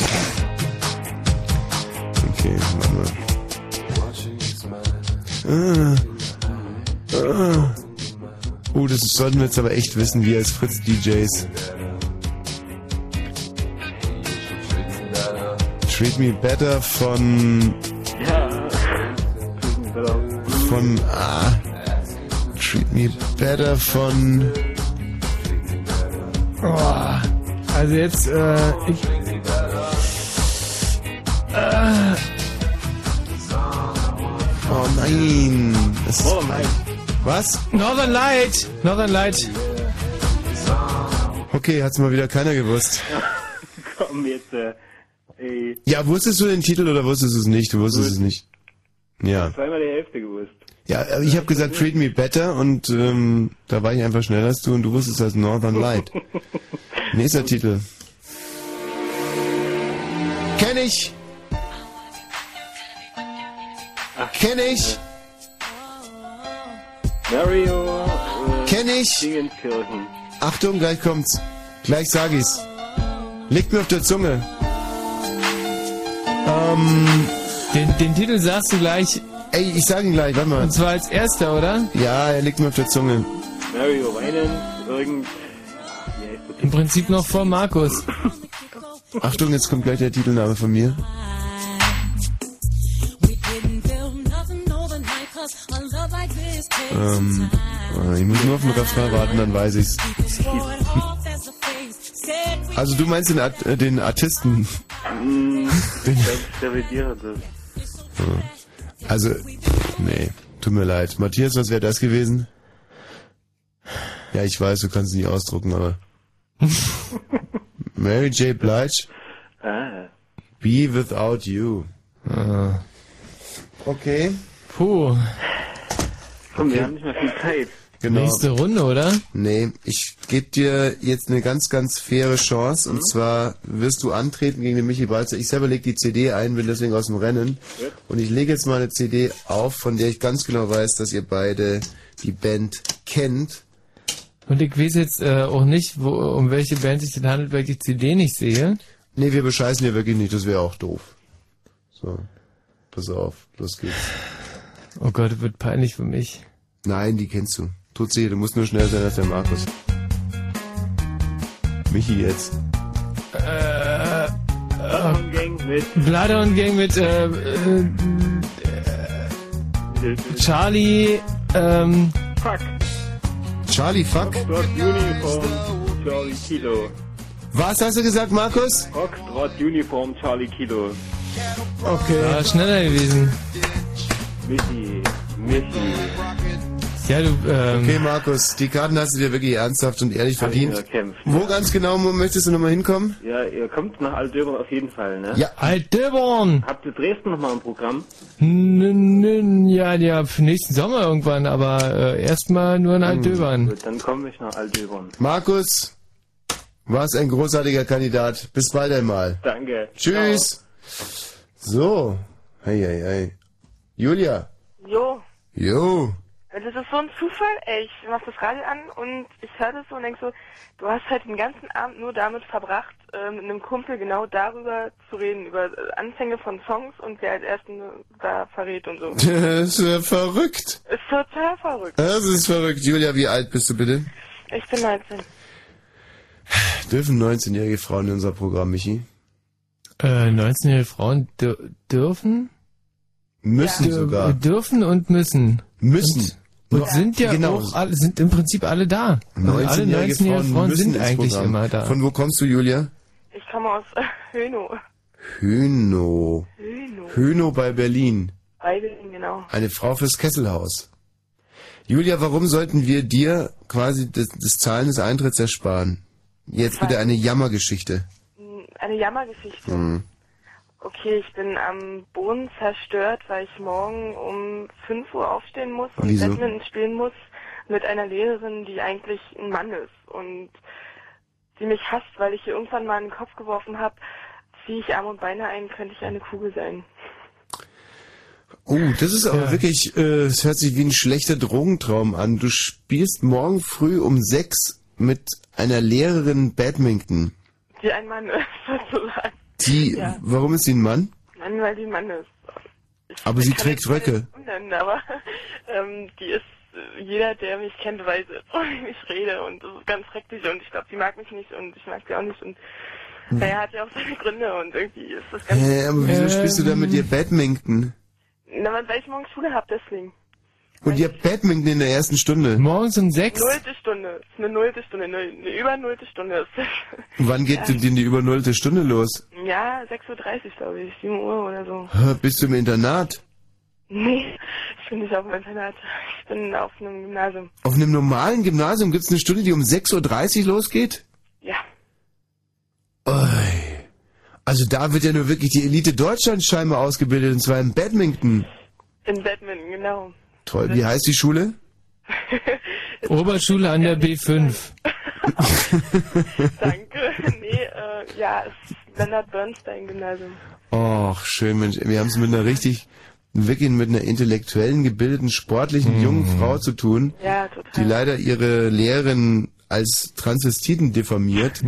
Speaker 4: Okay, warte mal. Ah. Ah. Uh, Oh, das sollten wir jetzt aber echt wissen, wir als Fritz DJs. Treat Me Better von. Von. Ah, Treat Me Better von.
Speaker 1: Oh, also jetzt, äh, ich. Äh,
Speaker 4: oh nein. Das ist
Speaker 1: Northern Light.
Speaker 4: Was?
Speaker 1: Northern Light! Northern Light!
Speaker 4: Okay, hat's mal wieder keiner gewusst.
Speaker 8: Komm jetzt, äh, ey,
Speaker 4: Ja, wusstest du den Titel oder wusstest du es nicht? Du wusstest es nicht. Ja.
Speaker 8: zweimal die Hälfte gewusst.
Speaker 4: Ja, äh, ich habe gesagt Treat Me Better und ähm, da war ich einfach schneller als du und du wusstest das Northern Light. Nächster Titel. Kenn ich! Kenn ich!
Speaker 8: Mario. Äh,
Speaker 4: Kenn ich.
Speaker 8: Dingenskirchen.
Speaker 4: Achtung, gleich kommt's. Gleich sag ich's. Liegt mir auf der Zunge. Ähm,
Speaker 1: den, den Titel sagst du gleich.
Speaker 4: Ey, ich sag ihn gleich, warte mal.
Speaker 1: Und zwar als erster, oder?
Speaker 4: Ja, er liegt mir auf der Zunge.
Speaker 8: Mario Winans, irgend. Wie heißt das?
Speaker 1: Im Prinzip noch vor Markus.
Speaker 4: Achtung, jetzt kommt gleich der Titelname von mir. Ähm, äh, ich muss nur auf den Refrain warten, dann weiß ich's. Also du meinst den, Art, äh, den Artisten?
Speaker 8: Hm, ich revidiere das.
Speaker 4: Ja. Also, pff, nee, tut mir leid. Matthias, was wäre das gewesen? Ja, ich weiß, du kannst es nicht ausdrucken, aber... Mary J. Blige,
Speaker 8: Ah,
Speaker 4: Be Without You. Okay.
Speaker 1: Puh,
Speaker 8: komm, wir haben nicht mehr viel Zeit.
Speaker 4: Genau.
Speaker 1: nächste Runde, oder?
Speaker 4: Nee, ich gebe dir jetzt eine ganz, ganz faire Chance. Und zwar wirst du antreten gegen den Michi Balzer. Ich selber lege die CD ein, bin deswegen aus dem Rennen.
Speaker 8: Ja.
Speaker 4: Und ich lege jetzt mal eine CD auf, von der ich ganz genau weiß, dass ihr beide die Band kennt.
Speaker 1: Und ich weiß jetzt äh, auch nicht, wo, um welche Band sich denn handelt, weil ich die CD nicht sehe.
Speaker 4: Nee, wir bescheißen ja wirklich nicht, das wäre auch doof. So, pass auf, los geht's.
Speaker 1: Oh Gott, das wird peinlich für mich.
Speaker 4: Nein, die kennst du. Tutsi, du musst nur schneller sein als der Markus. Michi jetzt.
Speaker 1: Äh, äh,
Speaker 8: Komm, Gang mit.
Speaker 1: Blader und Gang mit äh, äh,
Speaker 8: Hilfe.
Speaker 1: Charlie, ähm,
Speaker 8: Fuck.
Speaker 4: Charlie, fuck.
Speaker 8: Foxtrot Uniform Charlie Kilo.
Speaker 4: Was hast du gesagt, Markus?
Speaker 8: Foxtrot Uniform Charlie Kilo.
Speaker 4: Okay.
Speaker 1: war schneller gewesen.
Speaker 8: Michi. Michi.
Speaker 1: Ja, du, ähm,
Speaker 4: Okay, Markus, die Karten hast du dir wirklich ernsthaft und ehrlich
Speaker 8: Hab ich
Speaker 4: verdient.
Speaker 8: gekämpft.
Speaker 4: Wo ganz genau möchtest du nochmal hinkommen?
Speaker 8: Ja, ihr kommt nach Altdöbern auf jeden Fall, ne?
Speaker 4: Ja.
Speaker 1: Alt Döborn!
Speaker 8: Habt ihr Dresden nochmal im Programm?
Speaker 1: N- n- Ja, ja, für nächsten Sommer irgendwann, aber äh, erstmal nur in
Speaker 4: Hm.
Speaker 1: Alt Döbern.
Speaker 8: Gut, dann komme ich nach Altdöbern.
Speaker 4: Markus, warst ein großartiger Kandidat. Bis bald einmal.
Speaker 8: Danke.
Speaker 4: Tschüss. So. Hey, hey, hey. Julia.
Speaker 2: Jo,
Speaker 4: Jo.
Speaker 2: das ist so ein Zufall. Ey, ich mach das Radio an und ich höre das so und denk so, du hast halt den ganzen Abend nur damit verbracht, äh, mit einem Kumpel genau darüber zu reden, über äh, Anfänge von Songs und wer als Ersten da verrät und so.
Speaker 4: Das ist äh, verrückt.
Speaker 2: ist total verrückt.
Speaker 4: Das ist verrückt. Julia, wie alt bist du bitte?
Speaker 2: Ich bin halt 19.
Speaker 4: Dürfen 19-jährige Frauen in unser Programm, Michi?
Speaker 1: Äh, 19-jährige Frauen dür dürfen?
Speaker 4: Müssen
Speaker 1: Dür-
Speaker 4: sogar.
Speaker 1: Dürfen und müssen.
Speaker 4: Müssen.
Speaker 1: Und
Speaker 4: No-
Speaker 1: sind ja
Speaker 4: genau.
Speaker 1: auch alle, sind im Prinzip alle da. Also alle
Speaker 4: 19-jährige
Speaker 1: 19-jährigen Frauen,
Speaker 4: Frauen, müssen
Speaker 1: sind
Speaker 4: ins
Speaker 1: eigentlich
Speaker 4: Programm.
Speaker 1: immer da.
Speaker 4: Von wo kommst du, Julia?
Speaker 2: Ich komme aus äh, Höno.
Speaker 4: Höno.
Speaker 2: Höno.
Speaker 4: Höno bei Berlin.
Speaker 2: Beibeln, genau.
Speaker 4: Eine Frau fürs Kesselhaus. Julia, warum sollten wir dir quasi das, das Zahlen des Eintritts ersparen? Jetzt bitte eine Jammergeschichte.
Speaker 2: Hm, Eine Jammergeschichte.
Speaker 4: Hm.
Speaker 2: Okay, ich bin am Boden zerstört, weil ich morgen um 5 Uhr aufstehen muss und
Speaker 4: Wieso?
Speaker 2: Badminton spielen muss mit einer Lehrerin, die eigentlich ein Mann ist und die mich hasst, weil ich ihr irgendwann mal in den Kopf geworfen habe, ziehe ich Arme und Beine ein, könnte ich eine Kugel sein.
Speaker 4: Oh, das ist aber
Speaker 1: Ja.
Speaker 4: wirklich, äh, es hört sich wie ein schlechter Drogentraum an. Du spielst morgen früh um sechs mit einer Lehrerin Badminton.
Speaker 2: Die ein Mann ist, sozusagen.
Speaker 4: Die,
Speaker 2: Ja.
Speaker 4: warum ist sie ein Mann?
Speaker 2: Mann, weil die ein Mann ist. Ich-
Speaker 4: Aber
Speaker 2: ich
Speaker 4: sie
Speaker 2: kann
Speaker 4: trägt
Speaker 2: jetzt mal den
Speaker 4: Röcke.
Speaker 2: Umnennen, aber ähm, die ist, äh, jeder, der mich kennt, weiß, jetzt, wie ich rede und das ist ganz schrecklich und ich glaube, sie mag mich nicht und ich mag sie auch nicht und Naja, hat ja auch seine Gründe und irgendwie ist das ganz.
Speaker 4: Hm. Hä, aber wieso spielst du da mit dir Badminton?
Speaker 2: Na, weil- weil ich morgens Schule habe, deswegen.
Speaker 4: Und ihr habt Badminton in der ersten Stunde.
Speaker 1: Morgens um
Speaker 2: Nullte Stunde. Ist eine nullte Stunde. Eine, eine über nullte Stunde ist das.
Speaker 4: Wann geht denn die über nullte Stunde los?
Speaker 2: Ja, 6.30 Uhr, glaube ich. 7 Uhr oder so.
Speaker 4: Hä, Bist du im Internat?
Speaker 2: Nee, ich bin nicht auf dem Internat. Ich bin auf einem Gymnasium.
Speaker 4: Auf einem normalen Gymnasium gibt es eine Stunde, die um 6.30 Uhr losgeht?
Speaker 2: Ja.
Speaker 4: Ui. Also da wird ja nur wirklich die Elite Deutschlands scheinbar ausgebildet, und zwar im Badminton.
Speaker 2: In Badminton, genau.
Speaker 4: Toll, wie heißt die Schule?
Speaker 1: Oberschule an der B5.
Speaker 2: Danke. nee, äh, ja, es ist Leonard Bernstein Gymnasium.
Speaker 4: Och, schön, Mensch. Wir haben es mit einer richtig, wirklich mit einer intellektuellen, gebildeten,
Speaker 1: Hm.
Speaker 4: sportlichen, jungen Frau zu tun,
Speaker 2: Ja, total.
Speaker 4: die leider ihre Lehrerin als Transvestiten diffamiert.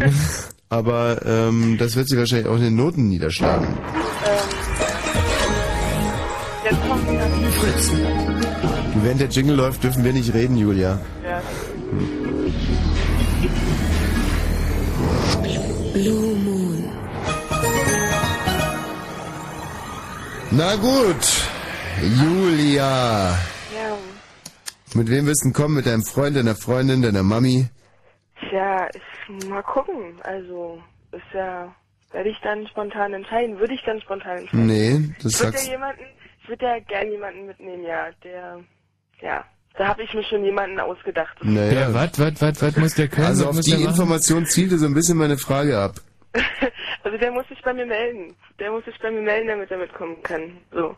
Speaker 4: Aber ähm, das wird sie wahrscheinlich auch in den Noten niederschlagen.
Speaker 2: ähm, Jetzt noch wieder.
Speaker 4: Während der Jingle läuft, dürfen wir nicht reden, Julia.
Speaker 2: Ja.
Speaker 15: Blue Moon.
Speaker 4: Na gut, Julia.
Speaker 2: Ja.
Speaker 4: Mit wem willst du denn kommen? Mit deinem Freund, deiner Freundin, deiner Mami?
Speaker 2: Tja, ich, mal gucken. Also, ist ja, werde ich dann spontan entscheiden? Würde ich dann spontan entscheiden?
Speaker 4: Nee, das
Speaker 2: ich würde
Speaker 4: sagst-
Speaker 2: ja jemanden, ich würde ja gerne jemanden mitnehmen, ja, der, ja, da habe ich mir schon jemanden ausgedacht.
Speaker 1: Ja, wat, wat, wat, wat muss der können?
Speaker 4: Also
Speaker 1: Was
Speaker 4: auf
Speaker 1: muss
Speaker 4: die
Speaker 1: der machen?
Speaker 4: Information zielte so ein bisschen meine Frage ab.
Speaker 2: Also der muss sich bei mir melden. Der muss sich bei mir melden, damit er mitkommen kann. So.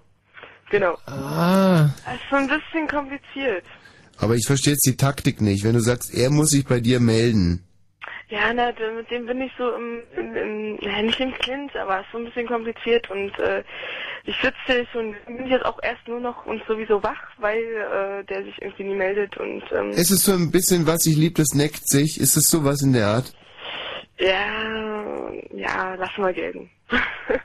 Speaker 2: Genau.
Speaker 1: Ah.
Speaker 2: Das ist so ein bisschen kompliziert.
Speaker 4: Aber ich verstehe jetzt die Taktik nicht. Wenn du sagst, er muss sich bei dir melden.
Speaker 2: Ja, na, d- mit dem bin ich so im, im, im ja, nicht im Clinch, aber es ist so ein bisschen kompliziert und äh, ich sitze hier schon, bin jetzt auch erst nur noch und sowieso wach, weil äh, der sich irgendwie nie meldet und ähm,
Speaker 4: Ist es so ein bisschen, was ich lieb, das neckt sich? Ist es sowas in der Art?
Speaker 2: ja, ja, lass mal gelten.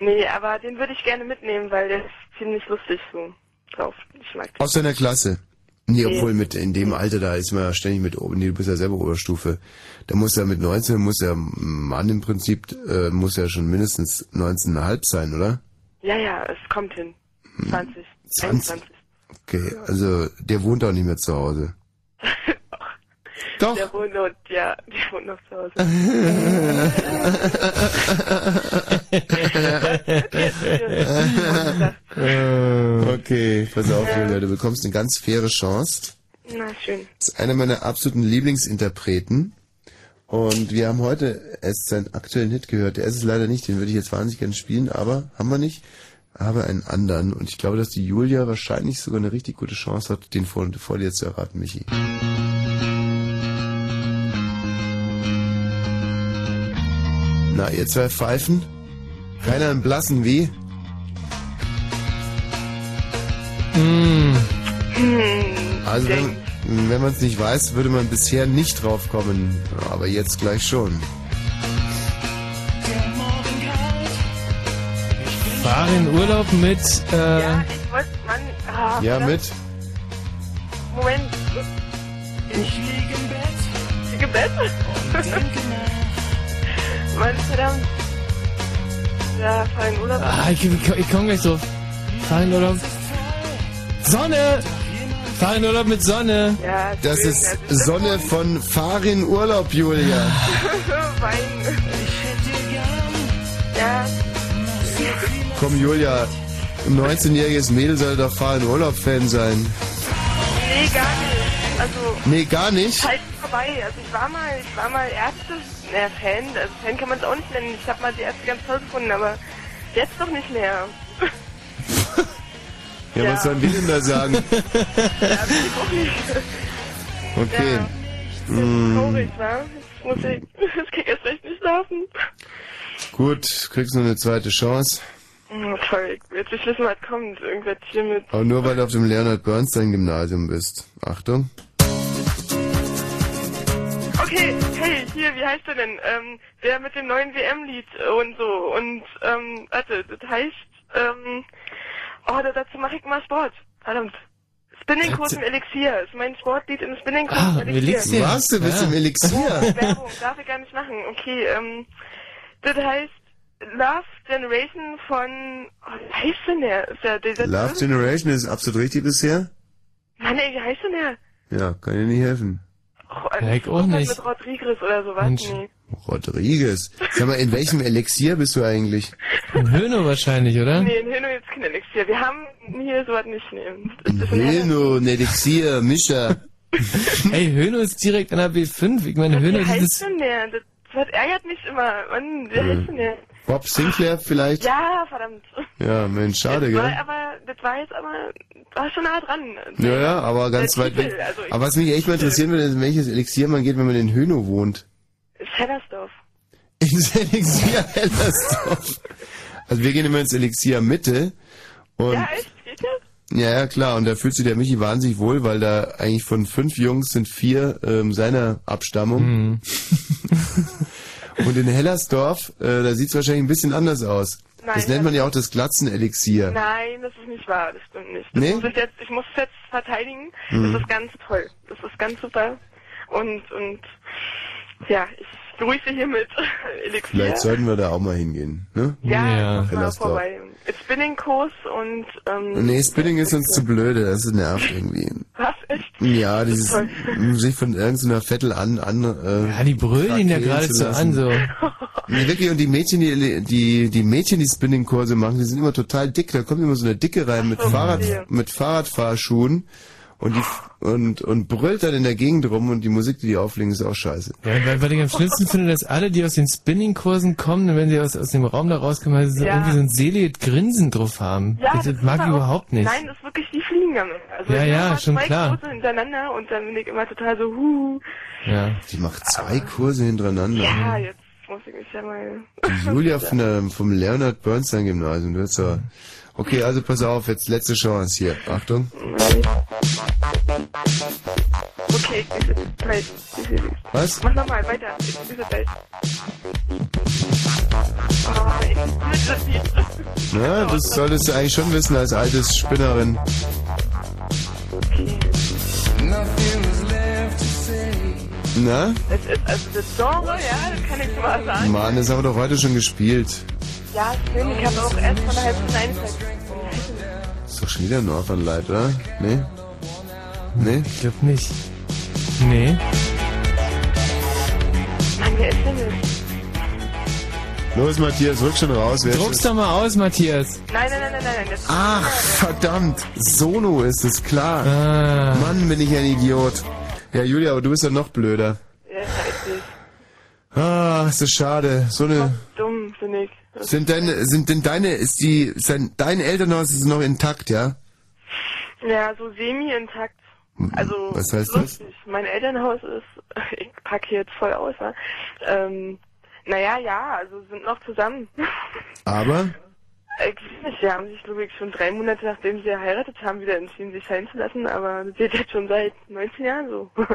Speaker 2: nee, aber den würde ich gerne mitnehmen, weil der ist ziemlich lustig so drauf. Ich mag
Speaker 4: Aus deiner Klasse? Nee,
Speaker 2: Nee.
Speaker 4: obwohl mit in dem Alter, da ist man ja ständig mit oben. Nee, du bist ja selber Oberstufe. Da muss ja mit 19, muss ja ein Mann im Prinzip, äh, muss ja schon mindestens 19,5 sein, oder?
Speaker 2: Ja, ja, es kommt hin.
Speaker 4: Hm.
Speaker 2: 20.
Speaker 4: 20.
Speaker 2: 21.
Speaker 4: Okay, also der wohnt auch nicht mehr zu Hause. Doch. Äh.
Speaker 2: Der wohnt noch, ja, der wohnt noch zu Hause.
Speaker 4: okay, pass auf,
Speaker 2: Ja.
Speaker 4: Julia, du bekommst eine ganz faire Chance.
Speaker 2: Na schön.
Speaker 4: Das ist einer meiner absoluten Lieblingsinterpreten. Und wir haben heute erst seinen aktuellen Hit gehört. Der ist es leider nicht, den würde ich jetzt wahnsinnig gerne spielen, aber haben wir nicht. Habe einen anderen. Und ich glaube, dass die Julia wahrscheinlich sogar eine richtig gute Chance hat, den vor, vor dir zu erraten, Michi. Na, ihr zwei Pfeifen? Keiner im Blassen wie? Hm. Also wenn, wenn man es nicht weiß, würde man bisher nicht drauf kommen, aber jetzt gleich schon.
Speaker 1: Fahr in Urlaub mit, äh, ja,
Speaker 2: Ich wollte, Mann, ah,
Speaker 1: Ja,
Speaker 2: verdammt.
Speaker 1: mit?
Speaker 2: Moment. Ich liege im Bett. Ich liege im Bett? Mann, verdammt. Ja, fein, Urlaub.
Speaker 1: ah, ich, ich, ich komme gleich drauf. Fahr in Urlaub. Sonne! Fahr in Urlaub mit Sonne!
Speaker 2: Ja,
Speaker 4: Das ist Sonne von Farin Urlaub, Julia.
Speaker 2: Wein. Ja.
Speaker 4: Komm, Julia, ein 19-jähriges Mädel soll doch Farin Urlaub-Fan sein.
Speaker 2: Nee, gar nicht. Also.
Speaker 4: Nee, gar nicht.
Speaker 2: Halt vorbei. Also ich war mal, ich war mal erste na, Fan. Also Fan kann man es auch nicht nennen. Ich habe mal die erste ganz toll gefunden, aber jetzt doch nicht mehr.
Speaker 4: Ja, was sollen wir denn da sagen?
Speaker 2: also,
Speaker 4: Okay. Mm,
Speaker 2: Traurig, wa? Jetzt muss ich, ich kann jetzt echt nicht schlafen.
Speaker 4: gut, kriegst du eine zweite Chance.
Speaker 2: Oh, toll. Ich will Jetzt ich wissen, was kommt. Irgendwas hier mit.
Speaker 4: Aber nur weil du auf dem Leonard Bernstein-Gymnasium bist. Achtung.
Speaker 2: Okay, hey, hier, wie heißt der denn? Ähm, der mit dem neuen WM-Lied und so. Und, ähm, warte, das heißt, ähm, oh, da- dazu mache ich mal Sport. Verdammt. Spinningkurs im Elixier. Ist mein Sportlied Ah, im Spinningkurs im Elixier.
Speaker 4: Was, du bist im Elixier?
Speaker 2: Werbung darf ich gar nicht machen. Okay, ähm, Das heißt Love Generation von. Oh, wie heißt denn der? Ist der dieser
Speaker 4: Love Generation ist absolut richtig bisher.
Speaker 2: Mann, ey, wie heißt denn der?
Speaker 4: Ja, kann dir nicht helfen.
Speaker 2: Oh,
Speaker 4: Ja, ich auch
Speaker 2: irgendwas
Speaker 4: nicht.
Speaker 2: Mit Rodriguez oder sowas.
Speaker 4: Mensch.
Speaker 2: Nee.
Speaker 4: Rodriguez. Sag mal, in welchem Elixier bist du eigentlich?
Speaker 1: In Höhne wahrscheinlich, oder?
Speaker 2: Nee, in Hino jetzt kein Elixier. Wir haben hier sowas nicht nehmen.
Speaker 4: Hilno, ein Elixier, Mischa.
Speaker 1: Ey, Höhne ist direkt an der B5. Ich meine, Höhne
Speaker 2: Wie
Speaker 1: ist
Speaker 2: heißt denn der? Das, das ärgert mich immer. Mann, wie
Speaker 4: Äh,
Speaker 2: heißt denn der?
Speaker 4: Bob Sinclair vielleicht?
Speaker 2: Ja, verdammt.
Speaker 4: Ja, Mensch, schade,
Speaker 2: das
Speaker 4: gell?
Speaker 2: war aber, das war jetzt aber, war schon nah dran.
Speaker 4: Ja, ja, aber ganz
Speaker 2: Der
Speaker 4: weit
Speaker 2: Titel,
Speaker 4: weg.
Speaker 2: also ich-
Speaker 4: Aber was mich echt mal interessieren würde, ist, in welches Elixier man geht, wenn man in Höno wohnt.
Speaker 2: Hellersdorf.
Speaker 4: Ins Elixier Hellersdorf. Also wir gehen immer ins Elixier Mitte und
Speaker 2: Ja, echt? Geht das?
Speaker 4: ja, ja klar, und da fühlt sich der Michi wahnsinnig wohl, weil da eigentlich von fünf Jungs sind vier ähm, seiner Abstammung.
Speaker 1: Hm.
Speaker 4: und in Hellersdorf, äh, da sieht's wahrscheinlich ein bisschen anders aus.
Speaker 2: Nein,
Speaker 4: das nennt man ja auch das Glatzen-Elixier.
Speaker 2: Nein, das ist nicht wahr, das stimmt nicht. Das
Speaker 4: Nee?
Speaker 2: muss ich, jetzt, ich muss es jetzt verteidigen.
Speaker 4: Mhm.
Speaker 2: Das ist ganz toll. Das ist ganz super. Und, und, ja, ich grüße hiermit Elixier.
Speaker 4: Vielleicht sollten wir da auch mal hingehen, ne?
Speaker 2: ja, ja. Mal
Speaker 4: Hellersdorf.
Speaker 2: vorbei. Spinning-Kurs und, ähm,
Speaker 4: Nee, Spinning ist uns zu blöde, das nervt irgendwie.
Speaker 2: was? Echt?
Speaker 4: Ja, dieses
Speaker 2: Toll.
Speaker 4: sich von irgendeiner Vettel an an äh, Ja,
Speaker 1: die brüllen ihn ja geradezu an, so.
Speaker 4: Nee, wirklich und die Mädchen die die die Mädchen die Spinning Kurse machen, die sind immer total dick, da kommt immer so eine dicke rein mit
Speaker 1: so,
Speaker 4: Fahrrad
Speaker 1: verstehe.
Speaker 4: mit Fahrradfahrschuhen und die und und brüllt dann in der Gegend rum und die Musik, die die auflegen, ist auch scheiße.
Speaker 1: Ja, weil, weil ich am schlimmsten finde, dass alle, die aus den Spinning-Kursen kommen, wenn sie aus, aus dem Raum da rauskommen, weil sie so
Speaker 2: Ja.
Speaker 1: irgendwie so ein seliges Grinsen drauf haben.
Speaker 2: Ja,
Speaker 1: das, das
Speaker 2: ist
Speaker 1: mag
Speaker 2: aber
Speaker 1: ich
Speaker 2: auch-
Speaker 1: überhaupt nicht.
Speaker 2: Nein, das ist wirklich die Fliegengamme. Also
Speaker 1: Ja,
Speaker 2: ich
Speaker 1: ja,
Speaker 2: mach mal
Speaker 1: schon
Speaker 2: zwei
Speaker 1: klar.
Speaker 2: Kurse hintereinander und dann bin ich immer total so, huhu,
Speaker 1: Ja.
Speaker 4: Die macht zwei Kurse hintereinander.
Speaker 2: ja, jetzt muss ich mich ja mal...
Speaker 4: Die Julia von der, vom Leonard Bernstein Gymnasium, du hast ja. Okay, also pass auf, jetzt letzte Chance hier. Achtung.
Speaker 2: Okay, ich grüße gleich.
Speaker 4: Was?
Speaker 2: Mach nochmal, weiter. Ich grüße gleich. Oh, ich grüße dich.
Speaker 4: Na, das solltest du eigentlich schon wissen als altes Spinnerin.
Speaker 12: Nothing is left to say.
Speaker 4: Na?
Speaker 2: Das ist also das Genre, ja, das kann ich schon mal sagen.
Speaker 4: Mann, das haben wir doch heute schon gespielt.
Speaker 2: Ja, schön, ich habe auch erst mal eine halbe Stunde eingeschaltet.
Speaker 4: Ist doch schon wieder Northern Light, oder? Nee? Nee? Ich
Speaker 1: glaub nicht. Nee.
Speaker 2: Mann, wer ist denn das?
Speaker 4: Los, Matthias, rück schon raus. Wer
Speaker 1: Druck's doch mal aus, Matthias.
Speaker 2: Nein, nein, nein, nein, nein, das
Speaker 4: Ach, verdammt. Sono ist es, klar.
Speaker 1: Ah.
Speaker 4: Mann, bin ich ein Idiot. Ja, Julia, aber du bist ja noch blöder.
Speaker 2: ja, scheiße.
Speaker 4: Ah, ist das schade. So eine...
Speaker 2: Dumm, finde ich.
Speaker 4: Sind deine, sind denn deine, ist die, ist dein, dein Elternhaus ist noch intakt, ja?
Speaker 2: Ja, so semi-intakt. Also,
Speaker 4: Mhm. Was heißt das?
Speaker 2: lustig. Mein Elternhaus ist, ich packe hier jetzt voll aus, wa? ähm, naja, ja, also sind noch zusammen. Äh,
Speaker 4: Aber?
Speaker 2: Ich weiß nicht, sie haben sich, glaube ich, schon drei Monate nachdem sie geheiratet haben, wieder entschieden, sich scheiden zu lassen, aber das geht jetzt schon seit 19 Jahren so.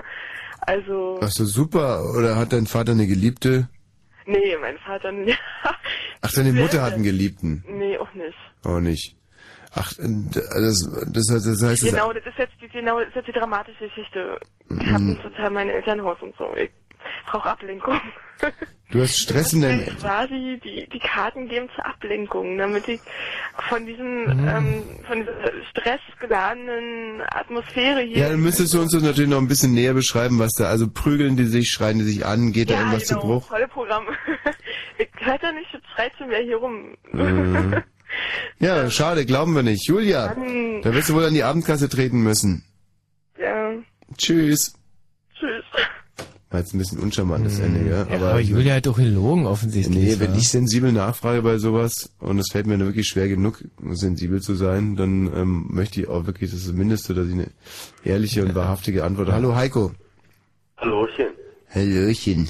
Speaker 2: Also,
Speaker 4: Ach so, super. Oder hat dein Vater eine Geliebte?
Speaker 2: nee, mein Vater,
Speaker 4: Ach, deine Mutter hat einen Geliebten.
Speaker 2: nee, auch nicht.
Speaker 4: Auch nicht. Ach, das, das, das heißt, das,
Speaker 2: Genau, das ist jetzt die, genau, das ist jetzt die dramatische Geschichte. Ich habe
Speaker 4: Mhm.
Speaker 2: ein total mein Elternhaus und so. Ich brauche Ablenkung.
Speaker 4: du hast Stress in deinem,
Speaker 2: quasi die, die Karten geben zur Ablenkung, damit ich von diesem
Speaker 4: Mhm.
Speaker 2: ähm, von dieser stressgeladenen Atmosphäre hier.
Speaker 4: ja, dann müsstest du uns das natürlich noch ein bisschen näher beschreiben, was da, also prügeln die sich, schreien die sich an, geht da
Speaker 2: ja,
Speaker 4: irgendwas
Speaker 2: genau,
Speaker 4: zu Bruch?
Speaker 2: volle Programm. ich hört da nicht, jetzt schreit schon wer hier rum.
Speaker 4: Mhm. Ja, schade, glauben wir nicht. Julia,
Speaker 2: Mann.
Speaker 4: da wirst du wohl an die Abendkasse treten müssen.
Speaker 2: ja,
Speaker 4: Tschüss.
Speaker 2: tschüs.
Speaker 4: War jetzt ein bisschen uncharmant, das Ende, ja? also-
Speaker 1: Ja, halt aber Julia hat doch gelogen, offensichtlich.
Speaker 4: Nee, wenn
Speaker 1: wa?
Speaker 4: ich sensibel nachfrage bei sowas und es fällt mir dann wirklich schwer genug, sensibel zu sein, dann ähm, möchte ich auch wirklich das ist das Mindeste, dass ich eine ehrliche und wahrhaftige Antwort habe. Hallo Heiko.
Speaker 5: Hallöchen.
Speaker 4: Hallöchen.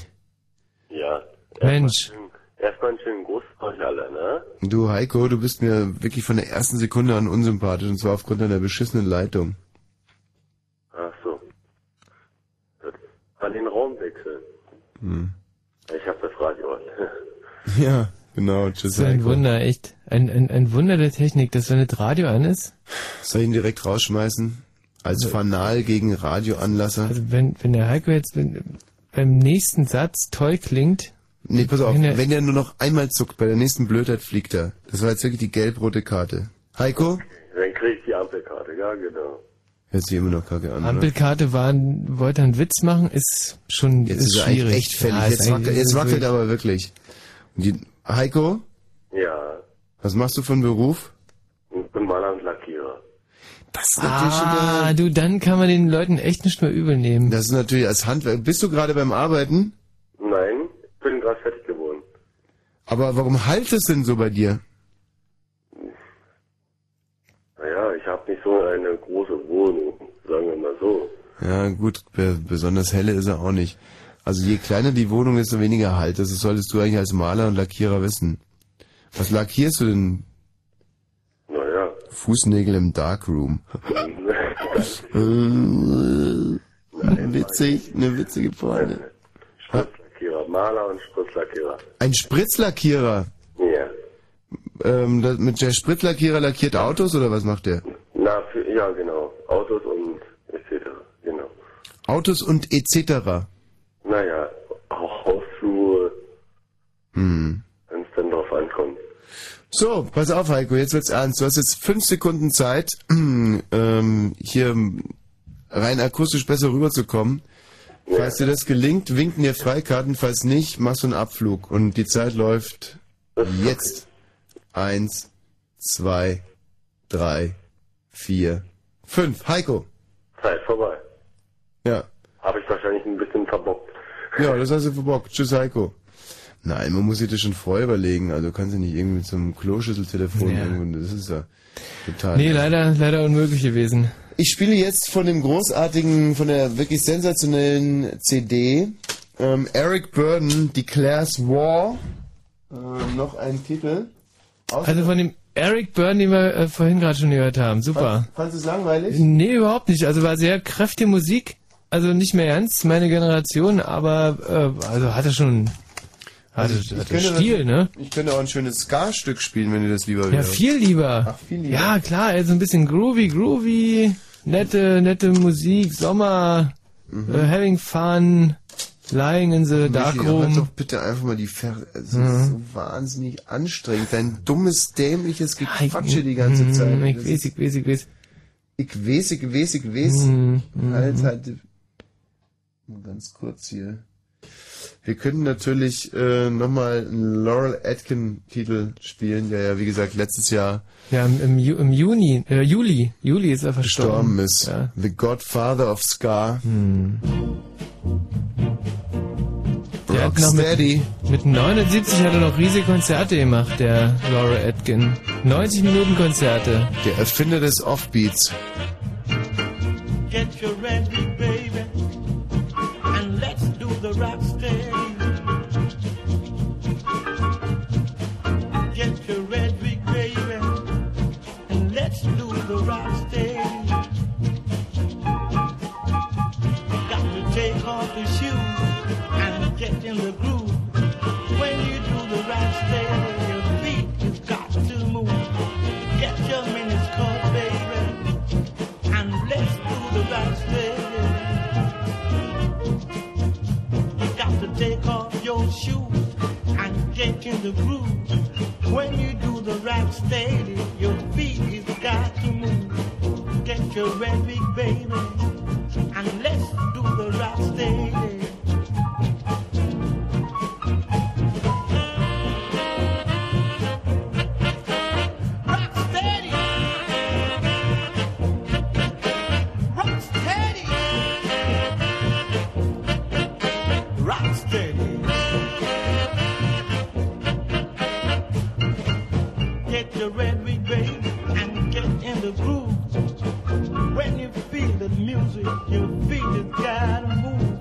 Speaker 5: Ja.
Speaker 4: Mensch.
Speaker 5: Erstmal einen schönen Gruß für euch alle, ne?
Speaker 4: Du Heiko, du bist mir wirklich von der ersten Sekunde an unsympathisch und zwar aufgrund deiner beschissenen Leitung.
Speaker 5: Ach so. Gut. Mal den Raum wechseln.
Speaker 4: Hm.
Speaker 5: Ich hab das Radio an.
Speaker 4: Ja, genau. Tschüss
Speaker 1: Das ist ein
Speaker 4: Heiko.
Speaker 1: Wunder, echt. Ein, ein, ein Wunder der Technik, dass wenn das Radio an ist,
Speaker 4: Soll ich ihn direkt rausschmeißen? Als Fanal gegen
Speaker 1: Also
Speaker 4: Radioanlasser?
Speaker 1: wenn, wenn der Heiko jetzt wenn, beim nächsten Satz toll klingt,
Speaker 4: Nee, pass auf, wenn der nur noch einmal zuckt, bei der nächsten Blödheit fliegt er. Das war jetzt wirklich die gelb-rote Karte. Heiko?
Speaker 8: Dann krieg ich die Ampelkarte, ja genau.
Speaker 4: Hört sich immer noch kacke an. Oder?
Speaker 1: Ampelkarte war, ein- wollte einen Witz machen, ist schon
Speaker 4: Jetzt
Speaker 1: ist
Speaker 4: ist er eigentlich
Speaker 1: schwierig.
Speaker 4: echt fällig.
Speaker 1: Ja, ist
Speaker 4: jetzt,
Speaker 1: eigentlich-
Speaker 4: wackelt, jetzt
Speaker 1: ist
Speaker 4: wackelt
Speaker 1: wirklich-
Speaker 4: aber wirklich. Und die, Heiko,
Speaker 8: Ja,
Speaker 4: was machst du für einen Beruf?
Speaker 8: ich bin Maler und Lackierer.
Speaker 4: Das ist
Speaker 1: Ah, du, dann kann man den Leuten echt nicht mehr übel nehmen.
Speaker 4: Das ist natürlich als Handwerk. Bist du gerade beim Arbeiten?
Speaker 8: Nein, ich bin gerade fertig geworden.
Speaker 4: Aber warum halt es denn so bei dir?
Speaker 8: Naja, ich habe nicht so eine große Wohnung, sagen wir mal so.
Speaker 4: Ja, gut, be- besonders helle ist er auch nicht. Also je kleiner die Wohnung, desto weniger halt. Das solltest du eigentlich als Maler und Lackierer wissen. Was lackierst du denn?
Speaker 8: Naja.
Speaker 4: Fußnägel im Darkroom. Äh, Witzig, eine witzige Freunde.
Speaker 8: Lackierer, Maler und Spritzlackierer.
Speaker 4: Ein Spritzlackierer.
Speaker 8: Ja.
Speaker 4: Ähm, das, mit der Spritzlackierer lackiert Autos oder was macht der?
Speaker 8: Na, für, ja genau, Autos und etc. Genau.
Speaker 4: Autos und etc.
Speaker 8: Naja, auch Hausflur,
Speaker 4: Hm.
Speaker 8: wenn es dann drauf ankommt.
Speaker 4: So, pass auf, Heiko, jetzt wird's ernst. Du hast jetzt fünf Sekunden Zeit, ähm, hier rein akustisch besser rüberzukommen. Falls dir das gelingt, winken dir Freikarten. Falls nicht, machst du einen Abflug. Und die Zeit läuft jetzt. Eins, zwei, drei, vier, fünf. Heiko.
Speaker 8: Zeit vorbei.
Speaker 4: Ja.
Speaker 8: Habe ich wahrscheinlich ein bisschen verbockt.
Speaker 4: Ja, das hast du verbockt. Tschüss, Heiko. Nein, man muss sich das schon vorher überlegen. Also du kannst ja nicht irgendwie mit so einem Kloschüsseltelefon
Speaker 1: Ja.
Speaker 4: irgendwo, das ist ja total...
Speaker 1: Nee, leider, leider unmöglich gewesen.
Speaker 4: Ich spiele jetzt von dem großartigen, von der wirklich sensationellen CD ähm, Eric Burden Declares War. Ähm, noch ein Titel.
Speaker 1: Also von dem Eric Byrne, den wir äh, vorhin gerade schon gehört haben. Super.
Speaker 4: Fandest du es langweilig?
Speaker 1: Nee, überhaupt nicht. Also war sehr kräftige Musik. Also nicht mehr ganz meine Generation, aber äh, also hatte schon
Speaker 4: Also
Speaker 1: hatte, hatte Stil, ne?
Speaker 4: Ich könnte auch ein schönes Ska-Stück spielen, wenn dir das lieber wäre.
Speaker 1: Ja, viel lieber.
Speaker 4: Ach, viel lieber.
Speaker 1: Ja, klar, also ein bisschen groovy, groovy, nette, nette Musik, Sommer, äh, having fun, lying in the dark
Speaker 4: Michi, hör doch
Speaker 1: room.
Speaker 4: bitte einfach mal die Fer Es ist
Speaker 1: Mhm.
Speaker 4: so wahnsinnig anstrengend. Dein dummes, dämliches Gequatsche die ganze Zeit.
Speaker 1: Mhm, ich
Speaker 4: Das
Speaker 1: weiß,
Speaker 4: ist-
Speaker 1: ich weiß, ich weiß.
Speaker 4: Ich weiß, ich weiß, ich weiß.
Speaker 1: Mhm, mhm.
Speaker 4: Halt, halt. Nur Ganz kurz hier. Wir könnten natürlich äh, nochmal einen Laurel Atkin-Titel spielen, der ja, wie gesagt, letztes Jahr
Speaker 1: Ja, im, im, Ju- im Juni, äh, Juli, Juli ist Mhm. er
Speaker 4: gestorben
Speaker 1: verstorben.
Speaker 4: ist. The Godfather of Ska.
Speaker 1: Der hat noch
Speaker 4: Rocksteady.
Speaker 1: mit, mit 79 hat er noch riesige Konzerte gemacht, der Laura Atkin. 90 Minuten Konzerte.
Speaker 4: Der Erfinder des Offbeats.
Speaker 13: Get your ready, baby, and let's do the rock steady. Get your ready, baby, and let's do the rock steady. You got to take off your shoes and get in the groove. When you do the rock steady, your feet has got to move. Get your miniskirt, baby and let's do the right thing. You got to take off your shoes and get in the groove. When you do the right steady, your feet is got to move. Get your red big baby and let's do the right steady. Rock steady. Rocksteady. Rocksteady. Get your red wig, baby, and get in the groove. When you feel the music, your feet has gotta move.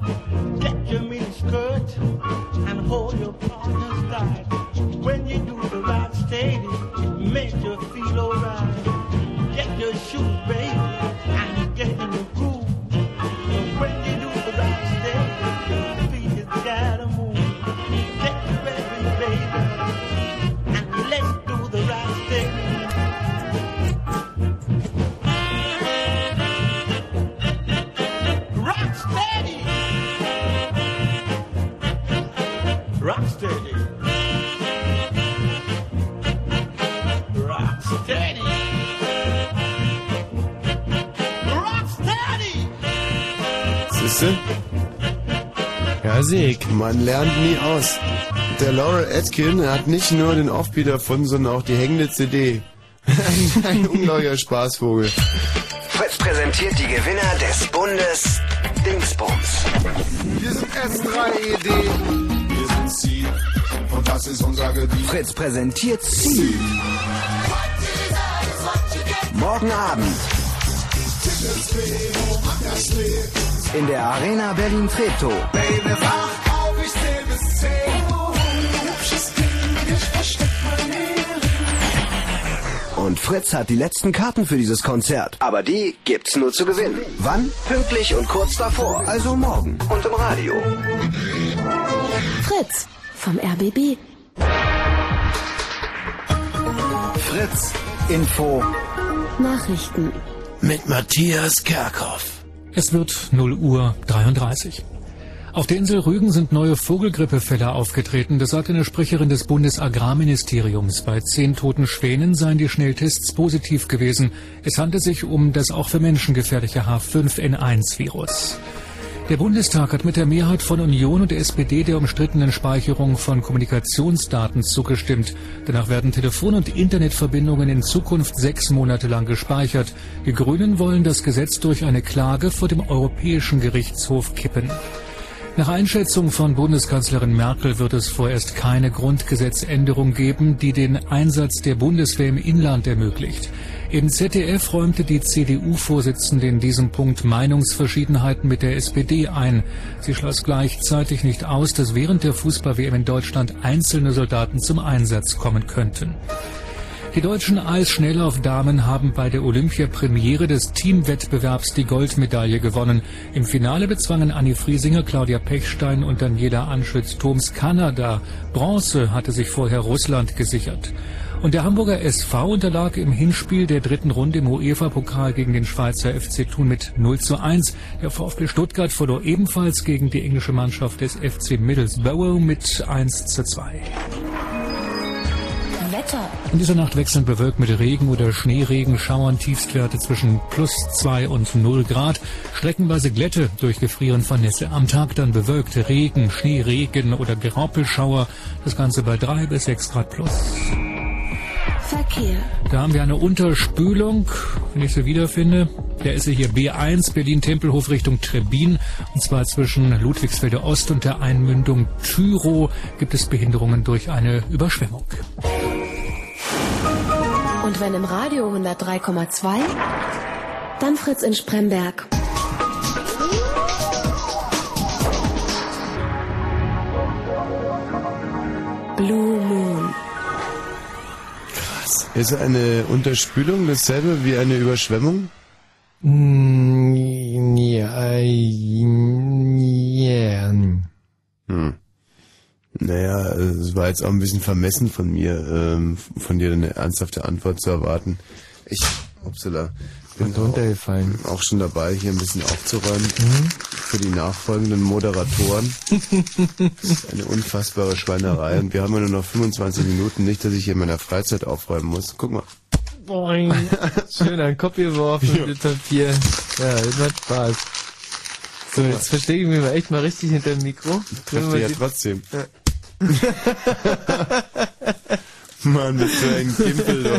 Speaker 13: Get your mini skirt and hold your partner's tight. When you do the rock steady, it makes you feel alright. Get your shoes, baby, and get in the groove. When you do the rock steady, your feet has gotta move. Get your ready, baby, and let's do the rock steady. Rock steady. Rock steady.
Speaker 4: Siehst du?
Speaker 1: Ja, Sieg.
Speaker 4: Man lernt nie aus. Der Laurel Atkin hat nicht nur den Offbeat erfunden, sondern auch die hängende CD. Ein unglaublicher Spaßvogel.
Speaker 14: Fritz präsentiert die Gewinner des Bundes Dingsbums.
Speaker 6: Wir sind S3ED. Wir sind Ziel. Und das ist unser Gebiet.
Speaker 14: Fritz präsentiert Ziel. Morgen Abend in der Arena Berlin Treptow.
Speaker 12: Baby, wach auf, ich zähl bis zehn. Hübsches Ding, ich versteck mein
Speaker 14: Und Fritz hat die letzten Karten für dieses Konzert. Aber die gibt's nur zu gewinnen. Wann? Pünktlich und kurz davor. Also morgen. Und im Radio.
Speaker 15: Fritz vom RBB.
Speaker 14: Fritz Info
Speaker 15: Nachrichten.
Speaker 11: Mit Matthias Kerkhoff. Es wird 0 Uhr 33. Auf der Insel Rügen sind neue Vogelgrippefälle aufgetreten. Das sagte eine Sprecherin des Bundesagrarministeriums. Bei zehn toten Schwänen seien die Schnelltests positiv gewesen. Es handle sich um das auch für Menschen gefährliche H5N1-Virus. Der Bundestag hat mit der Mehrheit von Union und der SPD der umstrittenen Speicherung von Kommunikationsdaten zugestimmt. Danach werden Telefon- und Internetverbindungen in Zukunft sechs Monate lang gespeichert. Die Grünen wollen das Gesetz durch eine Klage vor dem Europäischen Gerichtshof kippen. Nach Einschätzung von Bundeskanzlerin Merkel wird es vorerst keine Grundgesetzänderung geben, die den Einsatz der Bundeswehr im Inland ermöglicht. Im ZDF räumte die CDU-Vorsitzende in diesem Punkt Meinungsverschiedenheiten mit der SPD ein. Sie schloss gleichzeitig nicht aus, dass während der Fußball-WM in Deutschland einzelne Soldaten zum Einsatz kommen könnten. Die deutschen Eisschnelllaufdamen haben bei der Olympiapremiere des Teamwettbewerbs die Goldmedaille gewonnen. Im Finale bezwangen Anni Friesinger, Claudia Pechstein und Daniela Anschütz-Thoms Kanada. Bronze hatte sich vorher Russland gesichert. Und der Hamburger SV unterlag im Hinspiel der dritten Runde im UEFA-Pokal gegen den Schweizer FC Thun mit 0 zu 1. Der VfB Stuttgart verlor ebenfalls gegen die englische Mannschaft des FC Middlesbrough mit 1 zu 2.
Speaker 15: Wetter.
Speaker 11: In dieser Nacht wechselnd bewölkt mit Regen oder Schneeregen, Schauern, Tiefstwerte zwischen plus 2 und 0 Grad, streckenweise Glätte durch Gefrieren von Nässe. Am Tag dann bewölkt Regen, Schneeregen oder Graupelschauer, das Ganze bei 3 bis 6 Grad plus.
Speaker 15: Verkehr.
Speaker 11: Da haben wir eine Unterspülung, wenn ich sie wiederfinde. Der ist sie hier B1 Berlin-Tempelhof Richtung Trebin. Und zwar zwischen Ludwigsfelde Ost und der Einmündung Tyrow gibt es Behinderungen durch eine Überschwemmung.
Speaker 15: Und wenn im Radio 103,2, dann Fritz in Spremberg. Blue Moon.
Speaker 4: Ist eine Unterspülung dasselbe wie eine Überschwemmung?
Speaker 1: Mm, ja, ja.
Speaker 4: Hm. Naja, es war jetzt auch ein bisschen vermessen von mir, ähm, von dir eine ernsthafte Antwort zu erwarten. Ich, upsala, bin runtergefallen. Auch, auch schon dabei, hier ein bisschen aufzuräumen für die nachfolgenden Moderatoren. Das ist eine unfassbare Schweinerei und wir haben ja nur noch 25 Minuten, nicht, dass ich hier in meiner Freizeit aufräumen muss. Guck mal.
Speaker 1: Boing. Schön an den Kopf geworfen mit dem Papier. Ja, das macht Spaß. So, jetzt verstecke ich mich mal echt mal richtig hinter dem Mikro. Wenn
Speaker 4: Trifft dich
Speaker 1: man
Speaker 4: ja
Speaker 1: die-
Speaker 4: trotzdem. Mann, bist du ein Gimpel, du.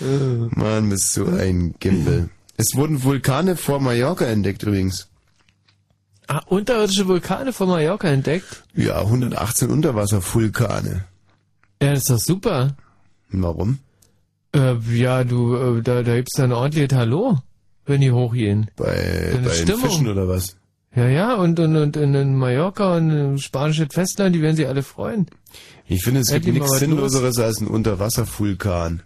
Speaker 1: Äh.
Speaker 4: Mann, bist du ein Gimpel. Es wurden Vulkane vor Mallorca entdeckt übrigens.
Speaker 1: Ah, unterirdische Vulkane von Mallorca entdeckt?
Speaker 4: Ja, 118 Unterwasservulkane.
Speaker 1: Ja, das ist doch super.
Speaker 4: Warum?
Speaker 1: Äh, ja, du, äh, da, da gibt's dann ein ordentliches Hallo, wenn die hochgehen.
Speaker 4: Bei,
Speaker 1: Dann
Speaker 4: bei
Speaker 1: ist
Speaker 4: den
Speaker 1: Stimmung.
Speaker 4: Fischen oder was?
Speaker 1: Ja, ja, und, und, und in, in Mallorca und im spanischen Festland, die werden sich alle freuen.
Speaker 4: Ich finde, es gibt
Speaker 1: Endlich mal
Speaker 4: nichts
Speaker 1: was
Speaker 4: Sinnloseres als ein Unterwasservulkan.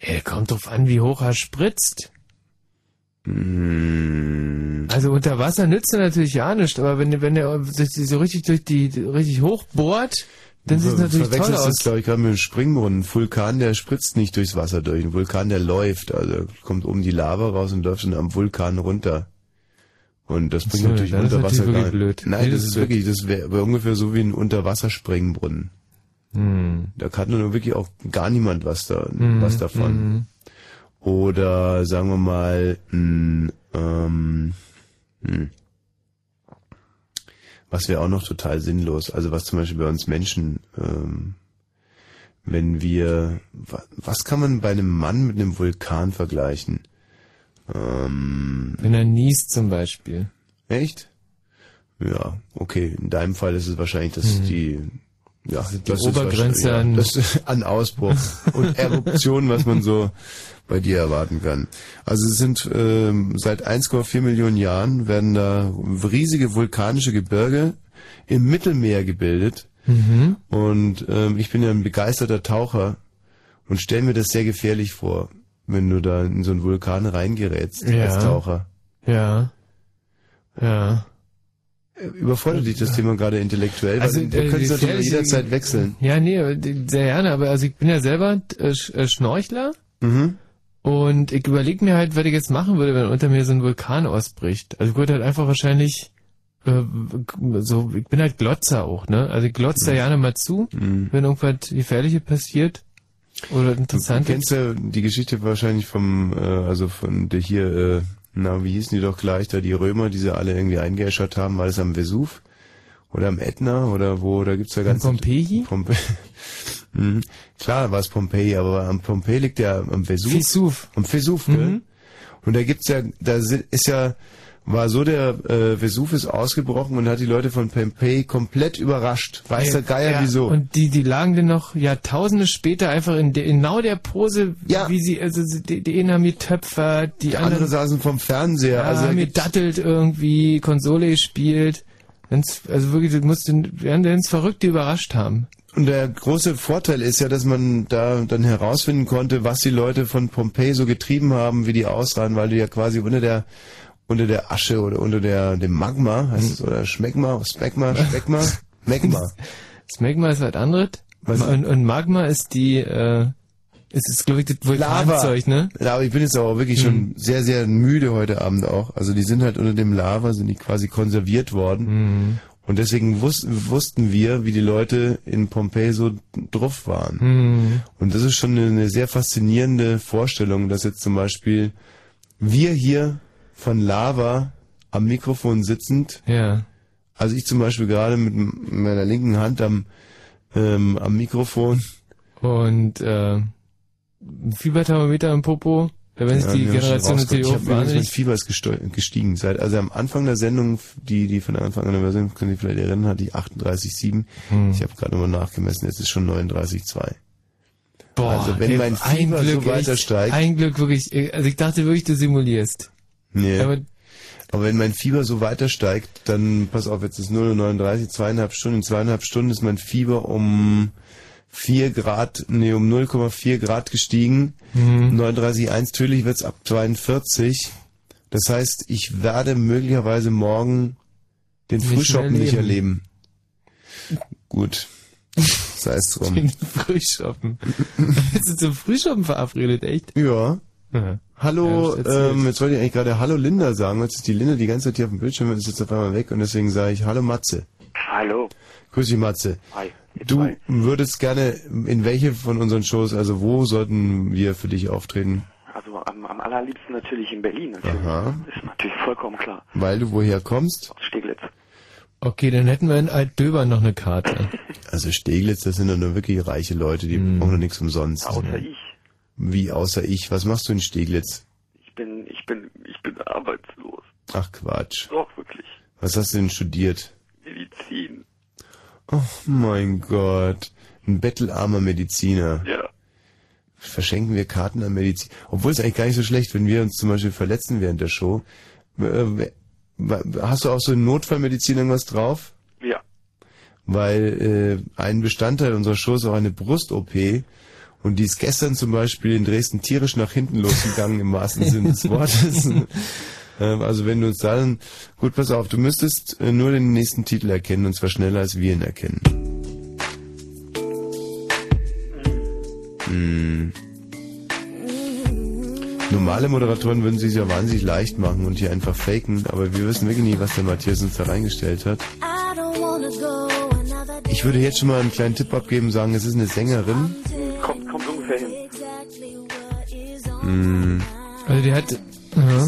Speaker 1: Ey, kommt drauf an, wie hoch er spritzt.
Speaker 4: Hm.
Speaker 1: Also unter Wasser nützt er natürlich ja nichts, aber wenn, wenn er sich so richtig durch die, richtig hoch bohrt, dann sieht es natürlich toll
Speaker 4: Verwechselst du
Speaker 1: aus.
Speaker 4: es, glaube ich, gerade mit dem Springbrunnen. Ein Vulkan, der spritzt nicht durchs Wasser durch. Ein Vulkan, der läuft. Also kommt oben die Lava raus und läuft dann am Vulkan runter. Und das bringt
Speaker 1: So,
Speaker 4: natürlich
Speaker 1: dann ist
Speaker 4: unter Wasser
Speaker 1: natürlich
Speaker 4: gar
Speaker 1: wirklich
Speaker 4: nicht-
Speaker 1: blöd.
Speaker 4: Nein,
Speaker 1: Nee,
Speaker 4: das
Speaker 1: das
Speaker 4: ist
Speaker 1: ist blöd.
Speaker 4: wirklich, das wäre aber ungefähr so wie ein Unterwasserspringbrunnen.
Speaker 1: Hm.
Speaker 4: Da kann nur wirklich auch gar niemand was da,
Speaker 1: Mhm,
Speaker 4: was davon.
Speaker 1: mhm.
Speaker 4: Oder sagen wir mal, ein, ähm, Hm. Was wäre auch noch total sinnlos, also was zum Beispiel bei uns Menschen, ähm, wenn wir, wa- was kann man bei einem Mann mit einem Vulkan vergleichen? Ähm,
Speaker 1: Wenn er niest zum Beispiel.
Speaker 4: Echt? Ja, okay, in deinem Fall ist es wahrscheinlich, dass
Speaker 1: Hm.
Speaker 4: die, ja,
Speaker 1: Das ist die
Speaker 4: das ist
Speaker 1: Obergrenze
Speaker 4: wahrscheinlich-
Speaker 1: an-
Speaker 4: das ist an Ausbruch und Eruption, was man so bei dir erwarten kann. Also es sind ähm, seit 1,4 Millionen Jahren werden da riesige vulkanische Gebirge im Mittelmeer gebildet.
Speaker 1: Mhm.
Speaker 4: Und ähm, ich bin ja ein begeisterter Taucher und stelle mir das sehr gefährlich vor, wenn du da in so einen Vulkan reingerätst als
Speaker 1: Ja.
Speaker 4: Taucher.
Speaker 1: Ja. Ja.
Speaker 4: Überfordert dich das Thema gerade intellektuell? Also, Weil, du
Speaker 1: äh,
Speaker 4: könntest
Speaker 1: gefährliche-
Speaker 4: natürlich jederzeit wechseln.
Speaker 1: Ja, nee, aber d- sehr gerne, aber also ich bin ja selber äh, Sch- äh, Schnorchler
Speaker 4: Mhm.
Speaker 1: und ich überlege mir halt, was ich jetzt machen würde, wenn unter mir so ein Vulkan ausbricht. Also ich würde halt einfach wahrscheinlich äh, so, ich bin halt Glotzer auch, ne? Also ich glotze da
Speaker 4: Mhm.
Speaker 1: gerne mal zu,
Speaker 4: Mhm.
Speaker 1: wenn irgendwas Gefährliches passiert oder
Speaker 4: Du
Speaker 1: Interessantes.
Speaker 4: kennst ja die Geschichte wahrscheinlich vom, äh, also von der hier, äh, na, wie hießen die doch gleich, da die Römer, die sie alle irgendwie eingeäschert haben, war das am Vesuv oder am Ätna oder wo, da gibt's ja ganz...
Speaker 1: Pompeji?
Speaker 4: Pompe Mhm. Klar war es Pompeji, aber am Pompeji liegt ja am Vesuv.
Speaker 1: Vesuv. Mhm.
Speaker 4: Am Vesuv, gell? Und da gibt's ja, da si- ist ja, war so der äh, Vesuv ist ausgebrochen und hat die Leute von Pompeji komplett überrascht. Weiß der Geier
Speaker 1: Ja,
Speaker 4: wieso.
Speaker 1: Und die, die lagen dann noch Jahrtausende später einfach in der, genau der Pose, wie sie, also sie- die, die einen haben getöpfert, die
Speaker 4: Die
Speaker 1: anderen,
Speaker 4: andere saßen vom Fernseher.
Speaker 1: ja,
Speaker 4: also da
Speaker 1: haben
Speaker 4: gibt's-
Speaker 1: gedattelt irgendwie, Konsole gespielt. Ganz- also wirklich, das musste, werden dann ins Verrückte überrascht haben.
Speaker 4: Und der große Vorteil ist ja, dass man da dann herausfinden konnte, was die Leute von Pompeji so getrieben haben, wie die ausraten, weil du ja quasi unter der unter der Asche oder unter der dem Magma, heißt es, oder Schmeckma, Speckma, Speckma, Magma.
Speaker 1: Das Magma ist was anderes.
Speaker 4: Was?
Speaker 1: Und, und Magma ist die, äh, ist, ist glaube ich, das Vulkanzeug, ne? Hm.
Speaker 4: Lava, ich bin jetzt aber wirklich schon sehr, sehr müde heute Abend auch. Also die sind halt unter dem Lava, sind die quasi konserviert worden.
Speaker 1: Hm.
Speaker 4: Und deswegen wus wussten wir, wie die Leute in Pompeji so drauf waren.
Speaker 1: Mhm.
Speaker 4: Und das ist schon eine, eine sehr faszinierende Vorstellung, dass jetzt zum Beispiel wir hier von Lava am Mikrofon sitzend,
Speaker 1: Ja.
Speaker 4: also ich zum Beispiel gerade mit m- meiner linken Hand am, ähm, am Mikrofon,
Speaker 1: Und, äh, ein Fieberthermometer im Popo, da werden sich
Speaker 4: Ja,
Speaker 1: die
Speaker 4: wir haben schon
Speaker 1: Generation
Speaker 4: rausgekommen.
Speaker 1: natürlich
Speaker 4: Ich
Speaker 1: auch
Speaker 4: habe übrigens mit
Speaker 1: wahnsinnig
Speaker 4: Fieber ist gesto- gestiegen. Seit, also am Anfang der Sendung, die, die von Anfang an der Version, könnt ihr vielleicht erinnern, hatte ich 38,7.
Speaker 1: Hm.
Speaker 4: Ich habe gerade nochmal nachgemessen, jetzt ist schon 39,2.
Speaker 1: Boah,
Speaker 4: also wenn
Speaker 1: ey,
Speaker 4: mein
Speaker 1: ein
Speaker 4: Fieber so
Speaker 1: Glück echt,
Speaker 4: weiter steigt,
Speaker 1: Ein Glück wirklich. äh, Also ich dachte wirklich, du simulierst.
Speaker 4: Nee.
Speaker 1: Aber-
Speaker 4: Aber, wenn mein Fieber so weiter steigt, dann, pass auf, jetzt ist 0.39 Uhr, zweieinhalb Stunden, in zweieinhalb Stunden ist mein Fieber um 4 Grad, nee, um 0,4 Grad gestiegen.
Speaker 1: Mhm.
Speaker 4: 39,1 natürlich wird's ab 42. Das heißt, ich werde möglicherweise morgen den
Speaker 1: Nicht
Speaker 4: Frühschoppen
Speaker 1: mehr
Speaker 4: nicht erleben.
Speaker 1: leben.
Speaker 4: Gut. Sei es drum.
Speaker 1: Den Frühschoppen. Bist du zum Frühschoppen verabredet, echt?
Speaker 4: Ja. Hallo,
Speaker 1: Ja, das erzählt.
Speaker 4: ähm, jetzt wollte ich eigentlich gerade Hallo Linda sagen. Jetzt ist die Linda die ganze Zeit hier auf dem Bildschirm und ist jetzt auf einmal weg und deswegen sage ich Hallo Matze.
Speaker 17: Hallo.
Speaker 4: Grüß dich Matze.
Speaker 17: Hi.
Speaker 4: Du würdest gerne in welche von unseren Shows, also wo sollten wir für dich auftreten?
Speaker 17: Also am, am allerliebsten natürlich in Berlin. Natürlich.
Speaker 4: Aha.
Speaker 17: Ist natürlich vollkommen klar.
Speaker 4: Weil du woher kommst?
Speaker 17: Steglitz.
Speaker 1: Okay, dann hätten wir in Altdöbern noch eine Karte. Hm.
Speaker 4: Also Steglitz, das sind doch nur wirklich reiche Leute, die brauchen doch nichts umsonst.
Speaker 17: Außer ich.
Speaker 4: Wie außer ich? Was machst du in Steglitz?
Speaker 17: Ich bin, ich bin, ich bin arbeitslos.
Speaker 4: Ach Quatsch.
Speaker 17: Doch, wirklich.
Speaker 4: Was hast du denn studiert?
Speaker 17: Medizin.
Speaker 4: Oh mein Gott. Ein bettelarmer Mediziner.
Speaker 17: Ja.
Speaker 4: Verschenken wir Karten an Medizin. Obwohl es eigentlich gar nicht so schlecht, wenn wir uns zum Beispiel verletzen während der Show. Äh, Hast du auch so in Notfallmedizin irgendwas drauf?
Speaker 17: Ja.
Speaker 4: weil äh, ein Bestandteil unserer Show ist auch eine Brust-OP und die ist gestern zum Beispiel in Dresden tierisch nach hinten losgegangen im wahrsten Sinne des Wortes. Ähm, also wenn du uns da dann... Gut, pass auf, du müsstest äh, nur den nächsten Titel erkennen und zwar schneller als wir ihn erkennen. Hm. Normale Moderatoren würden sich ja wahnsinnig leicht machen und hier einfach faken, aber wir wissen wirklich nie, was der Matthias uns da reingestellt hat. Ich würde jetzt schon mal einen kleinen Tipp abgeben, sagen, es ist eine Sängerin.
Speaker 17: Kommt, kommt ungefähr hin.
Speaker 4: Hm.
Speaker 1: Also die hat. Ja.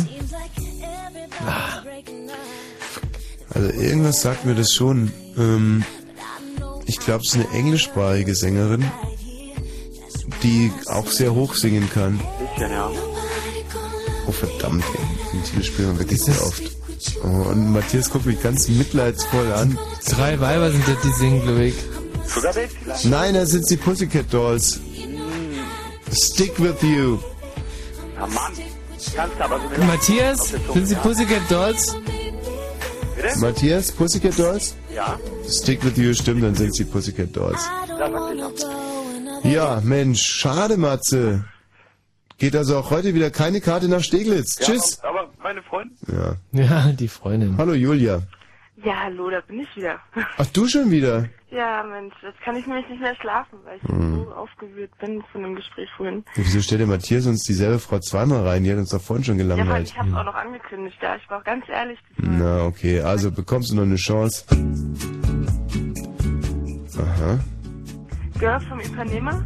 Speaker 4: Also irgendwas sagt mir das schon. Ähm, ich glaube, es ist eine englischsprachige Sängerin, die auch sehr hoch singen kann.
Speaker 17: Bisschen, ja.
Speaker 4: Oh verdammt, ey. Die spielen wir wirklich sehr oft. Oh, und Matthias guckt mich ganz mitleidsvoll an.
Speaker 1: Drei Weiber sind das, die singen, glaube ich.
Speaker 17: Sugar Babes vielleicht?
Speaker 4: Nein, das sind die Pussycat Dolls. Stick with you.
Speaker 17: Na Mann. Kannst du aber so
Speaker 1: Matthias, sind Sie Pussycat Dolls?
Speaker 17: Bitte?
Speaker 4: Matthias, Pussycat Dolls?
Speaker 17: Ja.
Speaker 4: Stick with you, stimmt, dann singt sie Pussycat Dolls.
Speaker 17: Ja, natürlich.
Speaker 4: Ja, Mensch, schade, Matze. Geht also auch heute wieder keine Karte nach Steglitz.
Speaker 17: Ja,
Speaker 4: Tschüss.
Speaker 17: Aber meine Freundin,
Speaker 4: Ja.
Speaker 1: ja, die Freundin.
Speaker 4: Hallo, Julia.
Speaker 2: Ja, hallo, da bin ich wieder.
Speaker 4: Ach, du schon wieder?
Speaker 2: Ja, Mensch, jetzt kann ich nämlich nicht mehr schlafen, weil ich
Speaker 4: Mhm.
Speaker 2: so aufgewühlt bin von dem Gespräch vorhin.
Speaker 4: Wieso stellt der Matthias uns dieselbe Frau zweimal rein? Die hat uns doch vorhin schon
Speaker 2: Ja, weil
Speaker 4: gelangweilt.
Speaker 2: ich hab's auch noch angekündigt, ja, ich war auch ganz ehrlich.
Speaker 4: Na, okay, also bekommst du noch eine Chance. Aha.
Speaker 2: Girl vom Ipanema?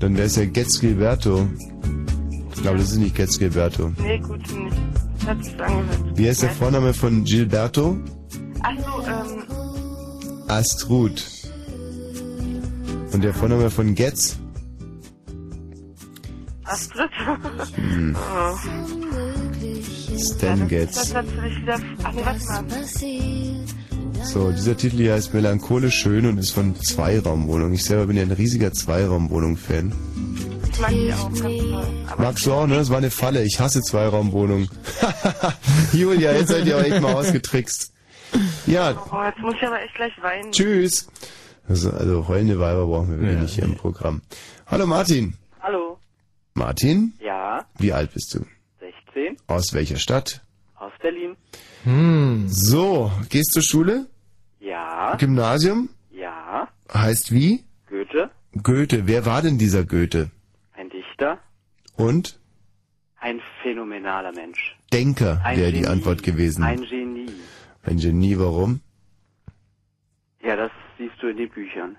Speaker 4: Dann wär's ja Getz Gilberto. Ich glaube, das ist nicht Getz Gilberto.
Speaker 2: Nee, gut, nicht. Das hat sich so angehört.
Speaker 4: Wie heißt der Vorname von Gilberto?
Speaker 2: Ach so, ähm,
Speaker 4: Astrud. Und der Vorname von Getz?
Speaker 2: Astrid?
Speaker 4: Hm.
Speaker 2: oh.
Speaker 4: Stan Getz.
Speaker 2: Das hat sich wieder... Ach nee, warte mal.
Speaker 4: So, dieser Titel hier heißt Melancholisch schön und ist von Zweiraumwohnung. Ich selber bin ja ein riesiger Zweiraumwohnung-Fan.
Speaker 2: Ich mag die auch ganz toll.
Speaker 4: Magst du auch, ne? Das war eine Falle. Ich hasse Zweiraumwohnungen. Julia, jetzt seid ihr auch echt mal ausgetrickst. Ja,
Speaker 2: Oh, jetzt muss ich aber echt gleich weinen.
Speaker 4: tschüss. Also, also heulende Weiber brauchen wir wirklich nicht hier im Programm. Hallo Martin.
Speaker 21: Hallo.
Speaker 4: Martin?
Speaker 21: Ja,
Speaker 4: Wie alt bist du?
Speaker 21: 16,
Speaker 4: Aus welcher Stadt?
Speaker 21: aus Berlin.
Speaker 4: Hm. So, gehst zur Schule?
Speaker 21: Ja,
Speaker 4: Gymnasium?
Speaker 21: ja,
Speaker 4: Heißt wie?
Speaker 21: Goethe,
Speaker 4: Goethe. Wer war denn dieser Goethe?
Speaker 21: ein Dichter,
Speaker 4: Und?
Speaker 21: ein phänomenaler Mensch.
Speaker 4: Denker
Speaker 21: Ein
Speaker 4: wäre
Speaker 21: Genie.
Speaker 4: die Antwort gewesen.
Speaker 21: Ein Genie.
Speaker 4: Ein Genie, warum?
Speaker 21: Ja, das siehst du in den Büchern.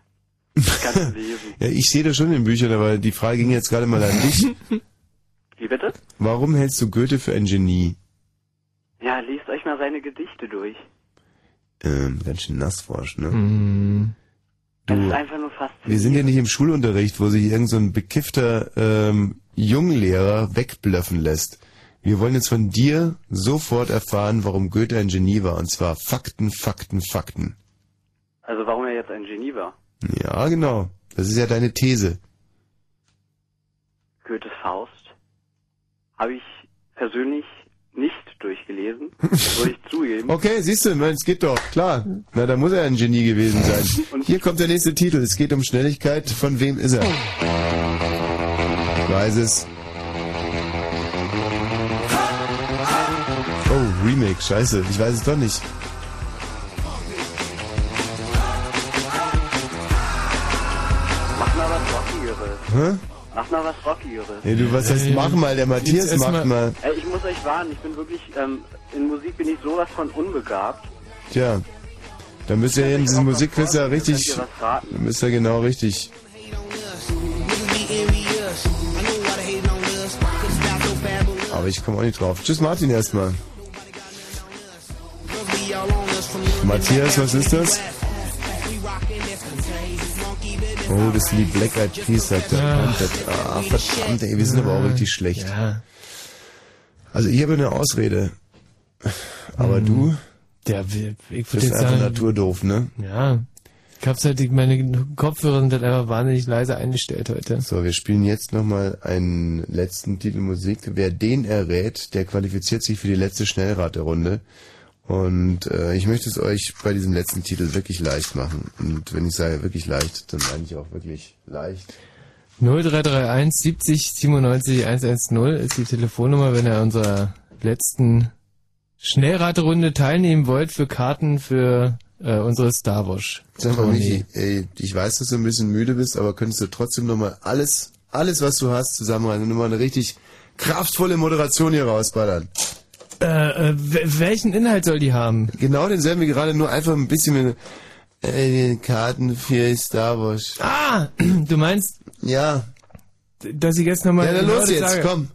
Speaker 21: Das kannst du lesen.
Speaker 4: Ja, ich sehe das schon in den Büchern, aber die Frage ging jetzt gerade mal an dich.
Speaker 21: Wie bitte?
Speaker 4: Warum hältst du Goethe für ein Genie?
Speaker 21: Ja, lest euch mal seine Gedichte durch.
Speaker 4: Ähm, ganz schön nassforsch, ne?
Speaker 21: Das
Speaker 4: Du,
Speaker 21: ist einfach nur faszinierend.
Speaker 4: wir sind ja nicht im Schulunterricht, wo sich irgend so ein bekiffter ähm, Junglehrer wegblöffen lässt. Wir wollen jetzt von dir sofort erfahren, warum Goethe ein Genie war. Und zwar Fakten, Fakten, Fakten.
Speaker 21: Also warum er jetzt ein Genie war?
Speaker 4: Ja, genau. Das ist ja deine These.
Speaker 21: Goethes Faust habe ich persönlich nicht durchgelesen, würde ich zugeben.
Speaker 4: Okay, siehst du, Mensch, geht doch, klar. Na, da muss er ein Genie gewesen sein. Hier kommt der nächste Titel. Es geht um Schnelligkeit. Von wem ist er? Ich weiß es. Oh, Remake, scheiße. Ich weiß es doch nicht.
Speaker 21: Mach mal was Rockigeres.
Speaker 4: Hä?
Speaker 21: Mach mal was Rockigeres.
Speaker 4: Ey, du, was heißt, mach mal? Der Matthias macht mal.
Speaker 21: Ey, ich muss euch warnen, ich bin wirklich, ähm, in Musik bin ich sowas von unbegabt.
Speaker 4: Tja, da müsst ihr in diesem Musikquiz ja richtig...
Speaker 21: könnt ihr was raten.
Speaker 4: Da müsst ihr genau richtig... Aber ich komme auch nicht drauf. Tschüss, Martin, erstmal. Matthias, was ist das? Oh, das sind die Black Eyed Peas, sagt er.
Speaker 1: Ach.
Speaker 4: Ah, verdammt, ey, wir sind aber auch richtig schlecht. Also ich habe eine Ausrede. Aber du?
Speaker 1: Der, Hm. wir- ich
Speaker 4: Das
Speaker 1: würde
Speaker 4: ist
Speaker 1: jetzt
Speaker 4: einfach
Speaker 1: sagen,
Speaker 4: naturdoof, ne?
Speaker 1: ja. Ich hab's halt, die- meine Kopfhörer sind halt einfach wahnsinnig leise eingestellt heute.
Speaker 4: So, wir spielen jetzt nochmal einen letzten Titel Musik. Wer den errät, der qualifiziert sich für die letzte Schnellraterunde. Und äh, ich möchte es euch bei diesem letzten Titel wirklich leicht machen. Und wenn ich sage wirklich leicht, dann meine ich auch wirklich leicht.
Speaker 1: 0331 70 97 110 ist die Telefonnummer, wenn ihr an unserer letzten Schnellraterunde teilnehmen wollt für Karten für äh, unsere Star Wars.
Speaker 4: Sag mal, Michi, ey, ich weiß, dass du ein bisschen müde bist, aber könntest du trotzdem nochmal alles, alles, was du hast, zusammenreißen und nochmal eine richtig kraftvolle Moderation hier rausballern?
Speaker 1: Äh, äh, wel- welchen Inhalt soll die haben?
Speaker 4: Genau denselben wie gerade, nur einfach ein bisschen mit äh, Karten für Star Wars.
Speaker 1: Ah, du meinst?
Speaker 4: Ja.
Speaker 1: Dass ich jetzt nochmal...
Speaker 4: Ja, dann los jetzt, komm.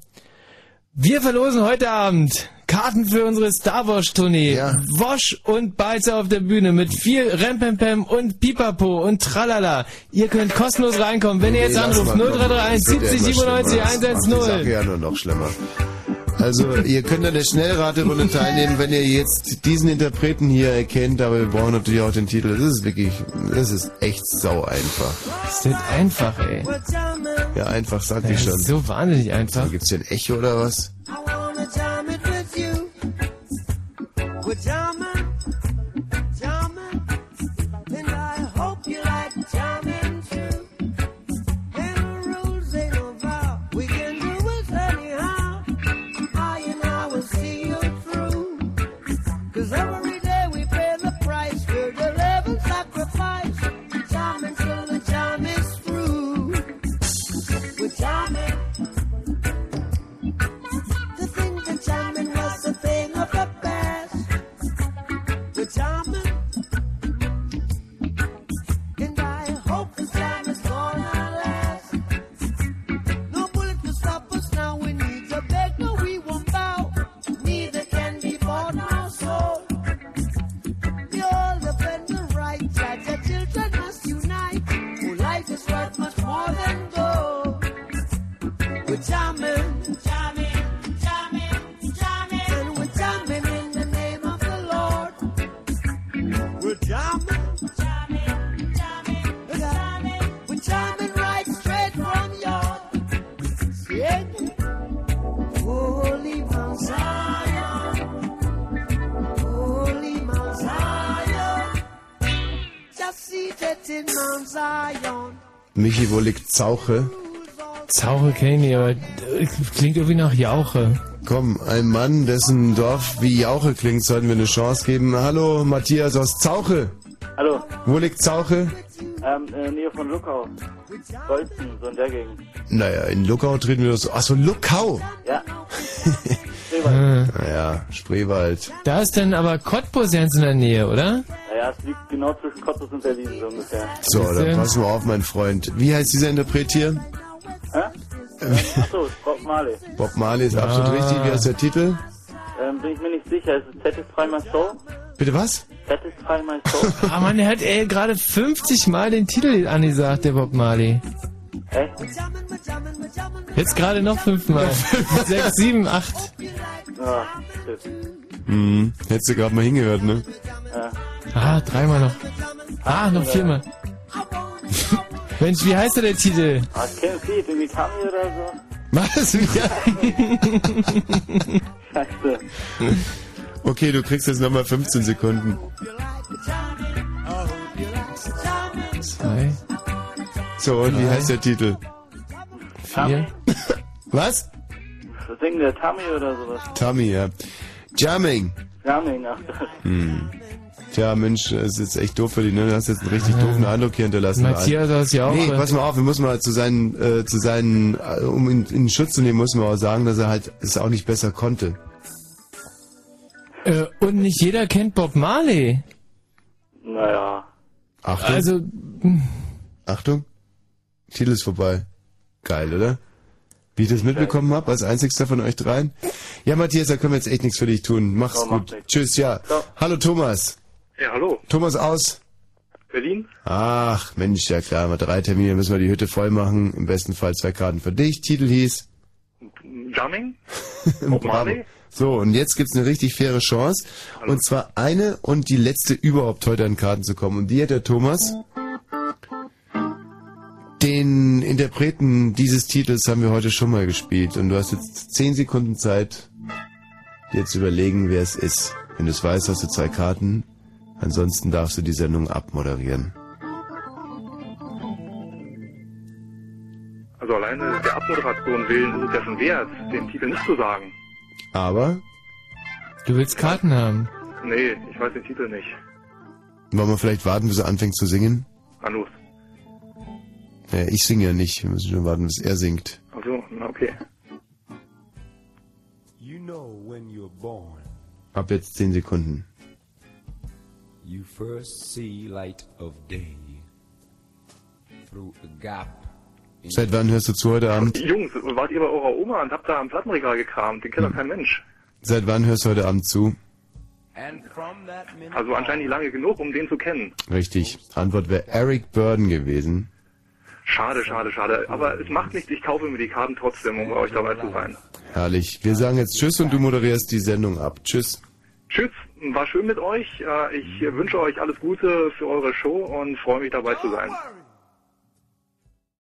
Speaker 1: Wir verlosen heute Abend Karten Karten für unsere Star Wars Tournee. Wosch und Balzer auf der Bühne mit viel Rempempem und Pipapo und Tralala. Ihr könnt kostenlos reinkommen, wenn ihr jetzt
Speaker 4: Nee, lass
Speaker 1: anruft.
Speaker 4: mal, komm, das
Speaker 1: 0331
Speaker 4: wird ja
Speaker 1: 70
Speaker 4: immer schlimmer.
Speaker 1: 97
Speaker 4: Das macht die
Speaker 1: 110.
Speaker 4: Sache ja nur noch schlimmer. Also, ihr könnt an der Schnellraterunde teilnehmen, wenn ihr jetzt diesen Interpreten hier erkennt, aber wir brauchen natürlich auch den Titel. Das ist wirklich, das ist echt sau einfach.
Speaker 1: Das wird einfach, ey.
Speaker 4: Ja, einfach, sag
Speaker 1: Ja,
Speaker 4: ich schon.
Speaker 1: so wahnsinnig einfach.
Speaker 4: Gibt's hier ein Echo oder was?
Speaker 12: wanna jam it with you. We're jamming, jamming, and I hope you like jamming too. And the rules ain't no vow, we can do it anyhow. I and I will see you through. Cause every day we pay the price, we're the living sacrifice. Jamming till the jam is through. We're jamming. The thing that jamming was the thing of the past. The jamming. And I hope this jam is gonna last. No bullet to stop us now. We need to beg, no, we won't bow. Neither can be bought nor sold. We all defend the right. Judge our children must unite. For life is worth much more than gold. We're jamming. Jamming. Jamming, jamming, and we're jamming in the name of the Lord. We're jamming, jamming, jamming, we're jamming, we're jamming right straight from your skin. Holy Mount Zion, Holy Mount Zion, just seated in Mount Zion.
Speaker 4: Michi, wo liegt Zauche?
Speaker 1: Zauche kenne ich, aber äh, klingt irgendwie nach Jauche.
Speaker 4: Komm, ein Mann, dessen Dorf wie Jauche klingt, sollten wir eine Chance geben. Hallo, Matthias aus Zauche.
Speaker 7: Hallo,
Speaker 4: Wo liegt Zauche?
Speaker 7: ähm, in
Speaker 21: äh,
Speaker 7: der Nähe von Luckau. Golzen, so in der Gegend.
Speaker 4: Naja, in Luckau treten wir so. Achso, Luckau!
Speaker 7: Ja.
Speaker 4: naja, Spreewald.
Speaker 1: Da ist dann aber Cottbus ganz in der Nähe, oder?
Speaker 7: Naja, es liegt genau zwischen Cottbus und Berlin, so ungefähr.
Speaker 4: So, dann pass mal auf, mein Freund. Wie heißt dieser Interpret hier?
Speaker 7: Hä? Ähm, Achso, Bob Marley.
Speaker 4: Bob Marley ist absolut
Speaker 7: Ah.
Speaker 4: richtig. Wie heißt der Titel?
Speaker 7: Ähm, bin ich mir nicht sicher, ist es Satisfy My Soul?
Speaker 4: Bitte was?
Speaker 7: Satisfy My Soul?
Speaker 1: Ah, Mann, er hat ey, gerade 50 Mal den Titel angesagt, der Bob Marley. Jetzt gerade noch fünfmal. Sechs, sieben, acht.
Speaker 7: Ah, shit.
Speaker 4: Hm, hättest du gerade mal hingehört, ne?
Speaker 7: Ja.
Speaker 1: Ah, dreimal noch. Ah, noch viermal. Mensch, wie heißt denn der Titel?
Speaker 7: Ah, ich kenne viel, irgendwie Kami oder so.
Speaker 4: Was?
Speaker 7: Scheiße.
Speaker 4: Okay, du kriegst jetzt nochmal 15 Sekunden.
Speaker 1: Zwei.
Speaker 4: So, und wie heißt der Titel?
Speaker 7: Vier.
Speaker 4: Was?
Speaker 7: Was singen der Tammy oder sowas?
Speaker 4: Tommy, ja. Jamming.
Speaker 7: Ramming, ach, das.
Speaker 4: Hm. Tja, Mensch, es ist jetzt echt doof für dich, ne? Du hast jetzt einen richtig doofen Eindruck hier hinterlassen.
Speaker 1: Matthias aus Jauche.
Speaker 4: Nee, pass mal auf, wir müssen mal zu seinen, äh, zu seinen, äh, um ihn in Schutz zu nehmen, muss man auch sagen, dass er halt es auch nicht besser konnte.
Speaker 1: Äh, und nicht jeder kennt Bob Marley.
Speaker 7: Naja.
Speaker 4: Achtung.
Speaker 1: Also,
Speaker 4: Achtung. Titel ist vorbei. Geil, oder? Wie ich das mitbekommen habe, als einzigster von euch dreien. Ja, Matthias, da können wir jetzt echt nichts für dich tun. Mach's
Speaker 7: Ja, macht
Speaker 4: gut. Tschüss, ja. Hallo, Thomas.
Speaker 7: Ja, hallo.
Speaker 4: Thomas aus.
Speaker 7: Berlin?
Speaker 4: Ach, Mensch, ja klar, mal drei Termine, müssen wir die Hütte voll machen. Im besten Fall zwei Karten für dich. Titel hieß.
Speaker 7: Jamming?
Speaker 4: Bravo. So, und jetzt gibt's eine richtig faire Chance. Und zwar eine und die letzte überhaupt heute an Karten zu kommen. Und die hat der Thomas. Den Interpreten dieses Titels haben wir heute schon mal gespielt. Und du hast jetzt zehn Sekunden Zeit, dir zu überlegen, wer es ist. Wenn du es weißt, hast du zwei Karten. Ansonsten darfst du die Sendung abmoderieren.
Speaker 7: Also alleine der Abmoderation willen ist es ja schon wert, den Titel nicht zu sagen.
Speaker 4: Aber
Speaker 1: du willst Karten haben.
Speaker 7: Nee, ich weiß den Titel nicht.
Speaker 4: Wollen wir vielleicht warten, bis er anfängt zu singen?
Speaker 7: Anus.
Speaker 4: Ja, ich singe ja nicht. Wir müssen schon warten, bis er singt.
Speaker 7: Also, na okay.
Speaker 6: You know when you're born,
Speaker 4: Ab jetzt zehn Sekunden.
Speaker 6: you first see light of day through a gap.
Speaker 4: Seit wann hörst du zu heute Abend?
Speaker 7: Jungs, wart ihr bei eurer Oma und habt da am Plattenregal gekramt? Den kennt doch kein Mensch.
Speaker 4: Seit wann hörst du heute Abend zu?
Speaker 7: Also anscheinend nicht lange genug, um den zu kennen.
Speaker 4: Richtig. Antwort wäre Eric Burden gewesen.
Speaker 7: Schade, schade, schade. Aber es macht nichts, ich kaufe mir die Karten trotzdem, um bei euch dabei zu sein.
Speaker 4: Herrlich. Wir sagen jetzt Tschüss und du moderierst die Sendung ab. Tschüss.
Speaker 7: Tschüss, war schön mit euch. Äh, Ich wünsche euch alles Gute für eure Show und freue mich dabei zu sein.